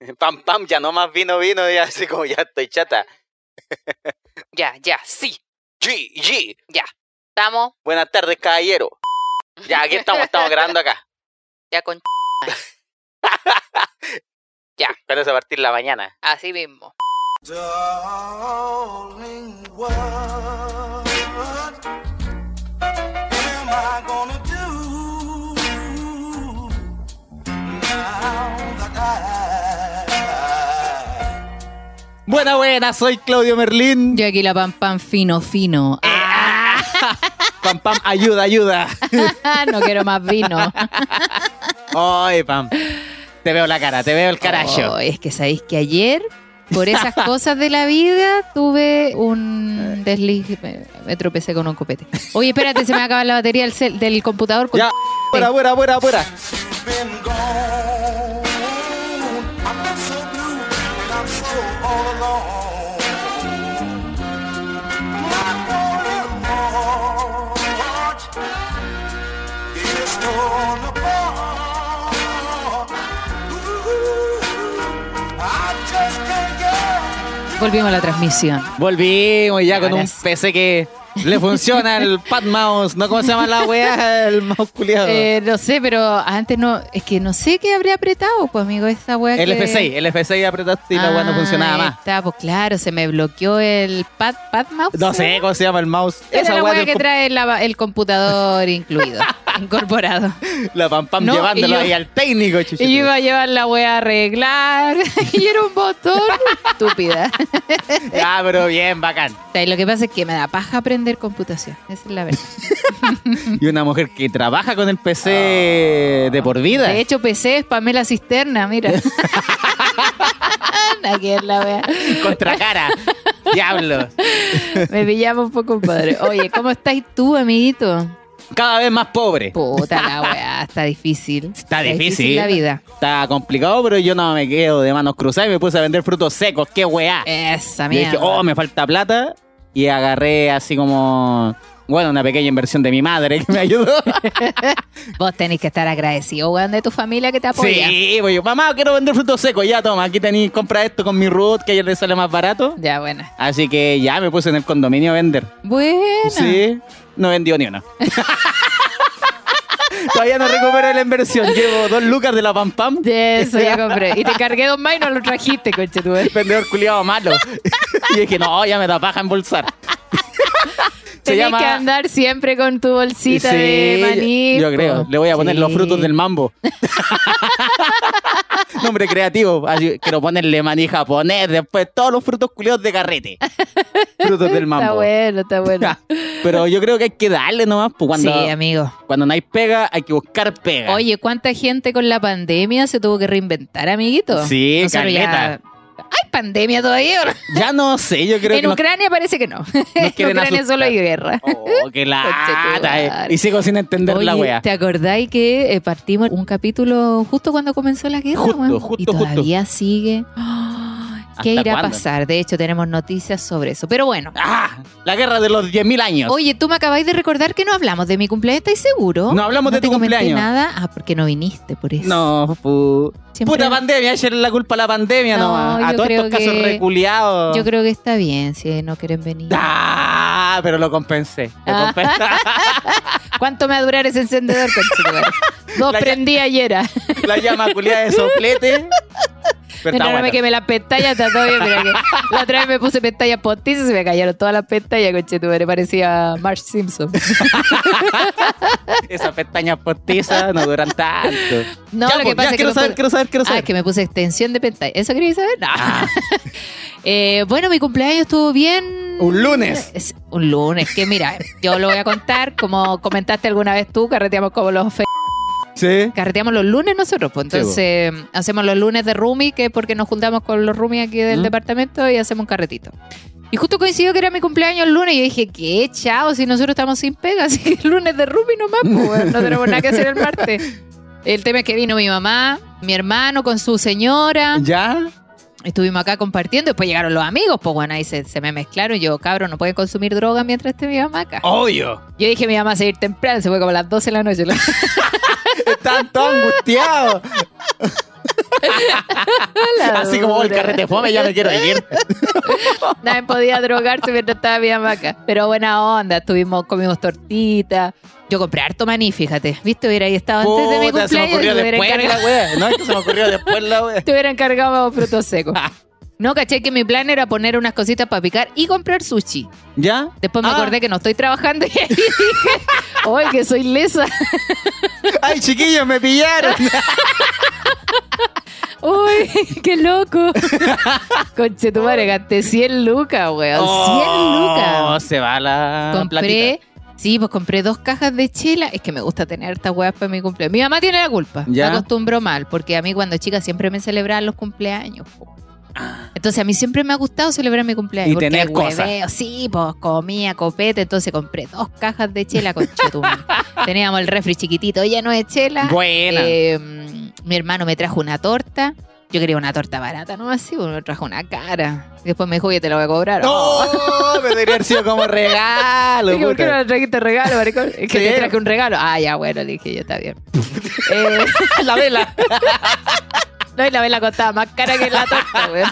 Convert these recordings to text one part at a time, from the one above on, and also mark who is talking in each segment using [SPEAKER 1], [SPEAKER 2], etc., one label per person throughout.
[SPEAKER 1] Pam, pam, ya no más vino, vino, y así como ya estoy chata.
[SPEAKER 2] Ya, ya, sí,
[SPEAKER 1] G, G.
[SPEAKER 2] ya. Estamos
[SPEAKER 1] Buenas tardes, caballero. Ya, aquí estamos, estamos grabando acá.
[SPEAKER 2] ya con
[SPEAKER 1] Espérense a partir la mañana.
[SPEAKER 2] así mismo.
[SPEAKER 3] Darling, what am I gonna do now that I
[SPEAKER 1] Buena, buena, soy Claudio Merlín.
[SPEAKER 4] Yo aquí la pam pam fino fino. Ah,
[SPEAKER 1] Pam, pam, ayuda, ayuda.
[SPEAKER 4] no quiero más vino.
[SPEAKER 1] Ay, pam. Te veo la cara, te veo el carajo.
[SPEAKER 4] Oh, es que sabéis que ayer, por esas cosas de la vida, tuve un desliz. Me, me tropecé con un copete. Oye, espérate, se me va a acabar la batería del, cel- del computador. Con
[SPEAKER 1] Ya, fuera, fuera, fuera, fuera.
[SPEAKER 3] been gone? I've been so blue, and I'm still all alone. My only heart is torn apart. Ooh, I just can't get.
[SPEAKER 4] Volvimos a la transmisión.
[SPEAKER 1] Volvimos ya con
[SPEAKER 4] Ahora
[SPEAKER 1] un
[SPEAKER 4] sí.
[SPEAKER 1] PC que le funciona el pad mouse. ¿No cómo se llama la weá? El mouse culiado.
[SPEAKER 4] Eh, no sé, pero antes no. Es que no sé qué habría apretado, pues, amigo, esta wea.
[SPEAKER 1] el
[SPEAKER 4] que-
[SPEAKER 1] F6, el F6 apretaste y la weá no
[SPEAKER 4] Ah,
[SPEAKER 1] funcionaba
[SPEAKER 4] ahí
[SPEAKER 1] más.
[SPEAKER 4] Está, pues claro, se me bloqueó el pad, pad mouse.
[SPEAKER 1] No sé cómo se llama el mouse.
[SPEAKER 4] Esa es la
[SPEAKER 1] weá
[SPEAKER 4] weá
[SPEAKER 1] del
[SPEAKER 4] que
[SPEAKER 1] com-
[SPEAKER 4] trae la- el computador incluido, incorporado.
[SPEAKER 1] La pam pam
[SPEAKER 4] No,
[SPEAKER 1] llevándolo
[SPEAKER 4] y yo-
[SPEAKER 1] ahí al técnico, chuchu.
[SPEAKER 4] Y yo iba a llevar la weá a arreglar. y era un botón. Estúpida.
[SPEAKER 1] Ah, pero bien, bacán.
[SPEAKER 4] O sea, y lo que pasa es que me da paja aprender computación. Esa es la verdad.
[SPEAKER 1] Y una mujer que trabaja con el PC de por vida.
[SPEAKER 4] Ah. De hecho, PC es Pamela Cisterna, mira. Aquí es la weá.
[SPEAKER 1] Contra cara. Diablos.
[SPEAKER 4] Me pillaba un poco, padre. Oye, ¿cómo estás tú, amiguito?
[SPEAKER 1] Cada vez más pobre.
[SPEAKER 4] Puta la weá, está difícil.
[SPEAKER 1] Está difícil.
[SPEAKER 4] la vida.
[SPEAKER 1] Está complicado, pero yo no me quedo de manos cruzadas y me puse a vender frutos secos. ¡Qué weá!
[SPEAKER 4] Esa
[SPEAKER 1] Yo dije,
[SPEAKER 4] Eh, mierda.
[SPEAKER 1] oh, me falta plata. Y agarré así como, bueno, una pequeña inversión de mi madre que me ayudó.
[SPEAKER 4] Vos tenés que estar agradecido, weón, de tu familia que te apoya.
[SPEAKER 1] sí, pues yo, mamá, quiero vender frutos secos. Ya, toma, aquí tení, compra esto con mi root que a ella le sale más barato.
[SPEAKER 4] Ya, buena.
[SPEAKER 1] Así que ya me puse en el condominio a vender.
[SPEAKER 4] Buena.
[SPEAKER 1] Sí, no vendió ni una. Todavía no recupero la inversión. Llevo dos lucas de la pam pam.
[SPEAKER 4] De eso ya compré. Y te cargué dos más y no lo trajiste, coche tú.
[SPEAKER 1] Vendedor culiado malo. y dije, no, ya me da paja embolsar. Se
[SPEAKER 4] Tenés
[SPEAKER 1] llama-
[SPEAKER 4] que andar siempre con tu bolsita
[SPEAKER 1] Sí,
[SPEAKER 4] de maní.
[SPEAKER 1] Yo creo.
[SPEAKER 4] po.
[SPEAKER 1] Le voy a poner los
[SPEAKER 4] Sí.
[SPEAKER 1] frutos del mambo. Nombre creativo. Así, quiero ponerle maní japonés. Después todos los frutos culiados de carrete. Frutos del
[SPEAKER 4] Está
[SPEAKER 1] mambo.
[SPEAKER 4] bueno, está bueno.
[SPEAKER 1] Pero yo creo que hay que darle nomás. Pues cuando,
[SPEAKER 4] Sí, amigo.
[SPEAKER 1] cuando no hay pega, hay que buscar pega.
[SPEAKER 4] Oye, ¿cuánta gente con la pandemia se tuvo que reinventar, amiguito?
[SPEAKER 1] Sí,
[SPEAKER 4] Nosotros ya-
[SPEAKER 1] caleta.
[SPEAKER 4] ¿Hay pandemia todavía?
[SPEAKER 1] Ya no sé, yo creo
[SPEAKER 4] en
[SPEAKER 1] que nos-
[SPEAKER 4] Ucrania parece que no. en
[SPEAKER 1] quieren
[SPEAKER 4] Ucrania
[SPEAKER 1] asustar.
[SPEAKER 4] solo hay guerra.
[SPEAKER 1] Oh, qué lata, eh.
[SPEAKER 4] madre.
[SPEAKER 1] Y sigo sin entender la
[SPEAKER 4] Oye,
[SPEAKER 1] wea.
[SPEAKER 4] ¿Te acordáis que eh, partimos un capítulo justo cuando comenzó la guerra?
[SPEAKER 1] Justo,
[SPEAKER 4] weón?
[SPEAKER 1] justo,
[SPEAKER 4] y todavía sigue. ¡Ay! ¿Qué
[SPEAKER 1] ¿Hasta
[SPEAKER 4] irá
[SPEAKER 1] cuándo?
[SPEAKER 4] a pasar? De hecho, tenemos noticias sobre eso. Pero bueno.
[SPEAKER 1] Ah, la guerra de los 10.000 años.
[SPEAKER 4] Oye, tú me acabáis de recordar que no hablamos de mi cumpleaños, ¿estáis seguro?
[SPEAKER 1] No hablamos de
[SPEAKER 4] te
[SPEAKER 1] tu
[SPEAKER 4] comenté
[SPEAKER 1] cumpleaños.
[SPEAKER 4] nada? Ah, porque no viniste, por eso.
[SPEAKER 1] No, pu-
[SPEAKER 4] Siempre-
[SPEAKER 1] puta pandemia, echenle la culpa a la pandemia
[SPEAKER 4] No,
[SPEAKER 1] nomás. A
[SPEAKER 4] yo
[SPEAKER 1] todos
[SPEAKER 4] creo
[SPEAKER 1] estos casos
[SPEAKER 4] que-
[SPEAKER 1] reculeados.
[SPEAKER 4] Yo creo que está bien si no quieren venir.
[SPEAKER 1] Ah, pero lo compensé. Lo
[SPEAKER 4] Ah.
[SPEAKER 1] compensé.
[SPEAKER 4] ¿Cuánto me va a durar ese encendedor? conchetumare? Dos
[SPEAKER 1] La ya-
[SPEAKER 4] prendí ayer. ah.
[SPEAKER 1] la llama culiada de soplete. Pero está
[SPEAKER 4] Menos
[SPEAKER 1] bueno.
[SPEAKER 4] me quemé las pestañas, está todo bien. mira que la otra vez me puse pestañas postizas y se me cayeron todas las pestañas, conchetumare. Parecía Marsh Simpson.
[SPEAKER 1] Esas pestañas postizas no duran tanto.
[SPEAKER 4] No,
[SPEAKER 1] Ya,
[SPEAKER 4] lo
[SPEAKER 1] pues,
[SPEAKER 4] que pasa
[SPEAKER 1] ya,
[SPEAKER 4] es que.
[SPEAKER 1] quiero
[SPEAKER 4] me
[SPEAKER 1] saber,
[SPEAKER 4] puse-
[SPEAKER 1] quiero saber, quiero
[SPEAKER 4] Ah,
[SPEAKER 1] saber.
[SPEAKER 4] es que me puse extensión de pestañas. ¿Eso querías saber? No.
[SPEAKER 1] Ah,
[SPEAKER 4] Eh, bueno, mi cumpleaños estuvo bien.
[SPEAKER 1] Un lunes.
[SPEAKER 4] Es un lunes, que mira, yo lo voy a contar, como comentaste alguna vez tú, carreteamos como los fe-
[SPEAKER 1] sí.
[SPEAKER 4] carreteamos los lunes nosotros, pues
[SPEAKER 1] Sí, po.
[SPEAKER 4] entonces hacemos los lunes de Rumi, que es porque nos juntamos con los Rumi aquí del
[SPEAKER 1] ¿Mm?
[SPEAKER 4] departamento y hacemos un carretito. Y justo coincidió que era mi cumpleaños el lunes y yo dije, ¿qué? Chao, si nosotros estamos sin pega, así que el lunes de Rumi nomás, pues, weón, no tenemos nada que hacer el martes. El tema es que vino mi mamá, mi hermano con su señora
[SPEAKER 1] ¿Ya?
[SPEAKER 4] estuvimos acá compartiendo, después llegaron los amigos, pues bueno, ahí se, se me mezclaron. y Yo, cabro, no pueden consumir droga mientras esté mi mamá acá.
[SPEAKER 1] Obvio.
[SPEAKER 4] Yo dije, mi mamá se va a ir temprano, se fue como a las 12 de la noche.
[SPEAKER 1] Están todos angustiados.
[SPEAKER 4] La
[SPEAKER 1] Así como "Oh, el
[SPEAKER 4] dura.
[SPEAKER 1] carrete fome, ya me quiero ir.
[SPEAKER 4] Nadie podía drogarse mientras estaba mi hamaca. Pero buena onda, estuvimos, comimos tortita. Yo compré harto maní, fíjate. ¿Viste? Hubiera ahí estado antes de mi
[SPEAKER 1] Puta, se me
[SPEAKER 4] cumpleaños y
[SPEAKER 1] ocurrió
[SPEAKER 4] hubiera
[SPEAKER 1] después
[SPEAKER 4] encargado,
[SPEAKER 1] la wea. No, es que se me ocurrió después la wea.
[SPEAKER 4] te hubiera encargado frutos secos. No, caché que mi plan era poner unas cositas para picar y comprar sushi.
[SPEAKER 1] ¿Ya?
[SPEAKER 4] Después me
[SPEAKER 1] Ah.
[SPEAKER 4] acordé que no estoy trabajando y ahí dije, oye, que soy lesa.
[SPEAKER 1] ¡Ay, chiquillos, me pillaron!
[SPEAKER 4] Uy, qué loco. Conche tu madre, gasté 100 lucas, weón. 100
[SPEAKER 1] Oh,
[SPEAKER 4] lucas.
[SPEAKER 1] Se va la
[SPEAKER 4] Compré, sí, pues compré dos cajas de chela. Es que me gusta tener estas weas para mi cumpleaños. Mi mamá tiene la culpa.
[SPEAKER 1] Ya.
[SPEAKER 4] Me acostumbro mal, porque a mí cuando chica siempre me celebraban los cumpleaños. po. Entonces a mí siempre me ha gustado celebrar mi cumpleaños.
[SPEAKER 1] Y
[SPEAKER 4] porque
[SPEAKER 1] tener
[SPEAKER 4] hay
[SPEAKER 1] cosas.
[SPEAKER 4] hueveo. Sí, pues comía copete, entonces compré dos cajas de chela con chetumán. Teníamos el refri chiquitito, lleno de chela.
[SPEAKER 1] platita. Buena.
[SPEAKER 4] Eh, mm, mi hermano me trajo una torta. Yo quería una torta barata, ¿no? Así, pues, me trajo una cara. Después me dijo, que te la voy a cobrar. Oh.
[SPEAKER 1] ¡No! Me debería haber sido como regalo,
[SPEAKER 4] Dije, ¿por qué no
[SPEAKER 1] puta.
[SPEAKER 4] le trajiste regalo, maricón? Es que
[SPEAKER 1] Sí.
[SPEAKER 4] te traje un regalo. Ah, ya, bueno, le dije, ya está bien. Eh,
[SPEAKER 1] La vela.
[SPEAKER 4] no, y la vela costaba más cara que la torta, weón.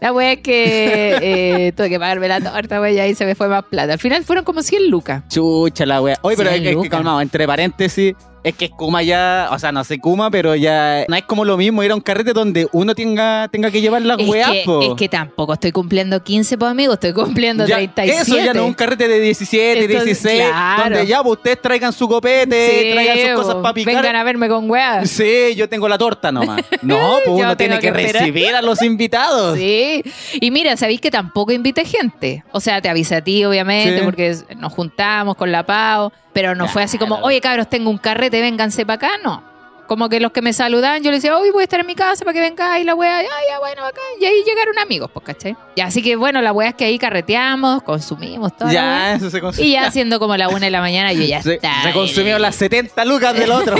[SPEAKER 4] La wea es que eh, tuve que pagarme la torta, wey, y ahí se me fue más plata. Al final fueron como 100 lucas.
[SPEAKER 1] Chucha la wea. Oye, pero
[SPEAKER 4] Sí,
[SPEAKER 1] es que, es que
[SPEAKER 4] Luca.
[SPEAKER 1] calmado, entre paréntesis, es que Kuma ya, o sea, no sé Kuma, pero ya no es como lo mismo ir a un carrete donde uno tenga, tenga que llevar las
[SPEAKER 4] Es
[SPEAKER 1] weas,
[SPEAKER 4] que,
[SPEAKER 1] po.
[SPEAKER 4] es que tampoco estoy cumpliendo 15, pues, amigos. Estoy cumpliendo
[SPEAKER 1] Ya,
[SPEAKER 4] 37.
[SPEAKER 1] Eso ya no es un carrete de 17,
[SPEAKER 4] Entonces,
[SPEAKER 1] 16,
[SPEAKER 4] claro.
[SPEAKER 1] donde ya pues, ustedes traigan su copete,
[SPEAKER 4] Sí,
[SPEAKER 1] eh, traigan sus cosas
[SPEAKER 4] bo.
[SPEAKER 1] para picar.
[SPEAKER 4] Vengan a verme con weas.
[SPEAKER 1] Sí, yo tengo la torta nomás. No,
[SPEAKER 4] Yo
[SPEAKER 1] pues uno tiene que,
[SPEAKER 4] tengo que esperar.
[SPEAKER 1] recibir a los invitados.
[SPEAKER 4] Sí. Y mira, sabéis que tampoco invité gente. O sea, te avisé a ti, obviamente,
[SPEAKER 1] Sí.
[SPEAKER 4] porque es- nos juntamos con la PAO. Pero no fue así como,
[SPEAKER 1] Claro.
[SPEAKER 4] oye, cabros, tengo un carrete, vénganse para acá. No. Como que los que me saludaban, yo les decía, hoy voy a estar en mi casa para que vengáis, la wea, ya, ya, bueno, acá. Y ahí llegaron amigos, pues, ¿cachai? Y así que, bueno, la wea es que ahí carreteamos, consumimos todo.
[SPEAKER 1] Ya, eso se consumió.
[SPEAKER 4] Y ya siendo como la una de la mañana, yo ya
[SPEAKER 1] se,
[SPEAKER 4] está.
[SPEAKER 1] se consumieron las 70 lucas del otro.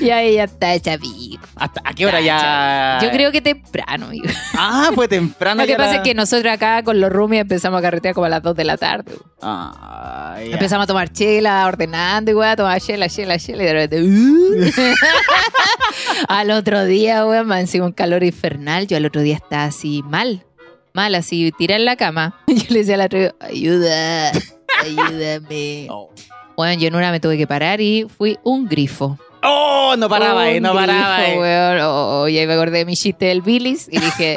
[SPEAKER 4] Y ahí ya está hecha pico.
[SPEAKER 1] ¿Hasta a qué hora ya?
[SPEAKER 4] Yo creo que temprano, amigo.
[SPEAKER 1] Ah, fue temprano.
[SPEAKER 4] Lo que
[SPEAKER 1] ya
[SPEAKER 4] pasa
[SPEAKER 1] la-
[SPEAKER 4] es que nosotros acá con los roomies empezamos a carretear como a las 2 de la tarde. güey.
[SPEAKER 1] Ah, ya.
[SPEAKER 4] Empezamos a tomar chela, ordenando, güey, a tomar chela, chela, chela, y de repente... ¡uh! al otro día, güey, me encima un calor infernal. Yo al otro día estaba así mal, mal, así, tirada en la cama. Yo le decía al otro día, ayuda, ayúdame.
[SPEAKER 1] Oh.
[SPEAKER 4] Bueno, yo en una me tuve que parar y fui un grifo.
[SPEAKER 1] Oh, no paraba, eh,
[SPEAKER 4] Un
[SPEAKER 1] no paraba.
[SPEAKER 4] grifo,
[SPEAKER 1] eh.
[SPEAKER 4] güey. Oh, oh, y ahí me acordé de mi chiste del bilis y dije,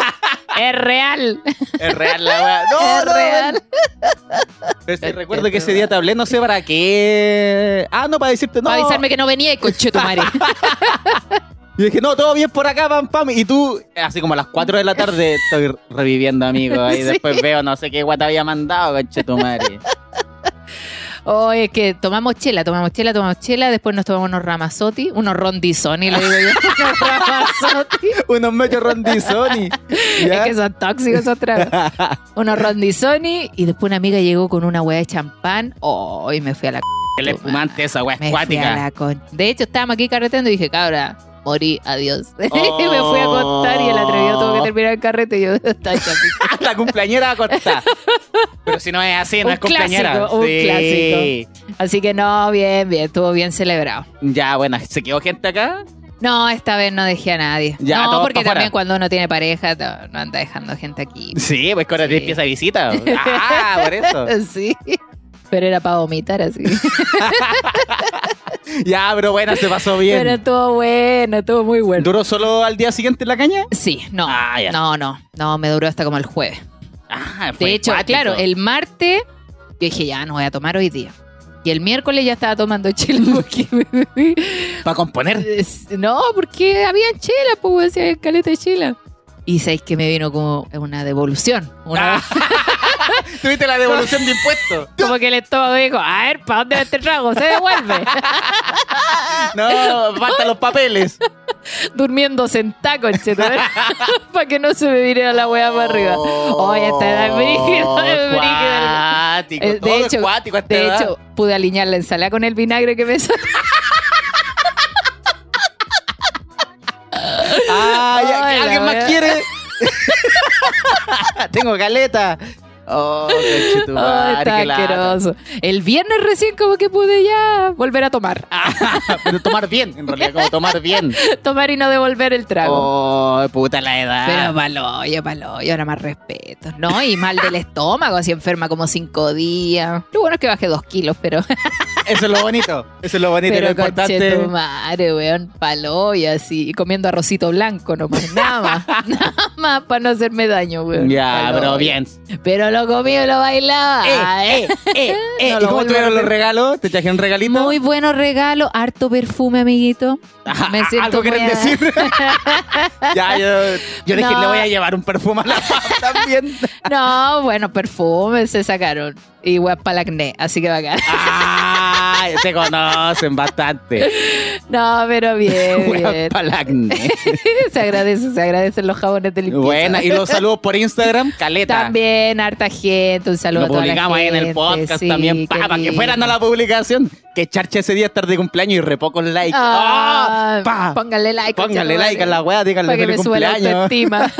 [SPEAKER 4] es real,
[SPEAKER 1] Es real la weá. No,
[SPEAKER 4] es
[SPEAKER 1] no.
[SPEAKER 4] real.
[SPEAKER 1] Pero sí, recuerdo que ese día te hablé, no sé para qué. Ah, no, para decirte no.
[SPEAKER 4] Para avisarme que no venía y coche tu madre.
[SPEAKER 1] Y dije, no, todo bien por acá, pam, pam. Y tú, así como a las 4 de la tarde, estoy reviviendo, amigo. Y
[SPEAKER 4] Sí.
[SPEAKER 1] después veo, no sé qué guata había mandado, conche tu madre.
[SPEAKER 4] Oh, es que tomamos chela, tomamos chela, tomamos chela, después nos tomamos unos ramazotti, unos rondizoni, le digo yo. unos ramazotti.
[SPEAKER 1] Unos mechos rondizoni.
[SPEAKER 4] Es que son tóxicos esos tragos. unos rondizoni y después una amiga llegó con una hueá de champán. Oh, y me fui a la c-
[SPEAKER 1] El espumante esa weá
[SPEAKER 4] me fui a
[SPEAKER 1] acuática.
[SPEAKER 4] la con... De hecho, estábamos aquí carreteando y dije, cabra, morí, adiós. y me fui a
[SPEAKER 1] Oh.
[SPEAKER 4] acostar y el atrevido tuvo que terminar el carrete y yo estaba chapito.
[SPEAKER 1] La cumpleañera corta. Pero si no es así, no
[SPEAKER 4] Un
[SPEAKER 1] es cumpleañera.
[SPEAKER 4] clásico, un
[SPEAKER 1] Sí.
[SPEAKER 4] Así que no, bien, bien, estuvo bien celebrado.
[SPEAKER 1] Ya, bueno, ¿se quedó gente acá?
[SPEAKER 4] No, esta vez no dejé a nadie.
[SPEAKER 1] Ya, todos
[SPEAKER 4] no, porque
[SPEAKER 1] pa' fuera.
[SPEAKER 4] también cuando uno tiene pareja no, no anda dejando gente aquí.
[SPEAKER 1] Sí, pues que ahora
[SPEAKER 4] Sí.
[SPEAKER 1] te empieza visita. Ah, por eso.
[SPEAKER 4] Sí. Pero era para vomitar así.
[SPEAKER 1] Ya, pero bueno, se pasó bien.
[SPEAKER 4] Pero estuvo bueno, estuvo muy bueno.
[SPEAKER 1] ¿Duró solo al día siguiente en la caña?
[SPEAKER 4] Sí, no.
[SPEAKER 1] Ah, ya.
[SPEAKER 4] No, no. No, me duró hasta como el jueves.
[SPEAKER 1] Ah, fue
[SPEAKER 4] De hecho,
[SPEAKER 1] cuático.
[SPEAKER 4] claro, el martes yo dije, ya no voy a tomar hoy día. Y el miércoles ya estaba tomando chela porque
[SPEAKER 1] Para componer.
[SPEAKER 4] Es- No, porque había chela, pues decía caleta de chela. Y sabéis que me vino como una devolución. Una
[SPEAKER 1] Ah. Tuviste la devolución de impuestos.
[SPEAKER 4] Como que el estómago dijo, a ver, ¿para dónde va este trago? Se devuelve.
[SPEAKER 1] No, faltan los papeles.
[SPEAKER 4] Durmiendo sentado, Para que no se me viniera la weá para arriba. Oye, esta edad es brígida, es brígida.
[SPEAKER 1] Acuático,
[SPEAKER 4] Eh, de
[SPEAKER 1] todo
[SPEAKER 4] hecho-
[SPEAKER 1] es Oh, cuático a esta
[SPEAKER 4] De
[SPEAKER 1] edad.
[SPEAKER 4] hecho, pude alinear la ensalada con el vinagre que me salió.
[SPEAKER 1] Ay,
[SPEAKER 4] Ay, la
[SPEAKER 1] ¿alguien más
[SPEAKER 4] wea.
[SPEAKER 1] quiere? Tengo caleta. Oh,
[SPEAKER 4] Oh,
[SPEAKER 1] conchetumare,
[SPEAKER 4] está
[SPEAKER 1] qué lata.
[SPEAKER 4] asqueroso. El viernes recién como que pude ya volver a tomar. Ah,
[SPEAKER 1] Pero tomar bien, en realidad, como tomar bien.
[SPEAKER 4] tomar y no devolver el trago.
[SPEAKER 1] Oh, puta la edad.
[SPEAKER 4] Pero paloyo, paloyo, ahora más respeto, ¿no? Y mal del estómago, así enferma como cinco días. Lo bueno es que bajé dos kilos, pero,
[SPEAKER 1] Eso es lo bonito. Eso es lo bonito y lo
[SPEAKER 4] pero
[SPEAKER 1] importante.
[SPEAKER 4] conchetumare, weón, paloyo, así, y comiendo arrocito blanco nomás, nada más, nada más para no hacerme daño, weón.
[SPEAKER 1] Ya,
[SPEAKER 4] Paloyo.
[SPEAKER 1] pero bien.
[SPEAKER 4] Pero lo comí y lo bailaba.
[SPEAKER 1] Eh, eh, eh,
[SPEAKER 4] No
[SPEAKER 1] ¿Y
[SPEAKER 4] lo
[SPEAKER 1] cómo
[SPEAKER 4] vuelvo a
[SPEAKER 1] tuvieron los
[SPEAKER 4] hacer.
[SPEAKER 1] regalos? ¿Te trajeron regalitos?
[SPEAKER 4] Muy buenos regalos, harto perfume, amiguito.
[SPEAKER 1] Ajá,
[SPEAKER 4] Me
[SPEAKER 1] a-
[SPEAKER 4] siento
[SPEAKER 1] Ah, ¿Algo quieren
[SPEAKER 4] muy a-
[SPEAKER 1] decir? ya, yo, yo dije,
[SPEAKER 4] No.
[SPEAKER 1] le voy a llevar un perfume a la Pam también.
[SPEAKER 4] No, bueno, perfume se sacaron. Y para el acné, así que bacán.
[SPEAKER 1] ah, se conocen bastante.
[SPEAKER 4] No, pero bien, bien.
[SPEAKER 1] Palacne.
[SPEAKER 4] se agradece, se agradecen los jabones de limpieza.
[SPEAKER 1] Buena, y los saludos por Instagram, Caleta.
[SPEAKER 4] También harta gente, un saludo
[SPEAKER 1] Lo
[SPEAKER 4] a toda la
[SPEAKER 1] publicamos ahí en el
[SPEAKER 4] gente,
[SPEAKER 1] podcast
[SPEAKER 4] sí,
[SPEAKER 1] también,
[SPEAKER 4] qué
[SPEAKER 1] pa, para que
[SPEAKER 4] lindo.
[SPEAKER 1] fuera no la publicación. Que charcha ese día estar de cumpleaños y re pocos likes.
[SPEAKER 4] Ah,
[SPEAKER 1] ¡Ah! pa.
[SPEAKER 4] Póngale like.
[SPEAKER 1] Póngale
[SPEAKER 4] conchetumare,
[SPEAKER 1] like a la weá, díganle
[SPEAKER 4] Para que me
[SPEAKER 1] feliz
[SPEAKER 4] suba la
[SPEAKER 1] cumpleaños.
[SPEAKER 4] autoestima.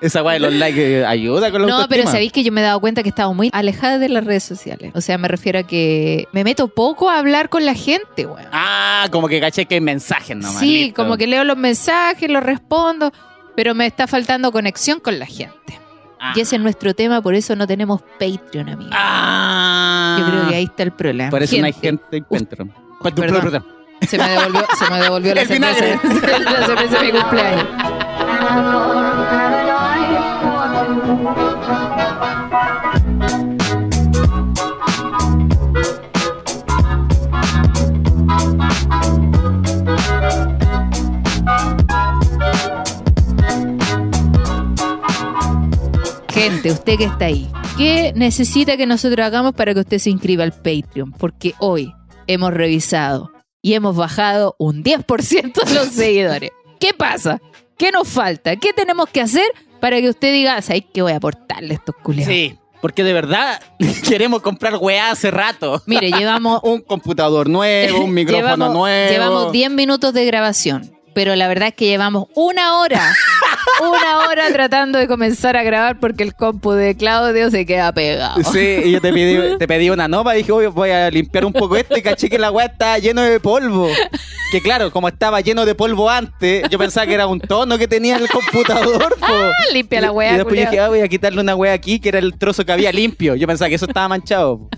[SPEAKER 1] Esa weá de los likes eh, ayuda con la
[SPEAKER 4] No,
[SPEAKER 1] autoestima.
[SPEAKER 4] pero sabéis que yo me he dado cuenta que he estado muy alejada de las redes sociales. O sea, me refiero a que me meto poco a hablar con la gente, weón.
[SPEAKER 1] Ah, como que caché que hay mensajes nomás.
[SPEAKER 4] sí,
[SPEAKER 1] listo.
[SPEAKER 4] como que leo los mensajes, los respondo, pero me está faltando conexión con la gente.
[SPEAKER 1] Ah.
[SPEAKER 4] Y ese es nuestro tema, por eso no tenemos Patreon, amigo.
[SPEAKER 1] Ah.
[SPEAKER 4] Yo creo que ahí está el problema.
[SPEAKER 1] Por eso no hay
[SPEAKER 4] Gente.
[SPEAKER 1] gente encuentro. Cuento un
[SPEAKER 4] perdón.
[SPEAKER 1] problema.
[SPEAKER 4] Se me devolvió, se me devolvió la
[SPEAKER 1] El vinagre.
[SPEAKER 4] cerveza. la cerveza de mi cumpleaños. Gente, usted que está ahí, ¿qué necesita que nosotros hagamos para que usted se inscriba al Patreon? Porque hoy hemos revisado y hemos bajado un 10% de los seguidores. ¿Qué pasa? ¿Qué nos falta? ¿Qué tenemos que hacer para que usted diga, ¿sabéis qué voy a aportarle a estos culiados?
[SPEAKER 1] Sí, porque de verdad queremos comprar weá hace rato.
[SPEAKER 4] Mire, llevamos,
[SPEAKER 1] Un computador nuevo, un micrófono
[SPEAKER 4] llevamos,
[SPEAKER 1] nuevo.
[SPEAKER 4] llevamos 10 minutos de grabación, pero la verdad es que llevamos una hora, una hora tratando de comenzar a grabar porque el compu de Claudio se queda pegado.
[SPEAKER 1] Sí, y yo te pedí, te pedí una nova, dije, "Oye, voy a limpiar un poco esto y caché que la weá estaba lleno de polvo. Que claro, como estaba lleno de polvo antes, yo pensaba que era un tono que tenía el computador. po.
[SPEAKER 4] Ah, limpia la
[SPEAKER 1] Y-
[SPEAKER 4] weá,
[SPEAKER 1] Y después yo
[SPEAKER 4] culiao.
[SPEAKER 1] dije, ah, voy a quitarle una weá aquí, que era el trozo que había limpio. Yo pensaba que eso estaba manchado. po.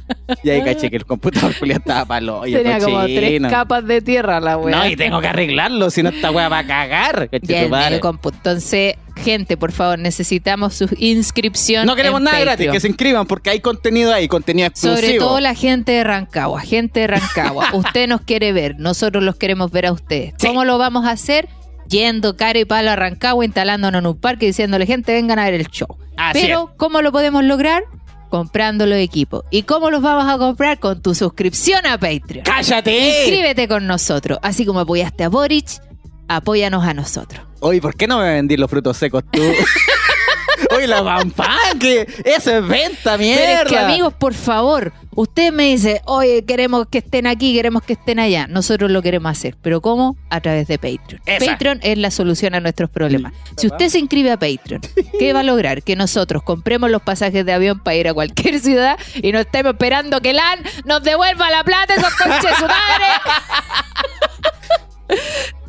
[SPEAKER 1] Y ahí caché que el computador culiao estaba palo.
[SPEAKER 4] Tenía como tres capas de tierra la weá.
[SPEAKER 1] No, y tengo que arreglarlo, si no esta weá va a cagar. coche
[SPEAKER 4] Ya
[SPEAKER 1] tu
[SPEAKER 4] el
[SPEAKER 1] madre.
[SPEAKER 4] medio compu. Entonces, gente, por favor, necesitamos su inscripción.
[SPEAKER 1] No queremos
[SPEAKER 4] en
[SPEAKER 1] nada gratis,
[SPEAKER 4] Patreon.
[SPEAKER 1] que se inscriban porque hay contenido ahí, contenido exclusivo.
[SPEAKER 4] Sobre todo la gente de Rancagua, gente de Rancagua. usted nos quiere ver, nosotros los queremos ver a ustedes.
[SPEAKER 1] Sí.
[SPEAKER 4] ¿Cómo lo vamos a hacer? Yendo cara y palo a Rancagua, instalándonos en un parque y diciéndole, gente, vengan a ver el show.
[SPEAKER 1] Así
[SPEAKER 4] Pero, ¿cómo lo podemos lograr? Comprando los equipos. ¿Y cómo los vamos a comprar? Con tu suscripción a Patreon.
[SPEAKER 1] ¡Cállate!
[SPEAKER 4] Inscríbete con nosotros. Así como apoyaste a Boric, apóyanos a nosotros.
[SPEAKER 1] Oye, ¿por qué no me vendí los frutos secos tú? Oye, la pampan, que eso es venta, mierda.
[SPEAKER 4] Pero es que amigos, por favor, usted me dice, oye, queremos que estén aquí, queremos que estén allá. Nosotros lo queremos hacer, pero ¿cómo? A través de Patreon.
[SPEAKER 1] Esa.
[SPEAKER 4] Patreon es la solución a nuestros problemas. Si usted se inscribe a Patreon, ¿qué va a lograr? Que nosotros compremos los pasajes de avión para ir a cualquier ciudad y no estemos esperando que LAN nos devuelva la plata, esos conches su madre.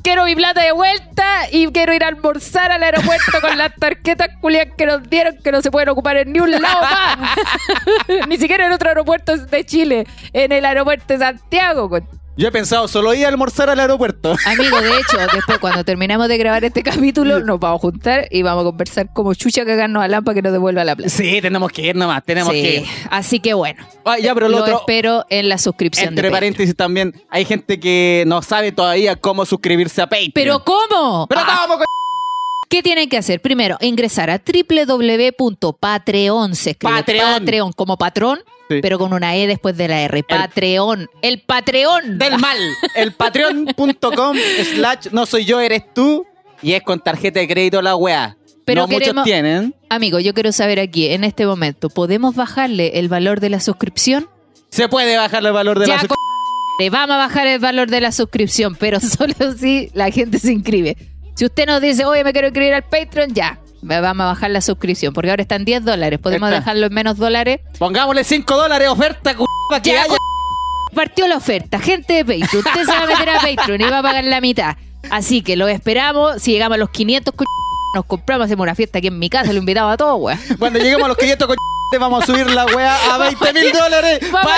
[SPEAKER 4] Quiero mi plata de vuelta y quiero ir a almorzar al aeropuerto con las tarjetas culiadas que nos dieron que no se pueden ocupar en ni un lado más. Ni siquiera en otro aeropuerto de Chile, en el aeropuerto de Santiago. con-
[SPEAKER 1] Yo he pensado solo ir a almorzar al aeropuerto.
[SPEAKER 4] Amigo, de hecho, después cuando terminamos de grabar este capítulo, nos vamos a juntar y vamos a conversar como chucha cagarnos a Lampa que nos devuelva la plata.
[SPEAKER 1] Sí, tenemos que ir nomás, tenemos
[SPEAKER 4] Sí,
[SPEAKER 1] que ir.
[SPEAKER 4] Así que bueno,
[SPEAKER 1] Ay, ya, pero lo,
[SPEAKER 4] lo
[SPEAKER 1] otro,
[SPEAKER 4] espero en la suscripción
[SPEAKER 1] entre
[SPEAKER 4] de Patreon.
[SPEAKER 1] paréntesis también, hay gente que no sabe todavía cómo suscribirse a Patreon.
[SPEAKER 4] ¿Pero cómo?
[SPEAKER 1] Pero
[SPEAKER 4] Ah,
[SPEAKER 1] tampoco,
[SPEAKER 4] ¿Qué tienen que hacer? Primero, ingresar a www.patreon. Se escribe
[SPEAKER 1] Patreon.
[SPEAKER 4] Patreon como patrón,
[SPEAKER 1] Sí.
[SPEAKER 4] pero con una E después de la R. Patreon. El Patreon.
[SPEAKER 1] del mal. El patreon.com slash no soy yo, eres tú. Y es con tarjeta de crédito la weá.
[SPEAKER 4] Pero
[SPEAKER 1] no muchos
[SPEAKER 4] queremos-
[SPEAKER 1] tienen.
[SPEAKER 4] Amigo, yo quiero saber aquí, en este momento, ¿podemos bajarle el valor de la suscripción?
[SPEAKER 1] Se puede bajar el valor de
[SPEAKER 4] ya,
[SPEAKER 1] la suscripción.
[SPEAKER 4] co- le vamos a bajar el valor de la suscripción, pero solo si la gente se inscribe. Si usted nos dice, oye, me quiero inscribir al Patreon, ya. Va- Vamos a bajar la suscripción, porque ahora están 10 dólares. Podemos
[SPEAKER 1] Está.
[SPEAKER 4] dejarlo en menos dólares.
[SPEAKER 1] Pongámosle 5 dólares oferta, c***, para que
[SPEAKER 4] Ya,
[SPEAKER 1] haya.
[SPEAKER 4] Partió la oferta, gente de Patreon. Usted se va a meter a Patreon y va a pagar la mitad. Así que lo esperamos. Si llegamos a los 500, con- nos compramos, hacemos una fiesta aquí en mi casa, lo invitamos a todos, weón.
[SPEAKER 1] Cuando lleguemos a los 500 con te vamos a subir la weá a 20 mil dólares
[SPEAKER 4] Vamos.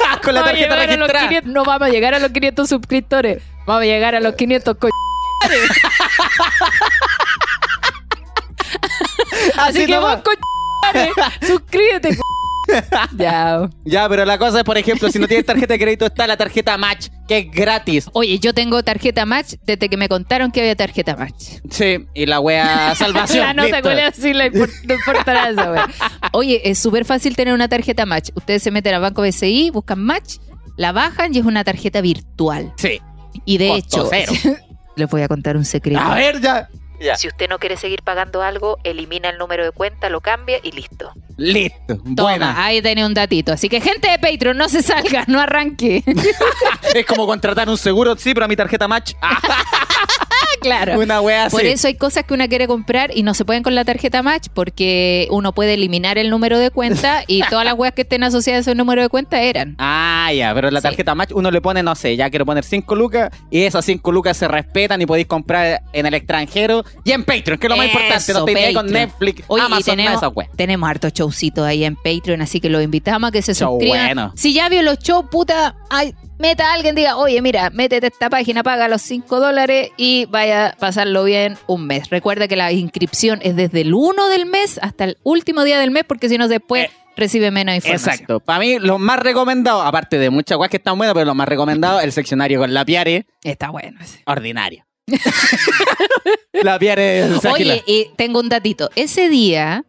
[SPEAKER 1] pa- con la
[SPEAKER 4] Vamos
[SPEAKER 1] tarjeta
[SPEAKER 4] a llegar a los
[SPEAKER 1] registrada.
[SPEAKER 4] 500 no vamos a llegar a los 500 suscriptores. Vamos a llegar a los 500 co- Así, que
[SPEAKER 1] nomás.
[SPEAKER 4] vos, co- suscríbete. co- ya.
[SPEAKER 1] Ya, pero la cosa es, por ejemplo, si no tienes tarjeta de crédito, está la tarjeta Match, que es gratis.
[SPEAKER 4] Oye, yo tengo tarjeta Match desde que me contaron que había tarjeta Match.
[SPEAKER 1] Sí, y la wea salvación.
[SPEAKER 4] La nota,
[SPEAKER 1] listo.
[SPEAKER 4] ¿cuál es? Sí, la impor- no importa nada esa wea. Oye, es súper fácil tener una tarjeta Match. Ustedes se meten a Banco BCI, buscan Match, la bajan y es una tarjeta virtual.
[SPEAKER 1] Sí.
[SPEAKER 4] Y de
[SPEAKER 1] Costo
[SPEAKER 4] hecho,
[SPEAKER 1] cero.
[SPEAKER 4] les voy a contar un secreto.
[SPEAKER 1] A ver, ya. Ya.
[SPEAKER 2] Si usted no quiere seguir pagando algo, elimina el número de cuenta, lo cambia y listo.
[SPEAKER 1] Listo.
[SPEAKER 4] Toma,
[SPEAKER 1] Buena.
[SPEAKER 4] ahí tenía un datito. Así que gente de Patreon, no se salga, no arranque.
[SPEAKER 1] Es como contratar un seguro, sí, pero a mi tarjeta Match. Ah,
[SPEAKER 4] claro.
[SPEAKER 1] una wea así.
[SPEAKER 4] Por eso hay cosas que uno quiere comprar y no se pueden con la tarjeta Match porque uno puede eliminar el número de cuenta y todas las weas que estén asociadas a ese número de cuenta eran.
[SPEAKER 1] Ah, ya, pero la
[SPEAKER 4] Sí.
[SPEAKER 1] tarjeta match uno le pone, no sé, ya quiero poner 5 lucas y esas 5 lucas se respetan y podéis comprar en el extranjero y en Patreon, que es lo más
[SPEAKER 4] Eso,
[SPEAKER 1] importante, no te irías con
[SPEAKER 4] Patreon.
[SPEAKER 1] Netflix,
[SPEAKER 4] Oye, y
[SPEAKER 1] Amazon, nada de
[SPEAKER 4] tenemos,
[SPEAKER 1] esas weas.
[SPEAKER 4] tenemos hartos showcitos ahí en Patreon, así que los invitamos a que se
[SPEAKER 1] Show
[SPEAKER 4] suscriban.
[SPEAKER 1] bueno.
[SPEAKER 4] Si ya vio los shows, puta, ay, meta a alguien, diga, oye, mira, métete a esta página, paga los 5 dólares y vaya a pasarlo bien un mes. Recuerda que la inscripción es desde el 1 del mes hasta el último día del mes, porque si no, después
[SPEAKER 1] Eh,
[SPEAKER 4] recibe menos información.
[SPEAKER 1] Exacto. Para mí, los más recomendados, aparte de muchas weas que están buenas, pero los más recomendados, el seccionario con la piare,
[SPEAKER 4] Está bueno. ese.
[SPEAKER 1] ordinario. la piare o sea, que la-
[SPEAKER 4] Oye, y tengo un datito. Ese día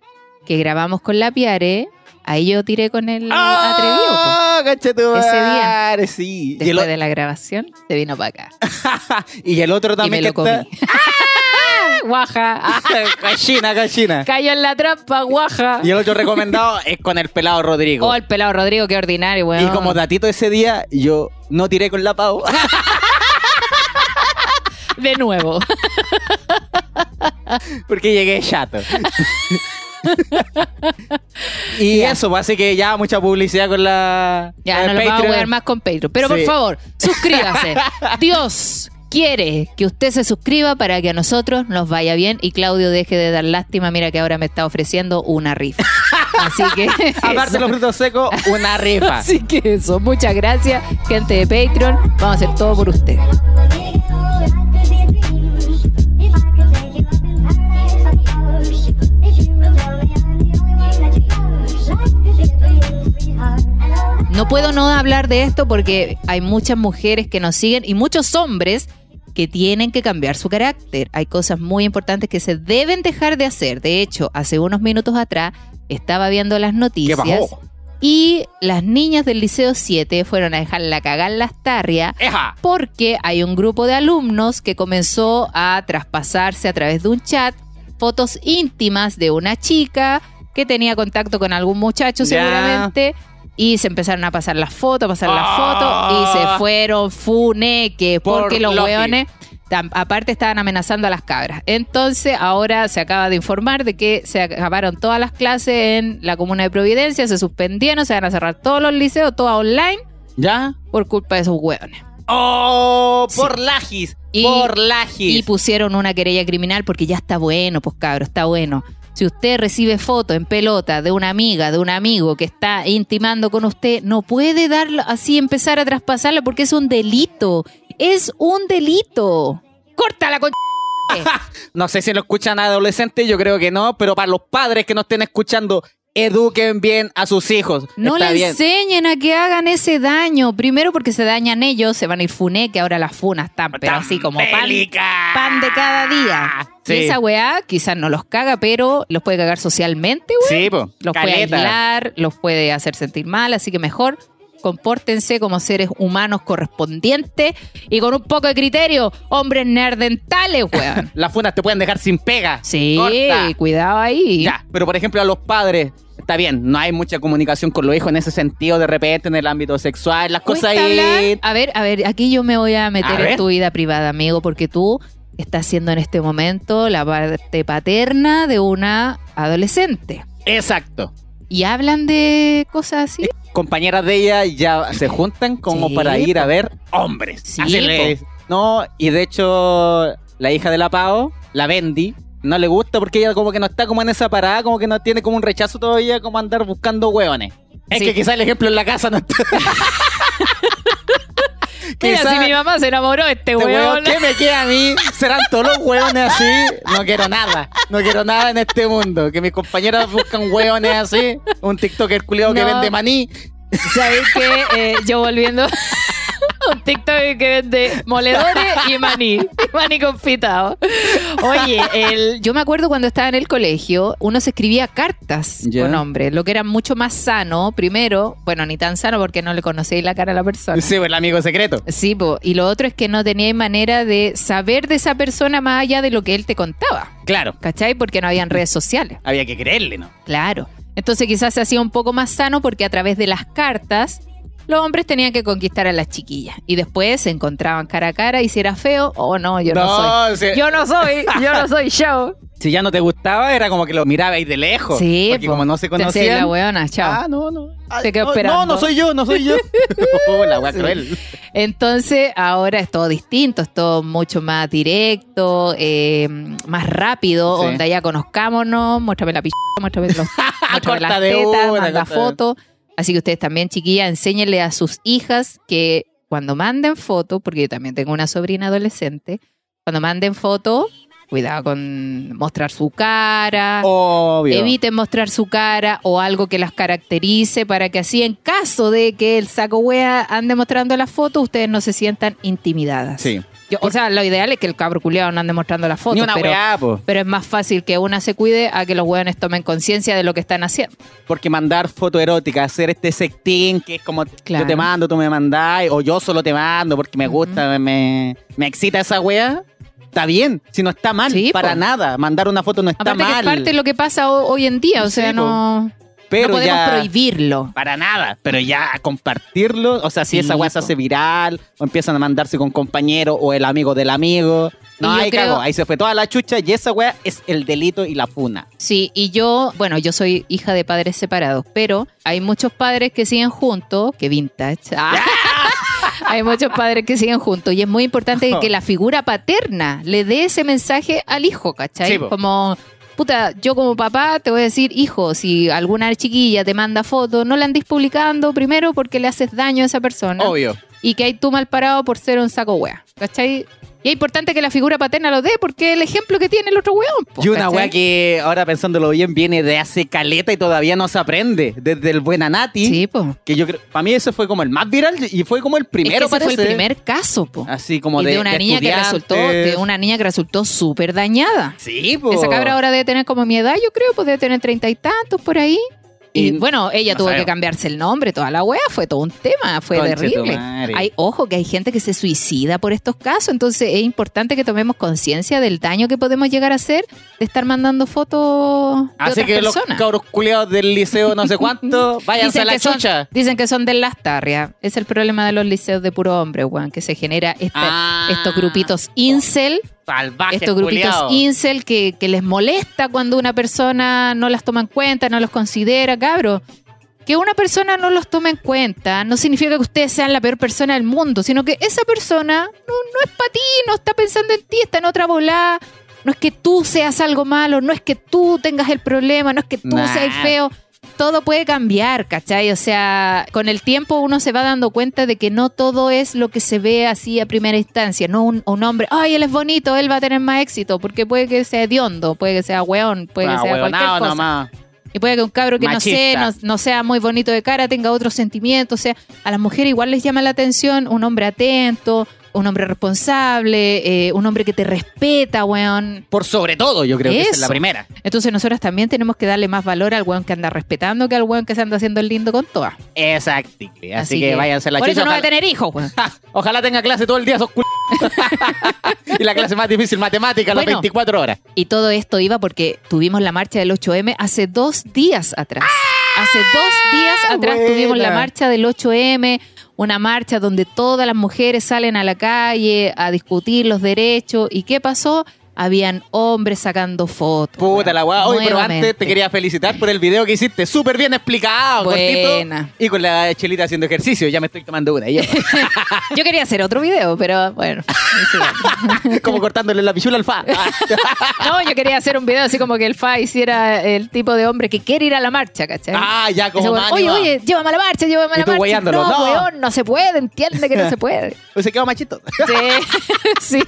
[SPEAKER 4] que grabamos con la Piare, ahí yo tiré con el atrevido. po.
[SPEAKER 1] ¡Ah,
[SPEAKER 4] Ese
[SPEAKER 1] conchetumare! Sí. Y el,
[SPEAKER 4] Después
[SPEAKER 1] o-
[SPEAKER 4] de la grabación, se vino para acá.
[SPEAKER 1] y el otro
[SPEAKER 4] Y me
[SPEAKER 1] también
[SPEAKER 4] lo
[SPEAKER 1] que
[SPEAKER 4] comí. Ah,
[SPEAKER 1] está...
[SPEAKER 4] guaja.
[SPEAKER 1] gallina, gallina.
[SPEAKER 4] Cayó en la trampa, guaja.
[SPEAKER 1] Y el otro recomendado es con el pelado Rodrigo.
[SPEAKER 4] Oh, el pelado Rodrigo, qué ordinario, weón.
[SPEAKER 1] Y como datito ese día, yo no tiré con la pau.
[SPEAKER 4] de nuevo.
[SPEAKER 1] porque llegué chato. y eso, pues, así que ya mucha publicidad con la.
[SPEAKER 4] Ya,
[SPEAKER 1] la de
[SPEAKER 4] no lo vamos a
[SPEAKER 1] Eh, Patreon.
[SPEAKER 4] jugar más con Patreon. Pero por
[SPEAKER 1] Sí.
[SPEAKER 4] favor, suscríbase. Dios quiere que usted se suscriba para que a nosotros nos vaya bien y Claudio deje de dar lástima. Mira que ahora me está ofreciendo una rifa. Así que.
[SPEAKER 1] Aparte de
[SPEAKER 4] eso.
[SPEAKER 1] los frutos secos, una rifa.
[SPEAKER 4] Así que eso. Muchas gracias, gente de Patreon. Vamos a hacer todo por usted. No puedo no hablar de esto porque hay muchas mujeres que nos siguen y muchos hombres que tienen que cambiar su carácter. Hay cosas muy importantes que se deben dejar de hacer. De hecho, hace unos minutos atrás estaba viendo las
[SPEAKER 1] ¿Qué
[SPEAKER 4] noticias
[SPEAKER 1] bajó?
[SPEAKER 4] y las niñas del Liceo 7 fueron a dejar la cagada en las tarrias
[SPEAKER 1] ¡Eja!
[SPEAKER 4] porque hay un grupo de alumnos que comenzó a traspasarse a través de un chat fotos íntimas de una chica que tenía contacto con algún muchacho
[SPEAKER 1] Ya.
[SPEAKER 4] seguramente y se empezaron a pasar las fotos, a pasar las
[SPEAKER 1] Ah.
[SPEAKER 4] fotos y se fueron funeque
[SPEAKER 1] Por
[SPEAKER 4] porque los
[SPEAKER 1] Loki.
[SPEAKER 4] hueones tam- aparte estaban amenazando a las cabras. Entonces ahora se acaba de informar de que se acabaron todas las clases en la comuna de Providencia, se suspendieron, se van a cerrar todos los liceos, todas online
[SPEAKER 1] ¿Ya?
[SPEAKER 4] por culpa de esos hueones.
[SPEAKER 1] ¡Oh!
[SPEAKER 4] Sí.
[SPEAKER 1] Por lajis.
[SPEAKER 4] Y-
[SPEAKER 1] por
[SPEAKER 4] Y
[SPEAKER 1] lajis.
[SPEAKER 4] pusieron una querella criminal porque ya está bueno, pues cabro, está bueno. Si usted recibe foto en pelota de una amiga, de un amigo que está intimando con usted, no puede darlo así, empezar a traspasarlo porque es un delito. Es un delito. Córtala con...
[SPEAKER 1] No sé si lo escuchan adolescentes, yo creo que no, pero para los padres que nos estén escuchando, eduquen bien a sus hijos.
[SPEAKER 4] No
[SPEAKER 1] Está
[SPEAKER 4] le
[SPEAKER 1] bien.
[SPEAKER 4] enseñen a que hagan ese daño. Primero porque se dañan ellos, se van a ir funé, que ahora las funas están, pero así como pan,
[SPEAKER 1] Bélica.
[SPEAKER 4] pan de cada día.
[SPEAKER 1] Sí.
[SPEAKER 4] Y esa weá quizás no los caga, pero los puede cagar socialmente, weón.
[SPEAKER 1] Sí, po.
[SPEAKER 4] los
[SPEAKER 1] Caleta.
[SPEAKER 4] puede aislar, los puede hacer sentir mal, así que mejor compórtense como seres humanos correspondientes y con un poco de criterio, hombres nerdentales, weón.
[SPEAKER 1] Las fundas te pueden dejar sin pega.
[SPEAKER 4] Sí,
[SPEAKER 1] Corta.
[SPEAKER 4] cuidado ahí.
[SPEAKER 1] Ya, pero por ejemplo a los padres, está bien, no hay mucha comunicación con los hijos en ese sentido, de repente en el ámbito sexual, las
[SPEAKER 4] Cuesta
[SPEAKER 1] cosas ahí...
[SPEAKER 4] hablar. A ver, a ver, aquí yo me voy a meter
[SPEAKER 1] A
[SPEAKER 4] en
[SPEAKER 1] ver.
[SPEAKER 4] tu vida privada, amigo, porque tú está haciendo en este momento la parte paterna de una adolescente.
[SPEAKER 1] Exacto.
[SPEAKER 4] Y hablan de cosas así.
[SPEAKER 1] Compañeras de ella ya se juntan como
[SPEAKER 4] Sí,
[SPEAKER 1] para ir a ver hombres.
[SPEAKER 4] Sí,
[SPEAKER 1] Hacerle- No, y de hecho, la hija de la Pao, la Bendy, no le gusta porque ella como que no está como en esa parada, como que no tiene como un rechazo todavía, como andar buscando hueones. Es
[SPEAKER 4] Sí.
[SPEAKER 1] que quizá el ejemplo en la casa no está.
[SPEAKER 4] Mira,
[SPEAKER 1] Quizá-
[SPEAKER 4] si mi mamá se enamoró de este
[SPEAKER 1] este
[SPEAKER 4] hueón.
[SPEAKER 1] hueón, ¿qué me queda a mí? Serán todos los hueones así. No quiero nada. No quiero nada en este mundo. Que mis compañeras buscan hueones así. Un TikToker culiado que
[SPEAKER 4] No.
[SPEAKER 1] vende maní.
[SPEAKER 4] ¿Sabéis que yo volviendo a un TikTok que vende moledores y maní, y maní confitado. Oye, el- yo me acuerdo cuando estaba en el colegio, uno se escribía cartas
[SPEAKER 1] Ya.
[SPEAKER 4] con hombres, lo que era mucho más sano, primero, bueno, ni tan sano porque no le conocéis la cara a la persona.
[SPEAKER 1] Sí, pues, el amigo secreto.
[SPEAKER 4] Sí, po, y lo otro es que no teníais manera de saber de esa persona más allá de lo que él te contaba,
[SPEAKER 1] Claro.
[SPEAKER 4] ¿cachai? Porque no habían redes sociales.
[SPEAKER 1] Había que creerle, ¿no?
[SPEAKER 4] Claro. Entonces quizás se hacía un poco más sano porque a través de las cartas los hombres tenían que conquistar a las chiquillas y después se encontraban cara a cara y si era feo, oh no, yo no, soy.
[SPEAKER 1] si,
[SPEAKER 4] Yo no soy, yo no soy yo.
[SPEAKER 1] si ya no te gustaba, era como que lo mirabais de lejos.
[SPEAKER 4] Sí,
[SPEAKER 1] Porque
[SPEAKER 4] po.
[SPEAKER 1] como no se
[SPEAKER 4] Te hacía la
[SPEAKER 1] conocían.
[SPEAKER 4] weona, chao.
[SPEAKER 1] Ah, no, no. Ah,
[SPEAKER 4] Te quedó
[SPEAKER 1] no,
[SPEAKER 4] esperando.
[SPEAKER 1] No, no soy yo, no soy yo. Oh, la wea cruel.
[SPEAKER 4] Entonces ahora es todo distinto, es todo mucho más directo, eh, más rápido,
[SPEAKER 1] Sí.
[SPEAKER 4] onda ya conozcámonos, muéstrame la p***, muéstrame los muéstrame
[SPEAKER 1] Corta
[SPEAKER 4] las
[SPEAKER 1] de
[SPEAKER 4] tetas,
[SPEAKER 1] una,
[SPEAKER 4] manda
[SPEAKER 1] corta de-
[SPEAKER 4] foto. Así que ustedes también, chiquillas, enséñenle a sus hijas que cuando manden foto, porque yo también tengo una sobrina adolescente, cuando manden foto, cuidado con mostrar su cara.
[SPEAKER 1] Obvio.
[SPEAKER 4] Eviten mostrar su cara o algo que las caracterice para que así en caso de que el saco wea ande mostrando la foto, ustedes no se sientan intimidadas.
[SPEAKER 1] Sí.
[SPEAKER 4] Yo- o sea, lo ideal es que el cabro culiado no ande mostrando la foto,
[SPEAKER 1] Ni una
[SPEAKER 4] pero,
[SPEAKER 1] weá, po.
[SPEAKER 4] pero es más fácil que una se cuide a que los weones tomen conciencia de lo que están haciendo.
[SPEAKER 1] Porque mandar foto erótica, hacer este sexting que es como
[SPEAKER 4] Claro.
[SPEAKER 1] yo te mando, tú me mandás, o yo solo te mando porque me gusta, me, me excita esa wea, está bien. Si no está mal,
[SPEAKER 4] Sí,
[SPEAKER 1] para
[SPEAKER 4] po.
[SPEAKER 1] nada. Mandar una foto no está
[SPEAKER 4] Aparte que
[SPEAKER 1] mal.
[SPEAKER 4] es parte de lo que pasa ho- hoy en día, o
[SPEAKER 1] Sí,
[SPEAKER 4] sea,
[SPEAKER 1] po.
[SPEAKER 4] no, no
[SPEAKER 1] pero
[SPEAKER 4] podemos
[SPEAKER 1] ya,
[SPEAKER 4] prohibirlo.
[SPEAKER 1] para nada. Pero ya compartirlo, o sea, si
[SPEAKER 4] Sí,
[SPEAKER 1] esa wea se
[SPEAKER 4] po.
[SPEAKER 1] hace viral, o empiezan a mandarse con compañero o el amigo del amigo. No,
[SPEAKER 4] Y yo
[SPEAKER 1] ahí
[SPEAKER 4] creo-
[SPEAKER 1] cagó, ahí se fue toda la chucha y esa wea es el delito y la funa.
[SPEAKER 4] Sí, y yo, bueno, yo soy hija de padres separados, pero hay muchos padres que siguen juntos, que vintage. Ah. hay muchos padres que siguen juntos y es muy importante que la figura paterna le dé ese mensaje al hijo, ¿cachai?
[SPEAKER 1] Sí, po.
[SPEAKER 4] Como, puta, yo como papá te voy a decir, hijo, si alguna chiquilla te manda fotos, no la andes publicando primero porque le haces daño a esa persona
[SPEAKER 1] Obvio.
[SPEAKER 4] y que hay tú mal parado por ser un saco wea, ¿cachai? Y es importante que la figura paterna lo dé porque el ejemplo que tiene el otro weón. po,
[SPEAKER 1] Y una
[SPEAKER 4] Pues, ¿cachai?
[SPEAKER 1] weá que ahora pensándolo bien viene de hace caleta y todavía no se aprende. Desde el Buena Nati.
[SPEAKER 4] Sí, pues.
[SPEAKER 1] Que yo creo. Para mí eso fue como el más viral y fue como el primero
[SPEAKER 4] es que ese
[SPEAKER 1] parece.
[SPEAKER 4] fue el primer caso, po.
[SPEAKER 1] Así como
[SPEAKER 4] y
[SPEAKER 1] de.
[SPEAKER 4] de una
[SPEAKER 1] de
[SPEAKER 4] niña que
[SPEAKER 1] estudiantes.
[SPEAKER 4] resultó, de una niña que resultó súper dañada.
[SPEAKER 1] Sí, po.
[SPEAKER 4] Esa cabra ahora debe tener como mi edad, yo creo, pues debe tener treinta y tantos por ahí. Y,
[SPEAKER 1] Y
[SPEAKER 4] bueno, ella
[SPEAKER 1] no
[SPEAKER 4] tuvo que
[SPEAKER 1] sabemos.
[SPEAKER 4] cambiarse el nombre, toda la wea, fue todo un tema, fue
[SPEAKER 1] Conche tu
[SPEAKER 4] terrible.
[SPEAKER 1] madre.
[SPEAKER 4] Hay, ojo, que hay gente que se suicida por estos casos, entonces es importante que tomemos conciencia del daño que podemos llegar a hacer de estar mandando fotos de
[SPEAKER 1] Así
[SPEAKER 4] otras
[SPEAKER 1] que los
[SPEAKER 4] personas.
[SPEAKER 1] cabros culiados del liceo no sé cuánto, váyanse a la
[SPEAKER 4] que son,
[SPEAKER 1] chucha.
[SPEAKER 4] dicen que son de las tarrias. Es el problema de los liceos de puro hombre, weón, que se genera este-
[SPEAKER 1] Ah.
[SPEAKER 4] estos grupitos incel,
[SPEAKER 1] Salvajes
[SPEAKER 4] estos grupitos
[SPEAKER 1] culiados.
[SPEAKER 4] incel que, que les molesta cuando una persona no las toma en cuenta, no los considera, cabro. Que una persona no los tome en cuenta no significa que ustedes sean la peor persona del mundo, sino que esa persona no, no es para ti, no está pensando en ti, está en otra volada. No es que tú seas algo malo, no es que tú tengas el problema, no es que tú
[SPEAKER 1] Nah.
[SPEAKER 4] seas feo. Todo puede cambiar, ¿cachai? O sea, con el tiempo uno se va dando cuenta de que no todo es lo que se ve así a primera instancia. No un, un hombre, ay, él es bonito, él va a tener más éxito, porque puede que sea hediondo, puede que sea weón, puede que
[SPEAKER 1] Ah,
[SPEAKER 4] sea cualquier
[SPEAKER 1] hueonao
[SPEAKER 4] cosa.
[SPEAKER 1] nomás.
[SPEAKER 4] Y puede que un cabro que no, sé, no,
[SPEAKER 1] Machista.
[SPEAKER 4] no sea muy bonito de cara tenga otros sentimientos. O sea, a las mujeres igual les llama la atención un hombre atento, un hombre responsable, eh, un hombre que te respeta, weón.
[SPEAKER 1] Por sobre todo, yo creo que esa es la
[SPEAKER 4] Eso.
[SPEAKER 1] primera.
[SPEAKER 4] Entonces nosotras también tenemos que darle más valor al weón que anda respetando que al weón que se anda haciendo el lindo con todas.
[SPEAKER 1] Exacto. Así, que, váyanse a la
[SPEAKER 4] Por
[SPEAKER 1] chucha.
[SPEAKER 4] eso no va a
[SPEAKER 1] ojalá-
[SPEAKER 4] tener hijos, weón.
[SPEAKER 1] Ja, Ojalá tenga clase todo el día esos cul... y la clase más difícil, matemática, las
[SPEAKER 4] Bueno.
[SPEAKER 1] 24 horas.
[SPEAKER 4] Y todo esto iba porque tuvimos la marcha del 8M hace dos días atrás. Hace dos días atrás
[SPEAKER 1] ¡Ah! buena.
[SPEAKER 4] tuvimos la marcha del 8M, una marcha donde todas las mujeres salen a la calle a discutir los derechos. ¿Y qué pasó? Habían hombres sacando fotos.
[SPEAKER 1] Puta la weá. Hoy, pero antes te
[SPEAKER 4] Nuevamente.
[SPEAKER 1] quería felicitar por el video que hiciste. Súper bien explicado,
[SPEAKER 4] Buena.
[SPEAKER 1] cortito. Y con la chelita haciendo ejercicio. Ya me estoy tomando una. ya.
[SPEAKER 4] Yo quería hacer otro video, pero bueno.
[SPEAKER 1] Como cortándole la pichula al fa.
[SPEAKER 4] No, yo quería hacer un video así como que el FA hiciera el tipo de hombre que quiere ir a la marcha, ¿cachai?
[SPEAKER 1] ah, ya, como
[SPEAKER 4] Ese weón,
[SPEAKER 1] más
[SPEAKER 4] oye,
[SPEAKER 1] animado.
[SPEAKER 4] oye, llévame a la marcha, llévame a
[SPEAKER 1] Y
[SPEAKER 4] la
[SPEAKER 1] tú
[SPEAKER 4] marcha.
[SPEAKER 1] guayándolo,
[SPEAKER 4] No,
[SPEAKER 1] no.
[SPEAKER 4] weón, no se puede, entiende que no se puede.
[SPEAKER 1] Pues Se quedó machito.
[SPEAKER 4] Sí, sí.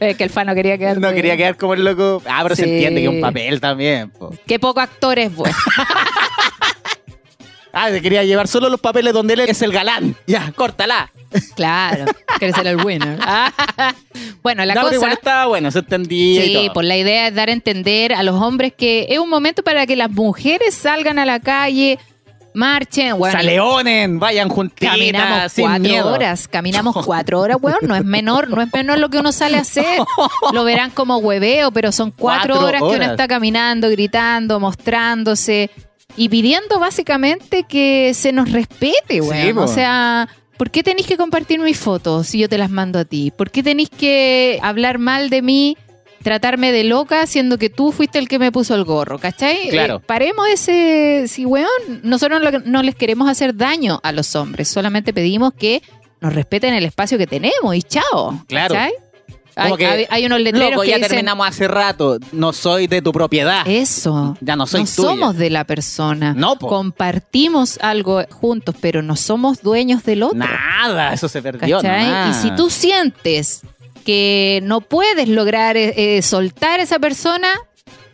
[SPEAKER 4] Es que el fan no quería quedar.
[SPEAKER 1] No quería quedar como el loco. Ah, pero se
[SPEAKER 4] Sí.
[SPEAKER 1] entiende que es un papel también. po.
[SPEAKER 4] Qué poco actor es, weón.
[SPEAKER 1] Ah, se quería llevar solo los papeles donde él es el galán. Ya, córtala.
[SPEAKER 4] Claro, quiere ser el winner. Ah, bueno, la
[SPEAKER 1] No, pero
[SPEAKER 4] cosa.
[SPEAKER 1] igual estaba bueno, se entendía y
[SPEAKER 4] Sí,
[SPEAKER 1] todo.
[SPEAKER 4] pues la idea es dar a entender a los hombres que es un momento para que las mujeres salgan a la calle, marchen, weón.
[SPEAKER 1] Saleonen, vayan juntitas,
[SPEAKER 4] Caminamos
[SPEAKER 1] sin
[SPEAKER 4] cuatro
[SPEAKER 1] miedo.
[SPEAKER 4] horas, caminamos cuatro horas, weón, no es menor, no es menor lo que uno sale a hacer. Lo verán como hueveo, pero son cuatro,
[SPEAKER 1] Cuatro
[SPEAKER 4] horas, que
[SPEAKER 1] horas.
[SPEAKER 4] uno está caminando, gritando, mostrándose y pidiendo básicamente que se nos respete, weón.
[SPEAKER 1] po.
[SPEAKER 4] o sea, ¿por qué tenéis que compartir mis fotos si yo te las mando a ti? ¿Por qué tenéis que hablar mal de mí? Tratarme de loca, siendo que tú fuiste el que me puso el gorro, ¿cachai?
[SPEAKER 1] Claro.
[SPEAKER 4] Eh, paremos ese. Si, weón, nosotros no, no les queremos hacer daño a los hombres, solamente pedimos que nos respeten el espacio que tenemos y chao.
[SPEAKER 1] Claro.
[SPEAKER 4] ¿cachai? Hay,
[SPEAKER 1] Como que,
[SPEAKER 4] hay- hay unos letreros
[SPEAKER 1] Loco,
[SPEAKER 4] que
[SPEAKER 1] ya
[SPEAKER 4] dicen,
[SPEAKER 1] terminamos hace rato. No soy de tu propiedad.
[SPEAKER 4] eso.
[SPEAKER 1] Ya no soy
[SPEAKER 4] no
[SPEAKER 1] tuya.
[SPEAKER 4] somos de la persona.
[SPEAKER 1] No, po.
[SPEAKER 4] Compartimos algo juntos, pero no somos dueños del otro.
[SPEAKER 1] Nada, eso se perdió.
[SPEAKER 4] ¿Cachai? Y
[SPEAKER 1] nomás.
[SPEAKER 4] si tú sientes que no puedes lograr eh, eh, soltar a esa persona,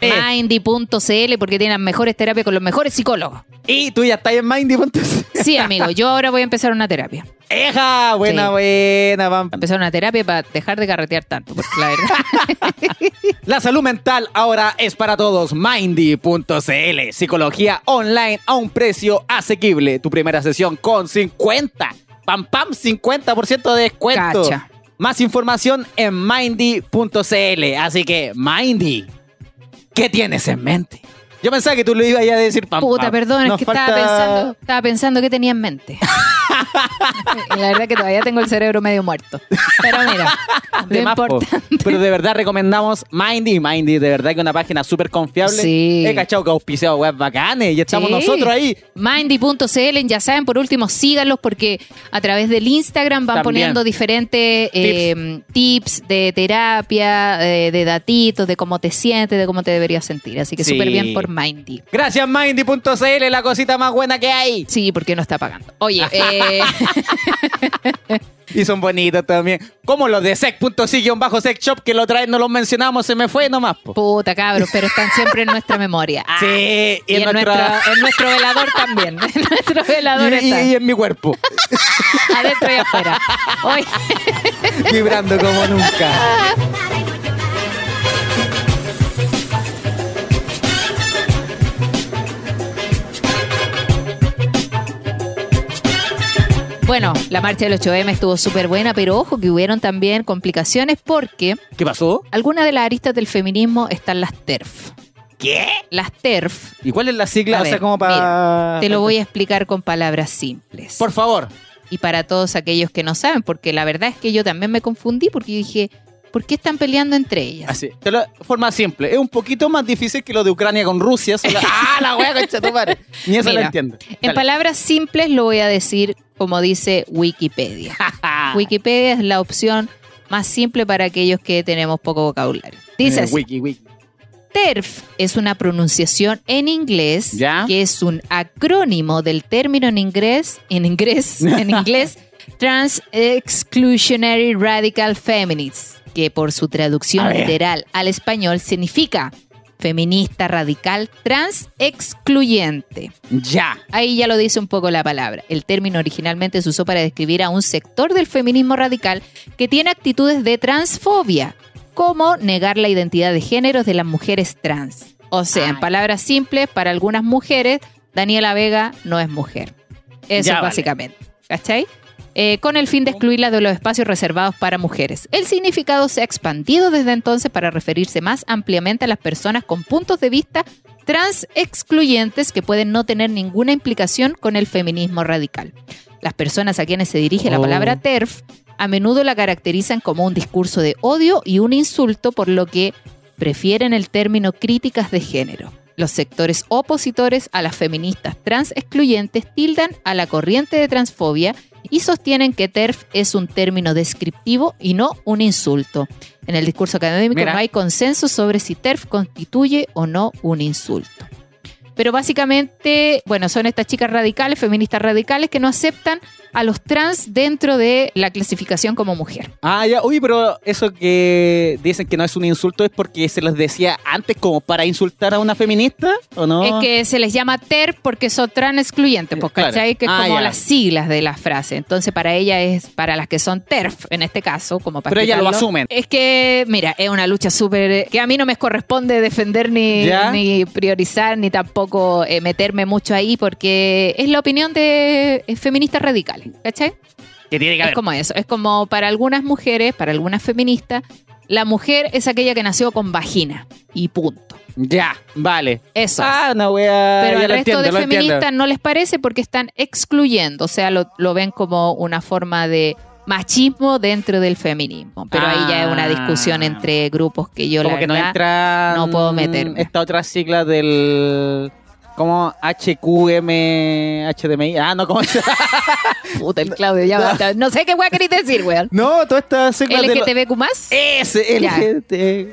[SPEAKER 1] Eh.
[SPEAKER 4] mindy.cl porque tienen las mejores terapias con los mejores psicólogos.
[SPEAKER 1] Y tú ya estás en Mindy, ponte.
[SPEAKER 4] Sí, amigo, yo ahora voy a empezar una terapia. Voy
[SPEAKER 1] ¡Eja! Buena,
[SPEAKER 4] Sí.
[SPEAKER 1] buena,
[SPEAKER 4] a
[SPEAKER 1] pam.
[SPEAKER 4] empezar una terapia para dejar de carretear tanto, porque la verdad.
[SPEAKER 1] La salud mental ahora es para todos. Mindy.cl. Psicología online a un precio asequible. Tu primera sesión con 50. Pam, pam, 50% de descuento.
[SPEAKER 4] Cacha.
[SPEAKER 1] Más información en Mindy.cl. Así que, Mindy, ¿qué tienes en mente? Yo pensaba que tú lo ibas a decir pam,
[SPEAKER 4] Puta,
[SPEAKER 1] pam.
[SPEAKER 4] perdón, es
[SPEAKER 1] Nos
[SPEAKER 4] que
[SPEAKER 1] falta-
[SPEAKER 4] estaba pensando, estaba pensando que tenía en mente. Y la verdad que todavía tengo el cerebro medio muerto. Pero mira, lo
[SPEAKER 1] de más, po.
[SPEAKER 4] importante.
[SPEAKER 1] Pero de verdad recomendamos Mindy. Mindy, de verdad que es una página súper confiable.
[SPEAKER 4] Sí.
[SPEAKER 1] He cachado que ha auspiciado web bacanes y estamos
[SPEAKER 4] Sí.
[SPEAKER 1] nosotros ahí.
[SPEAKER 4] Mindy.cl, ya saben, por último, síganlos porque a través del Instagram van
[SPEAKER 1] También.
[SPEAKER 4] poniendo diferentes eh, tips. de terapia, eh, de datitos, de cómo te sientes, de cómo te deberías sentir. Así que
[SPEAKER 1] Sí.
[SPEAKER 4] súper bien por Mindy.
[SPEAKER 1] Gracias, Mindy.cl, la cosita más buena que hay.
[SPEAKER 4] Sí, porque no está pagando. Oye, eh,
[SPEAKER 1] Y son bonitos también. Como los de sec.si-sex shop que lo traen, no los mencionamos, se me fue nomás. po.
[SPEAKER 4] puta cabros, pero están siempre en nuestra memoria. Ah,
[SPEAKER 1] sí,
[SPEAKER 4] Y, en, nuestra... en nuestro velador también. En nuestro velador
[SPEAKER 1] y-
[SPEAKER 4] está.
[SPEAKER 1] y- y en mi cuerpo.
[SPEAKER 4] Adentro y afuera. Oye,
[SPEAKER 1] vibrando como nunca.
[SPEAKER 4] bueno, la marcha del 8M estuvo súper buena, pero ojo que hubieron también complicaciones porque
[SPEAKER 1] ¿Qué pasó?
[SPEAKER 4] algunas de las aristas del feminismo están las TERF.
[SPEAKER 1] ¿Qué?
[SPEAKER 4] Las TERF,
[SPEAKER 1] ¿Y cuál es la sigla?
[SPEAKER 4] A
[SPEAKER 1] o sea,
[SPEAKER 4] ver,
[SPEAKER 1] como para.
[SPEAKER 4] te lo voy a explicar con palabras simples.
[SPEAKER 1] Por favor.
[SPEAKER 4] y para todos aquellos que no saben, porque la verdad es que yo también me confundí porque yo dije, ¿por qué están peleando entre ellas?
[SPEAKER 1] Así. Te lo, forma simple. Es un poquito más difícil que lo de Ucrania con Rusia. sola- ¡Ah, la wea concha tu madre! Ni eso
[SPEAKER 4] Mira,
[SPEAKER 1] lo entiendo.
[SPEAKER 4] En palabras simples lo voy a decir como dice Wikipedia. Wikipedia es la opción más simple para aquellos que tenemos poco vocabulario. Dice así,
[SPEAKER 1] Eh, Wiki, wiki.
[SPEAKER 4] TERF es una pronunciación en inglés
[SPEAKER 1] Ya.
[SPEAKER 4] que es un acrónimo del término en inglés, en inglés, en inglés, Trans Exclusionary Radical Feminist, que por su traducción
[SPEAKER 1] A ver.
[SPEAKER 4] literal al español significa feminista radical trans excluyente.
[SPEAKER 1] Ya.
[SPEAKER 4] Ahí ya lo dice un poco la palabra. El término originalmente se usó para describir a un sector del feminismo radical que tiene actitudes de transfobia, como negar la identidad de género de las mujeres trans. O sea, en
[SPEAKER 1] Ay.
[SPEAKER 4] palabras simples, para algunas mujeres, Daniela Vega no es mujer. Eso
[SPEAKER 1] Ya
[SPEAKER 4] es
[SPEAKER 1] vale.
[SPEAKER 4] básicamente. ¿Cachai? Eh, con el fin de excluirla de los espacios reservados para mujeres. El significado se ha expandido desde entonces para referirse más ampliamente a las personas con puntos de vista trans excluyentes que pueden no tener ninguna implicación con el feminismo radical. Las personas a quienes se dirige la
[SPEAKER 1] Oh.
[SPEAKER 4] palabra TERF a menudo la caracterizan como un discurso de odio y un insulto, por lo que prefieren el término críticas de género. Los sectores opositores a las feministas trans excluyentes tildan a la corriente de transfobia y sostienen que TERF es un término descriptivo y no un insulto. En el discurso académico
[SPEAKER 1] Mira.
[SPEAKER 4] no hay consenso sobre si TERF constituye o no un insulto. Pero básicamente, bueno, son estas chicas radicales, feministas radicales, que no aceptan a los trans dentro de la clasificación como mujer.
[SPEAKER 1] Ah, ya, uy, pero eso que dicen que no es un insulto es porque se los decía antes como para insultar a una feminista, ¿o no?
[SPEAKER 4] Es que se les llama TER porque son trans excluyentes, pues,
[SPEAKER 1] Eh, claro.
[SPEAKER 4] ¿cachai? Que es
[SPEAKER 1] Ah,
[SPEAKER 4] como
[SPEAKER 1] ya.
[SPEAKER 4] las siglas de la frase. Entonces, para ella es, para las que son TERF, en este caso, como para
[SPEAKER 1] Pero ella lo
[SPEAKER 4] explicarlo,
[SPEAKER 1] asumen.
[SPEAKER 4] Es que, mira, es una lucha súper. eh, que a mí no me corresponde defender ni,
[SPEAKER 1] ¿Ya?
[SPEAKER 4] ni priorizar, ni tampoco eh, meterme mucho ahí, porque es la opinión de eh, feministas radicales, ¿cachai?
[SPEAKER 1] Que tiene que
[SPEAKER 4] Es
[SPEAKER 1] haber.
[SPEAKER 4] como eso. Es como para algunas mujeres, para algunas feministas, la mujer es aquella que nació con vagina y punto.
[SPEAKER 1] Ya, vale.
[SPEAKER 4] Eso. es.
[SPEAKER 1] Ah, una wea.
[SPEAKER 4] Pero
[SPEAKER 1] ya lo
[SPEAKER 4] al resto
[SPEAKER 1] entiendo,
[SPEAKER 4] de
[SPEAKER 1] lo entiendo.
[SPEAKER 4] feministas no les parece porque están excluyendo, o sea, lo, lo ven como una forma de machismo dentro del feminismo. Pero ahí ya es una discusión
[SPEAKER 1] Ah.
[SPEAKER 4] entre grupos que yo
[SPEAKER 1] Como
[SPEAKER 4] la
[SPEAKER 1] que no
[SPEAKER 4] verdad,
[SPEAKER 1] entra.
[SPEAKER 4] no puedo meterme.
[SPEAKER 1] Esta otra sigla del. Como HQM, HDMI. Ah, no, ¿cómo se
[SPEAKER 4] puta, el Claudio ya
[SPEAKER 1] No.
[SPEAKER 4] basta. No sé qué weá querés decir, weón.
[SPEAKER 1] No, todas estas siglas de. lo- Eh,
[SPEAKER 4] LGTBQ más.
[SPEAKER 1] Ese,
[SPEAKER 4] Ya.
[SPEAKER 1] LGT.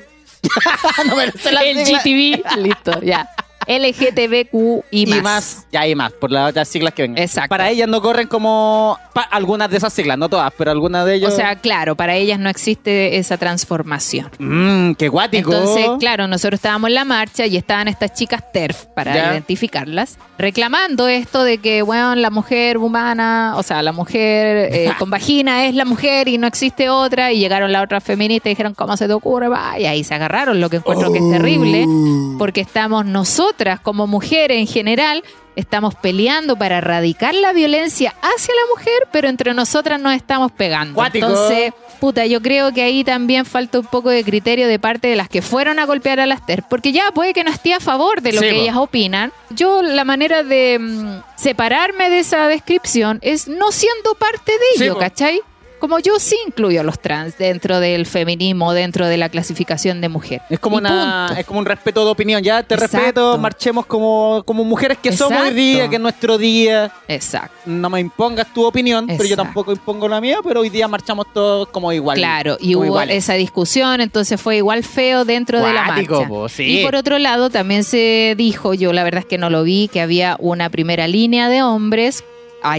[SPEAKER 1] no me lo sé la
[SPEAKER 4] El
[SPEAKER 1] sigla.
[SPEAKER 4] GTV. Listo, ya. LGTBQ y
[SPEAKER 1] Y
[SPEAKER 4] más.
[SPEAKER 1] más. Ya hay más, por las otras siglas que vengan.
[SPEAKER 4] Exacto.
[SPEAKER 1] Para ellas no corren como pa- algunas de esas siglas, no todas, pero algunas de ellas.
[SPEAKER 4] O sea, claro, para ellas no existe esa transformación.
[SPEAKER 1] Mmm, qué guático.
[SPEAKER 4] Entonces, claro, nosotros estábamos en la marcha y estaban estas chicas TERF, para
[SPEAKER 1] Ya.
[SPEAKER 4] identificarlas, reclamando esto de que, bueno, la mujer humana, o sea, la mujer eh, con vagina es la mujer y no existe otra. Y llegaron las otras feministas y dijeron, ¿cómo se te ocurre? va?", Y ahí se agarraron, lo que encuentro que es terrible,
[SPEAKER 1] Oh.
[SPEAKER 4] porque estamos nosotras, como mujeres en general, estamos peleando para erradicar la violencia hacia la mujer, pero entre nosotras nos estamos pegando.
[SPEAKER 1] Cuático.
[SPEAKER 4] Entonces, puta, yo creo que ahí también falta un poco de criterio de parte de las que fueron a golpear a las TER, porque ya puede que no esté a favor de lo
[SPEAKER 1] Sí,
[SPEAKER 4] que
[SPEAKER 1] po.
[SPEAKER 4] ellas opinan. Yo la manera de mm, separarme de esa descripción es no siendo parte de
[SPEAKER 1] Sí,
[SPEAKER 4] ello,
[SPEAKER 1] po.
[SPEAKER 4] ¿cachai? Como yo sí incluyo a los trans dentro del feminismo, dentro de la clasificación de mujer.
[SPEAKER 1] Es como,
[SPEAKER 4] Y
[SPEAKER 1] una,
[SPEAKER 4] punto.
[SPEAKER 1] es como un respeto de opinión, ya te
[SPEAKER 4] Exacto.
[SPEAKER 1] respeto, marchemos como, como mujeres que somos hoy
[SPEAKER 4] Exacto.
[SPEAKER 1] día, que es nuestro día,
[SPEAKER 4] Exacto.
[SPEAKER 1] no me impongas tu opinión, pero yo
[SPEAKER 4] Exacto.
[SPEAKER 1] tampoco impongo la mía, pero hoy día marchamos todos como igual.
[SPEAKER 4] Claro, y
[SPEAKER 1] como
[SPEAKER 4] hubo
[SPEAKER 1] iguales.
[SPEAKER 4] esa discusión, entonces fue igual feo dentro de la
[SPEAKER 1] Cuático,
[SPEAKER 4] marcha.
[SPEAKER 1] po, sí.
[SPEAKER 4] Y por otro lado, también se dijo, yo la verdad es que no lo vi, que había una primera línea de hombres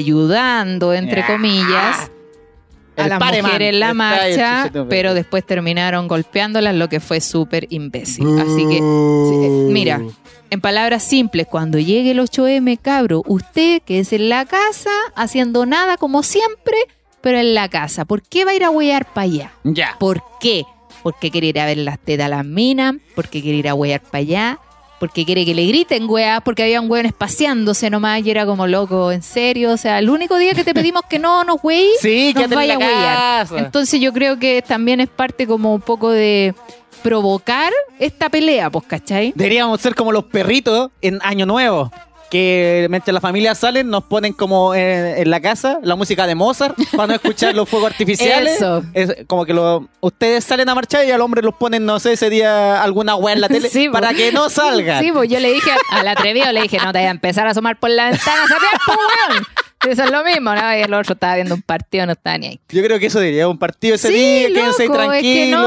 [SPEAKER 4] ayudando, entre
[SPEAKER 1] Ah,
[SPEAKER 4] comillas, a
[SPEAKER 1] el
[SPEAKER 4] las
[SPEAKER 1] pareman.
[SPEAKER 4] mujeres en la
[SPEAKER 1] Está
[SPEAKER 4] marcha,
[SPEAKER 1] hecho, se te-
[SPEAKER 4] pero después terminaron golpeándolas, lo que fue súper imbécil. Así que, sí, eh, mira, en palabras simples, cuando llegue el 8M, cabro, usted que es en la casa, haciendo nada como siempre, pero en la casa, ¿por qué va a ir a huear para allá?
[SPEAKER 1] Ya.
[SPEAKER 4] ¿Por qué? Porque quiere ir a ver las tetas a las minas, porque quiere ir a huear para allá, porque quiere que le griten hueá, porque había un hueón espaciándose nomás y era como loco, en serio. O sea, el único día que te pedimos que no nos hueí,
[SPEAKER 1] Sí,
[SPEAKER 4] nos
[SPEAKER 1] quédate en
[SPEAKER 4] vaya
[SPEAKER 1] la
[SPEAKER 4] a huear.
[SPEAKER 1] casa.
[SPEAKER 4] Entonces yo creo que también es parte como un poco de provocar esta pelea, pues, ¿cachai?
[SPEAKER 1] Deberíamos ser como los perritos en Año Nuevo. Que mientras las familias salen, nos ponen como eh, en, la casa la música de Mozart para no escuchar los fuegos artificiales.
[SPEAKER 4] Eso.
[SPEAKER 1] Es como que lo- ustedes salen a marchar y al hombre los ponen, no sé, ese día alguna weá en la tele
[SPEAKER 4] Sí, po.
[SPEAKER 1] para que no salgan.
[SPEAKER 4] Sí, pues yo le dije a- al atrevido, le dije, no te voy a empezar a asomar por la ventana, ¿sabías, po, weón? Eso es lo mismo, ¿no? Y el otro estaba viendo un partido, no estaba ni ahí.
[SPEAKER 1] Yo creo que eso debería un partido ese
[SPEAKER 4] Sí,
[SPEAKER 1] día,
[SPEAKER 4] loco,
[SPEAKER 1] quédense ahí
[SPEAKER 4] es que no,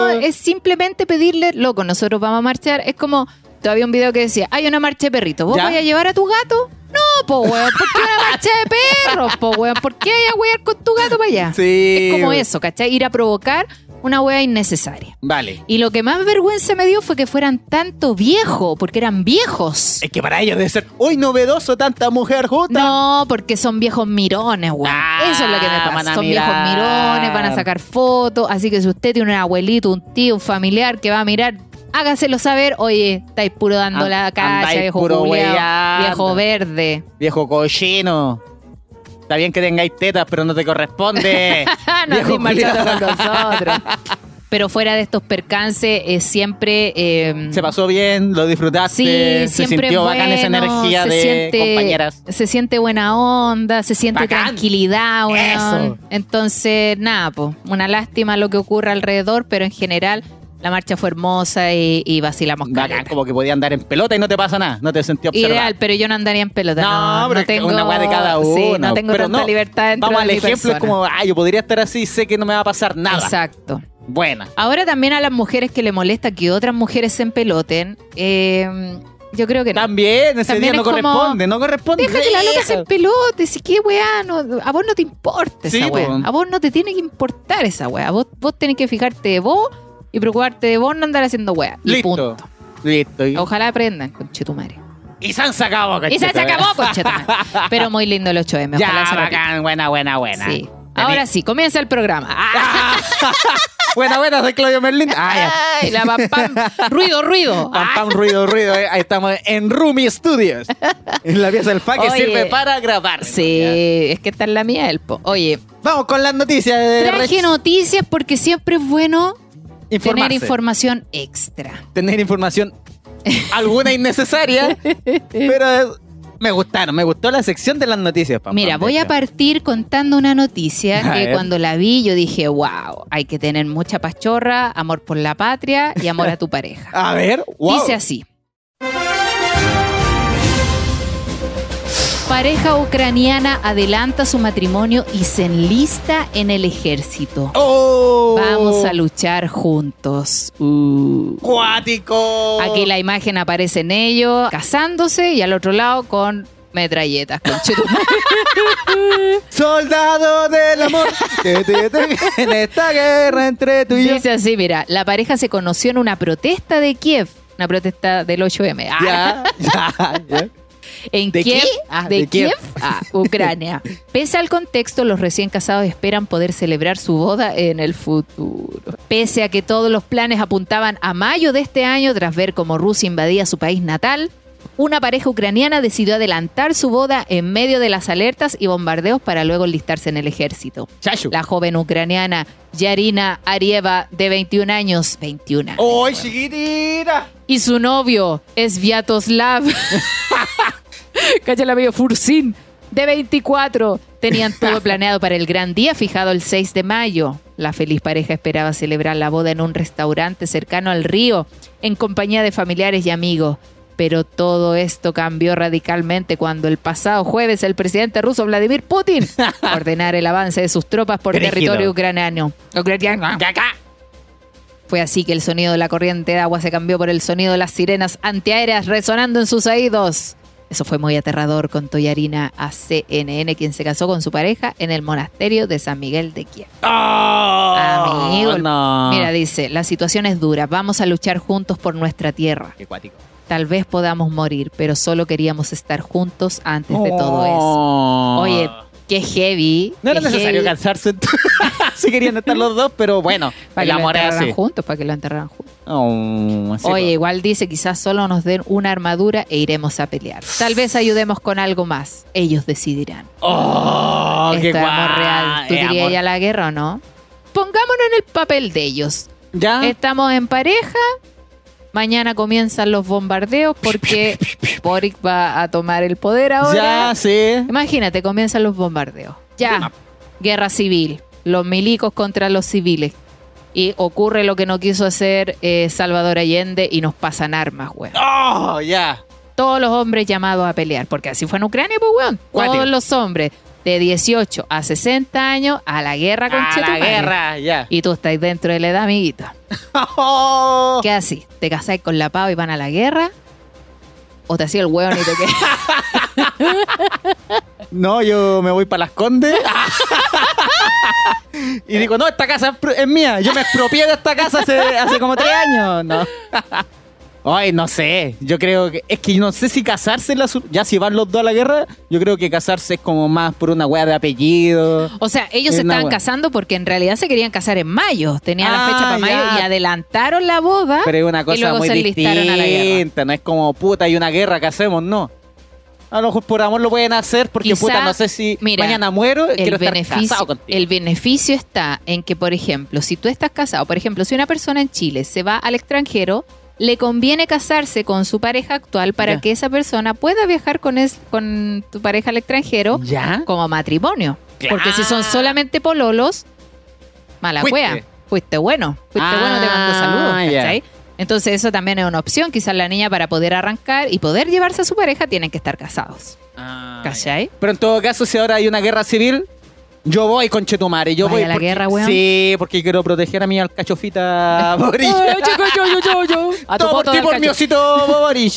[SPEAKER 1] tranquilos.
[SPEAKER 4] es simplemente pedirle, loco, nosotros vamos a marchar. Es como, todavía un video que decía, hay una marcha de perritos, ¿vos
[SPEAKER 1] ¿Ya?
[SPEAKER 4] vais a llevar a tu gato? No, po, weón, ¿por qué una marcha de perros, po, weón? ¿Por qué hay a wear con tu gato para allá?
[SPEAKER 1] Sí.
[SPEAKER 4] Es como eso, ¿cachai? Ir a provocar una wea innecesaria.
[SPEAKER 1] Vale.
[SPEAKER 4] Y lo que más vergüenza me dio fue que fueran tanto viejos, porque eran viejos.
[SPEAKER 1] Es que para ellos debe ser, hoy novedoso tanta mujer junta.
[SPEAKER 4] No, porque son viejos mirones, weón.
[SPEAKER 1] Ah,
[SPEAKER 4] Eso es lo que me
[SPEAKER 1] van
[SPEAKER 4] pasa.
[SPEAKER 1] a
[SPEAKER 4] Son viejos
[SPEAKER 1] mirar.
[SPEAKER 4] mirones, van a sacar fotos. Así que si usted tiene un abuelito, un tío, un familiar que va a mirar, hágaselo saber. Oye, estáis puro dando
[SPEAKER 1] An-
[SPEAKER 4] la calle,
[SPEAKER 1] andáis
[SPEAKER 4] viejo
[SPEAKER 1] puro
[SPEAKER 4] culiao,
[SPEAKER 1] weyando.
[SPEAKER 4] viejo verde.
[SPEAKER 1] Viejo cochino. Está bien que tengáis tetas, pero no te corresponde.
[SPEAKER 4] Ah, no
[SPEAKER 1] Viejo
[SPEAKER 4] así marchando
[SPEAKER 1] culiao.
[SPEAKER 4] con nosotros. Pero fuera de estos percances, eh, siempre. eh,
[SPEAKER 1] Se pasó bien, lo
[SPEAKER 4] Sí,
[SPEAKER 1] disfrutaste, se
[SPEAKER 4] siempre
[SPEAKER 1] sintió
[SPEAKER 4] bueno,
[SPEAKER 1] bacán esa energía
[SPEAKER 4] se
[SPEAKER 1] de
[SPEAKER 4] siente-
[SPEAKER 1] compañeras.
[SPEAKER 4] Se siente buena onda, se siente
[SPEAKER 1] Bacán.
[SPEAKER 4] tranquilidad, weón.
[SPEAKER 1] Eso.
[SPEAKER 4] Entonces, nada, po, una lástima lo que ocurre alrededor, pero en general la marcha fue hermosa y, y vacilamos
[SPEAKER 1] Bacán,
[SPEAKER 4] caleta.
[SPEAKER 1] como que podía andar en pelota y no te pasa nada, no te sentí observado.
[SPEAKER 4] Ideal, pero yo no andaría en pelota.
[SPEAKER 1] No,
[SPEAKER 4] No,
[SPEAKER 1] pero
[SPEAKER 4] no
[SPEAKER 1] es que
[SPEAKER 4] tengo
[SPEAKER 1] una weá de cada uno.
[SPEAKER 4] Sí, no tengo
[SPEAKER 1] Pero
[SPEAKER 4] tanta
[SPEAKER 1] no,
[SPEAKER 4] libertad dentro
[SPEAKER 1] Vamos
[SPEAKER 4] de
[SPEAKER 1] al
[SPEAKER 4] mi
[SPEAKER 1] ejemplo,
[SPEAKER 4] persona.
[SPEAKER 1] es como, ah, yo podría estar así, sé que no me va a pasar nada.
[SPEAKER 4] Exacto.
[SPEAKER 1] Buena.
[SPEAKER 4] Ahora también a las mujeres que le molesta que otras mujeres se empeloten, eh, yo creo que no.
[SPEAKER 1] También, ese día
[SPEAKER 4] También
[SPEAKER 1] no
[SPEAKER 4] es como-
[SPEAKER 1] corresponde, no corresponde.
[SPEAKER 4] Deja que la loca se empelote, si qué weá, no- a vos no te importa
[SPEAKER 1] Sí,
[SPEAKER 4] esa weá.
[SPEAKER 1] po.
[SPEAKER 4] A vos no te tiene que importar esa weá. Vos, vos tenés que fijarte de vos y preocuparte de vos no andar haciendo weá. Y
[SPEAKER 1] Listo.
[SPEAKER 4] punto.
[SPEAKER 1] Listo. Y,
[SPEAKER 4] Ojalá aprendan, conchetumare.
[SPEAKER 1] y se han sacado,
[SPEAKER 4] Y se
[SPEAKER 1] cacheta.
[SPEAKER 4] acabó, conchetumare. Pero muy lindo el 8M.
[SPEAKER 1] Ya,
[SPEAKER 4] Ojalá se repita.
[SPEAKER 1] bacán, buena, buena, buena.
[SPEAKER 4] Sí. Ahora sí, comienza el programa. ¡Ah!
[SPEAKER 1] buena, buena, soy Claudio Merlin. Ah, ya.
[SPEAKER 4] ¡Ay, la pam, pam! ¡Ruido, ruido!
[SPEAKER 1] Pam, pam, ruido, ruido. eh. Ahí estamos en Roomy Studios. En la pieza del fa que
[SPEAKER 4] Oye.
[SPEAKER 1] sirve para grabar.
[SPEAKER 4] Ah, Sí, es que está en la mía, Elpo. Oye,
[SPEAKER 1] Ya. Vamos con las noticias de
[SPEAKER 4] traje
[SPEAKER 1] Rex.
[SPEAKER 4] noticias porque siempre es bueno tener
[SPEAKER 1] Informarse.
[SPEAKER 4] información extra.
[SPEAKER 1] tener información alguna innecesaria, pero eh, me gustaron, me gustó la sección de las noticias. Pam,
[SPEAKER 4] Mira,
[SPEAKER 1] Pam,
[SPEAKER 4] voy
[SPEAKER 1] de
[SPEAKER 4] a
[SPEAKER 1] hecho.
[SPEAKER 4] partir contando una noticia
[SPEAKER 1] A
[SPEAKER 4] que
[SPEAKER 1] ver.
[SPEAKER 4] cuando la vi yo dije, wow, hay que tener mucha pachorra, amor por la patria y amor a tu pareja.
[SPEAKER 1] A ver, wow.
[SPEAKER 4] Dice así. Pareja ucraniana adelanta su matrimonio y se enlista en el ejército.
[SPEAKER 1] ¡Oh!
[SPEAKER 4] Vamos a luchar juntos. Uh.
[SPEAKER 1] ¡Cuático!
[SPEAKER 4] Aquí la imagen aparece en ellos casándose y al otro lado con metralletas. conchetumare.
[SPEAKER 1] Soldado del amor, que te tengo en esta guerra entre tú y yo.
[SPEAKER 4] Dice así, mira, la pareja se conoció en una protesta de Kiev, una protesta del 8M. Ah,
[SPEAKER 1] Ya, ya, ya.
[SPEAKER 4] En
[SPEAKER 1] ¿De
[SPEAKER 4] Kiev,
[SPEAKER 1] qué? Ah,
[SPEAKER 4] de,
[SPEAKER 1] de
[SPEAKER 4] Kiev,
[SPEAKER 1] Kiev.
[SPEAKER 4] a Ucrania. Pese al contexto, los recién casados esperan poder celebrar su boda en el futuro. Pese a que todos los planes apuntaban a mayo de este año, tras ver cómo Rusia invadía su país natal, una pareja ucraniana decidió adelantar su boda en medio de las alertas y bombardeos para luego enlistarse en el ejército.
[SPEAKER 1] Chachu.
[SPEAKER 4] La joven ucraniana Yarina Arieva, de 21 años, 21,
[SPEAKER 1] ¡Ay, chiquitita!
[SPEAKER 4] y su novio es Vyatoslav, cállala medio Fursin, de 24. Tenían todo planeado para el gran día fijado el 6 de mayo. La feliz pareja esperaba celebrar la boda en un restaurante cercano al río, en compañía de familiares y amigos. Pero todo esto cambió radicalmente cuando el pasado jueves el presidente ruso Vladimir Putin ordenara el avance de sus tropas por
[SPEAKER 1] Brígido.
[SPEAKER 4] territorio ucraniano. Ucraniano. Fue así que el sonido de la corriente de agua se cambió por el sonido de las sirenas antiaéreas resonando en sus oídos. Eso fue muy aterrador, contó Yarina a CNN, quien se casó con su pareja en el monasterio de San Miguel de Kiev.
[SPEAKER 1] ¡Oh!
[SPEAKER 4] Amigo,
[SPEAKER 1] No.
[SPEAKER 4] Mira, dice, la situación es dura, vamos a luchar juntos por nuestra tierra.
[SPEAKER 1] Qué cuático.
[SPEAKER 4] Tal vez podamos morir, pero solo queríamos estar juntos antes de todo eso. Oye, qué heavy.
[SPEAKER 1] Oh. No era
[SPEAKER 4] qué
[SPEAKER 1] necesario
[SPEAKER 4] heavy.
[SPEAKER 1] cansarse. si querían estar los dos, pero bueno,
[SPEAKER 4] Para
[SPEAKER 1] el
[SPEAKER 4] que lo
[SPEAKER 1] amor es
[SPEAKER 4] enterraran
[SPEAKER 1] así.
[SPEAKER 4] juntos, para que lo enterraran juntos.
[SPEAKER 1] Oh, así
[SPEAKER 4] Oye, igual dice, quizás solo nos den una armadura e iremos a pelear. Tal vez ayudemos con algo más. Ellos decidirán.
[SPEAKER 1] va. ¡Oh! ¡Qué
[SPEAKER 4] Esto es amor real. ¿Tú
[SPEAKER 1] Eh,
[SPEAKER 4] dirías
[SPEAKER 1] amor.
[SPEAKER 4] ya la guerra o no? Pongámonos en el papel de ellos.
[SPEAKER 1] ¿Ya?
[SPEAKER 4] Estamos en pareja. Mañana comienzan los bombardeos porque Boric va a tomar el poder ahora.
[SPEAKER 1] Ya, Ah. sí.
[SPEAKER 4] Imagínate, comienzan los bombardeos. Ya, guerra civil, los milicos contra los civiles. Y ocurre lo que no quiso hacer eh, Salvador Allende y nos pasan armas, weón.
[SPEAKER 1] ¡Oh! Ya.
[SPEAKER 4] Todos los hombres llamados a pelear, porque así fue en Ucrania, pues, weón.
[SPEAKER 1] Cuático.
[SPEAKER 4] Todos los hombres de 18 a 60 años a la guerra con
[SPEAKER 1] A la guerra, ya.
[SPEAKER 4] Y tú estás dentro de la edad, amiguito.
[SPEAKER 1] ¡Oh!
[SPEAKER 4] ¿Qué así? ¿Te casáis con la pava y van a la guerra? ¿O te hacía el weón y te quedas?
[SPEAKER 1] No, yo me voy para las condes. y digo, no, esta casa es pro- es mía. Yo me expropié de esta casa hace, hace como tres años. No. Ay, no sé. Yo creo que. Es que no sé si casarse. en La, su- ya si van los dos a la guerra, yo creo que casarse es como más por una wea de apellido.
[SPEAKER 4] O sea, ellos se
[SPEAKER 1] Es una
[SPEAKER 4] estaban
[SPEAKER 1] wea.
[SPEAKER 4] casando porque en realidad se querían casar en mayo. Tenían la
[SPEAKER 1] Ah,
[SPEAKER 4] fecha para mayo
[SPEAKER 1] ya.
[SPEAKER 4] y adelantaron la boda.
[SPEAKER 1] Pero es una
[SPEAKER 4] Ah, y
[SPEAKER 1] cosa
[SPEAKER 4] luego
[SPEAKER 1] muy
[SPEAKER 4] se enlistaron a la guerra.
[SPEAKER 1] distinta. No es como puta y una guerra que hacemos, no. A lo mejor por amor lo pueden hacer porque,
[SPEAKER 4] Quizá,
[SPEAKER 1] puta, no sé si
[SPEAKER 4] mira,
[SPEAKER 1] mañana muero,
[SPEAKER 4] El
[SPEAKER 1] quiero estar
[SPEAKER 4] beneficio,
[SPEAKER 1] casado contigo.
[SPEAKER 4] el beneficio está en que, por ejemplo, si tú estás casado, por ejemplo, si una persona en Chile se va al extranjero, le conviene casarse con su pareja actual para
[SPEAKER 1] Ya.
[SPEAKER 4] que esa persona pueda viajar con, es- con tu pareja al extranjero
[SPEAKER 1] ¿Ya?
[SPEAKER 4] como matrimonio. Porque si son
[SPEAKER 1] Claro.
[SPEAKER 4] solamente pololos, mala
[SPEAKER 1] Fuiste.
[SPEAKER 4] wea. Fuiste bueno, fuiste
[SPEAKER 1] Ah,
[SPEAKER 4] bueno, te mando saludos,
[SPEAKER 1] ya.
[SPEAKER 4] ¿cachai? Entonces eso también es una opción. Quizás la niña para poder arrancar y poder llevarse a su pareja tienen que estar casados,
[SPEAKER 1] Ah, ya.
[SPEAKER 4] ¿cachai?
[SPEAKER 1] Pero en todo caso, si ahora hay una guerra civil, yo voy con Chetumare. Yo
[SPEAKER 4] Vaya
[SPEAKER 1] voy
[SPEAKER 4] la
[SPEAKER 1] porque-
[SPEAKER 4] guerra, weón.
[SPEAKER 1] Sí, porque quiero proteger a mi alcachofita Boric.
[SPEAKER 4] Oh, A tu
[SPEAKER 1] Todo por
[SPEAKER 4] poto
[SPEAKER 1] ti,
[SPEAKER 4] del
[SPEAKER 1] por
[SPEAKER 4] cacho.
[SPEAKER 1] mi osito Boric.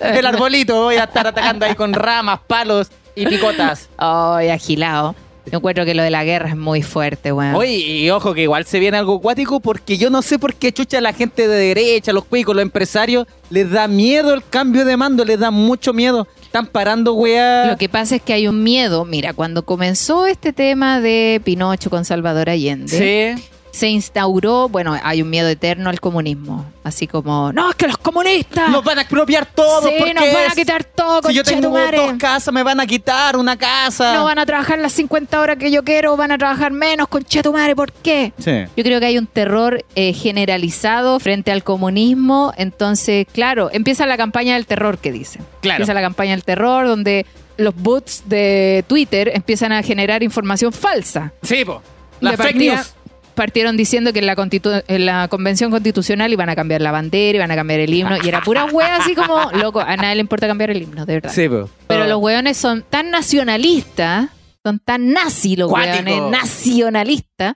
[SPEAKER 1] Del arbolito voy a estar atacando ahí con ramas, palos y picotas.
[SPEAKER 4] Ay, agilado. Yo encuentro que lo de la guerra es muy fuerte, weón.
[SPEAKER 1] Oye, y ojo que igual se viene algo acuático porque yo no sé por qué chucha la gente de derecha, los cuicos, los empresarios, les da miedo el cambio de mando, les da mucho miedo. Están parando, weá.
[SPEAKER 4] Lo que pasa es que hay un miedo. Mira, cuando comenzó este tema de Pinocho con Salvador Allende,
[SPEAKER 1] Sí.
[SPEAKER 4] se instauró, bueno, hay un miedo eterno al comunismo. Así como, no, es que los comunistas
[SPEAKER 1] Nos van a expropiar todo
[SPEAKER 4] sí,
[SPEAKER 1] porque
[SPEAKER 4] nos van a
[SPEAKER 1] es-
[SPEAKER 4] quitar todo,
[SPEAKER 1] Si yo tengo
[SPEAKER 4] Oh, conchetumare.
[SPEAKER 1] dos casas, me van a quitar una casa.
[SPEAKER 4] No van a trabajar las 50 horas que yo quiero, van a trabajar menos, concha tu madre, ¿por qué?
[SPEAKER 1] Sí.
[SPEAKER 4] Yo creo que hay un terror eh, generalizado frente al comunismo, entonces, claro, empieza la campaña del terror que dicen.
[SPEAKER 1] Claro.
[SPEAKER 4] Empieza la campaña del terror donde los bots de Twitter empiezan a generar información falsa.
[SPEAKER 1] Sí, po. Las
[SPEAKER 4] De
[SPEAKER 1] fake
[SPEAKER 4] partida,
[SPEAKER 1] news.
[SPEAKER 4] Partieron diciendo que en la, constitu- en la convención constitucional iban a cambiar la bandera, iban a cambiar el himno, y era pura wea así como, loco, a nadie le importa cambiar el himno, de verdad.
[SPEAKER 1] po.
[SPEAKER 4] Pero los hueones son tan nacionalistas, son tan nazi los
[SPEAKER 1] Cuático.
[SPEAKER 4] hueones, nacionalistas,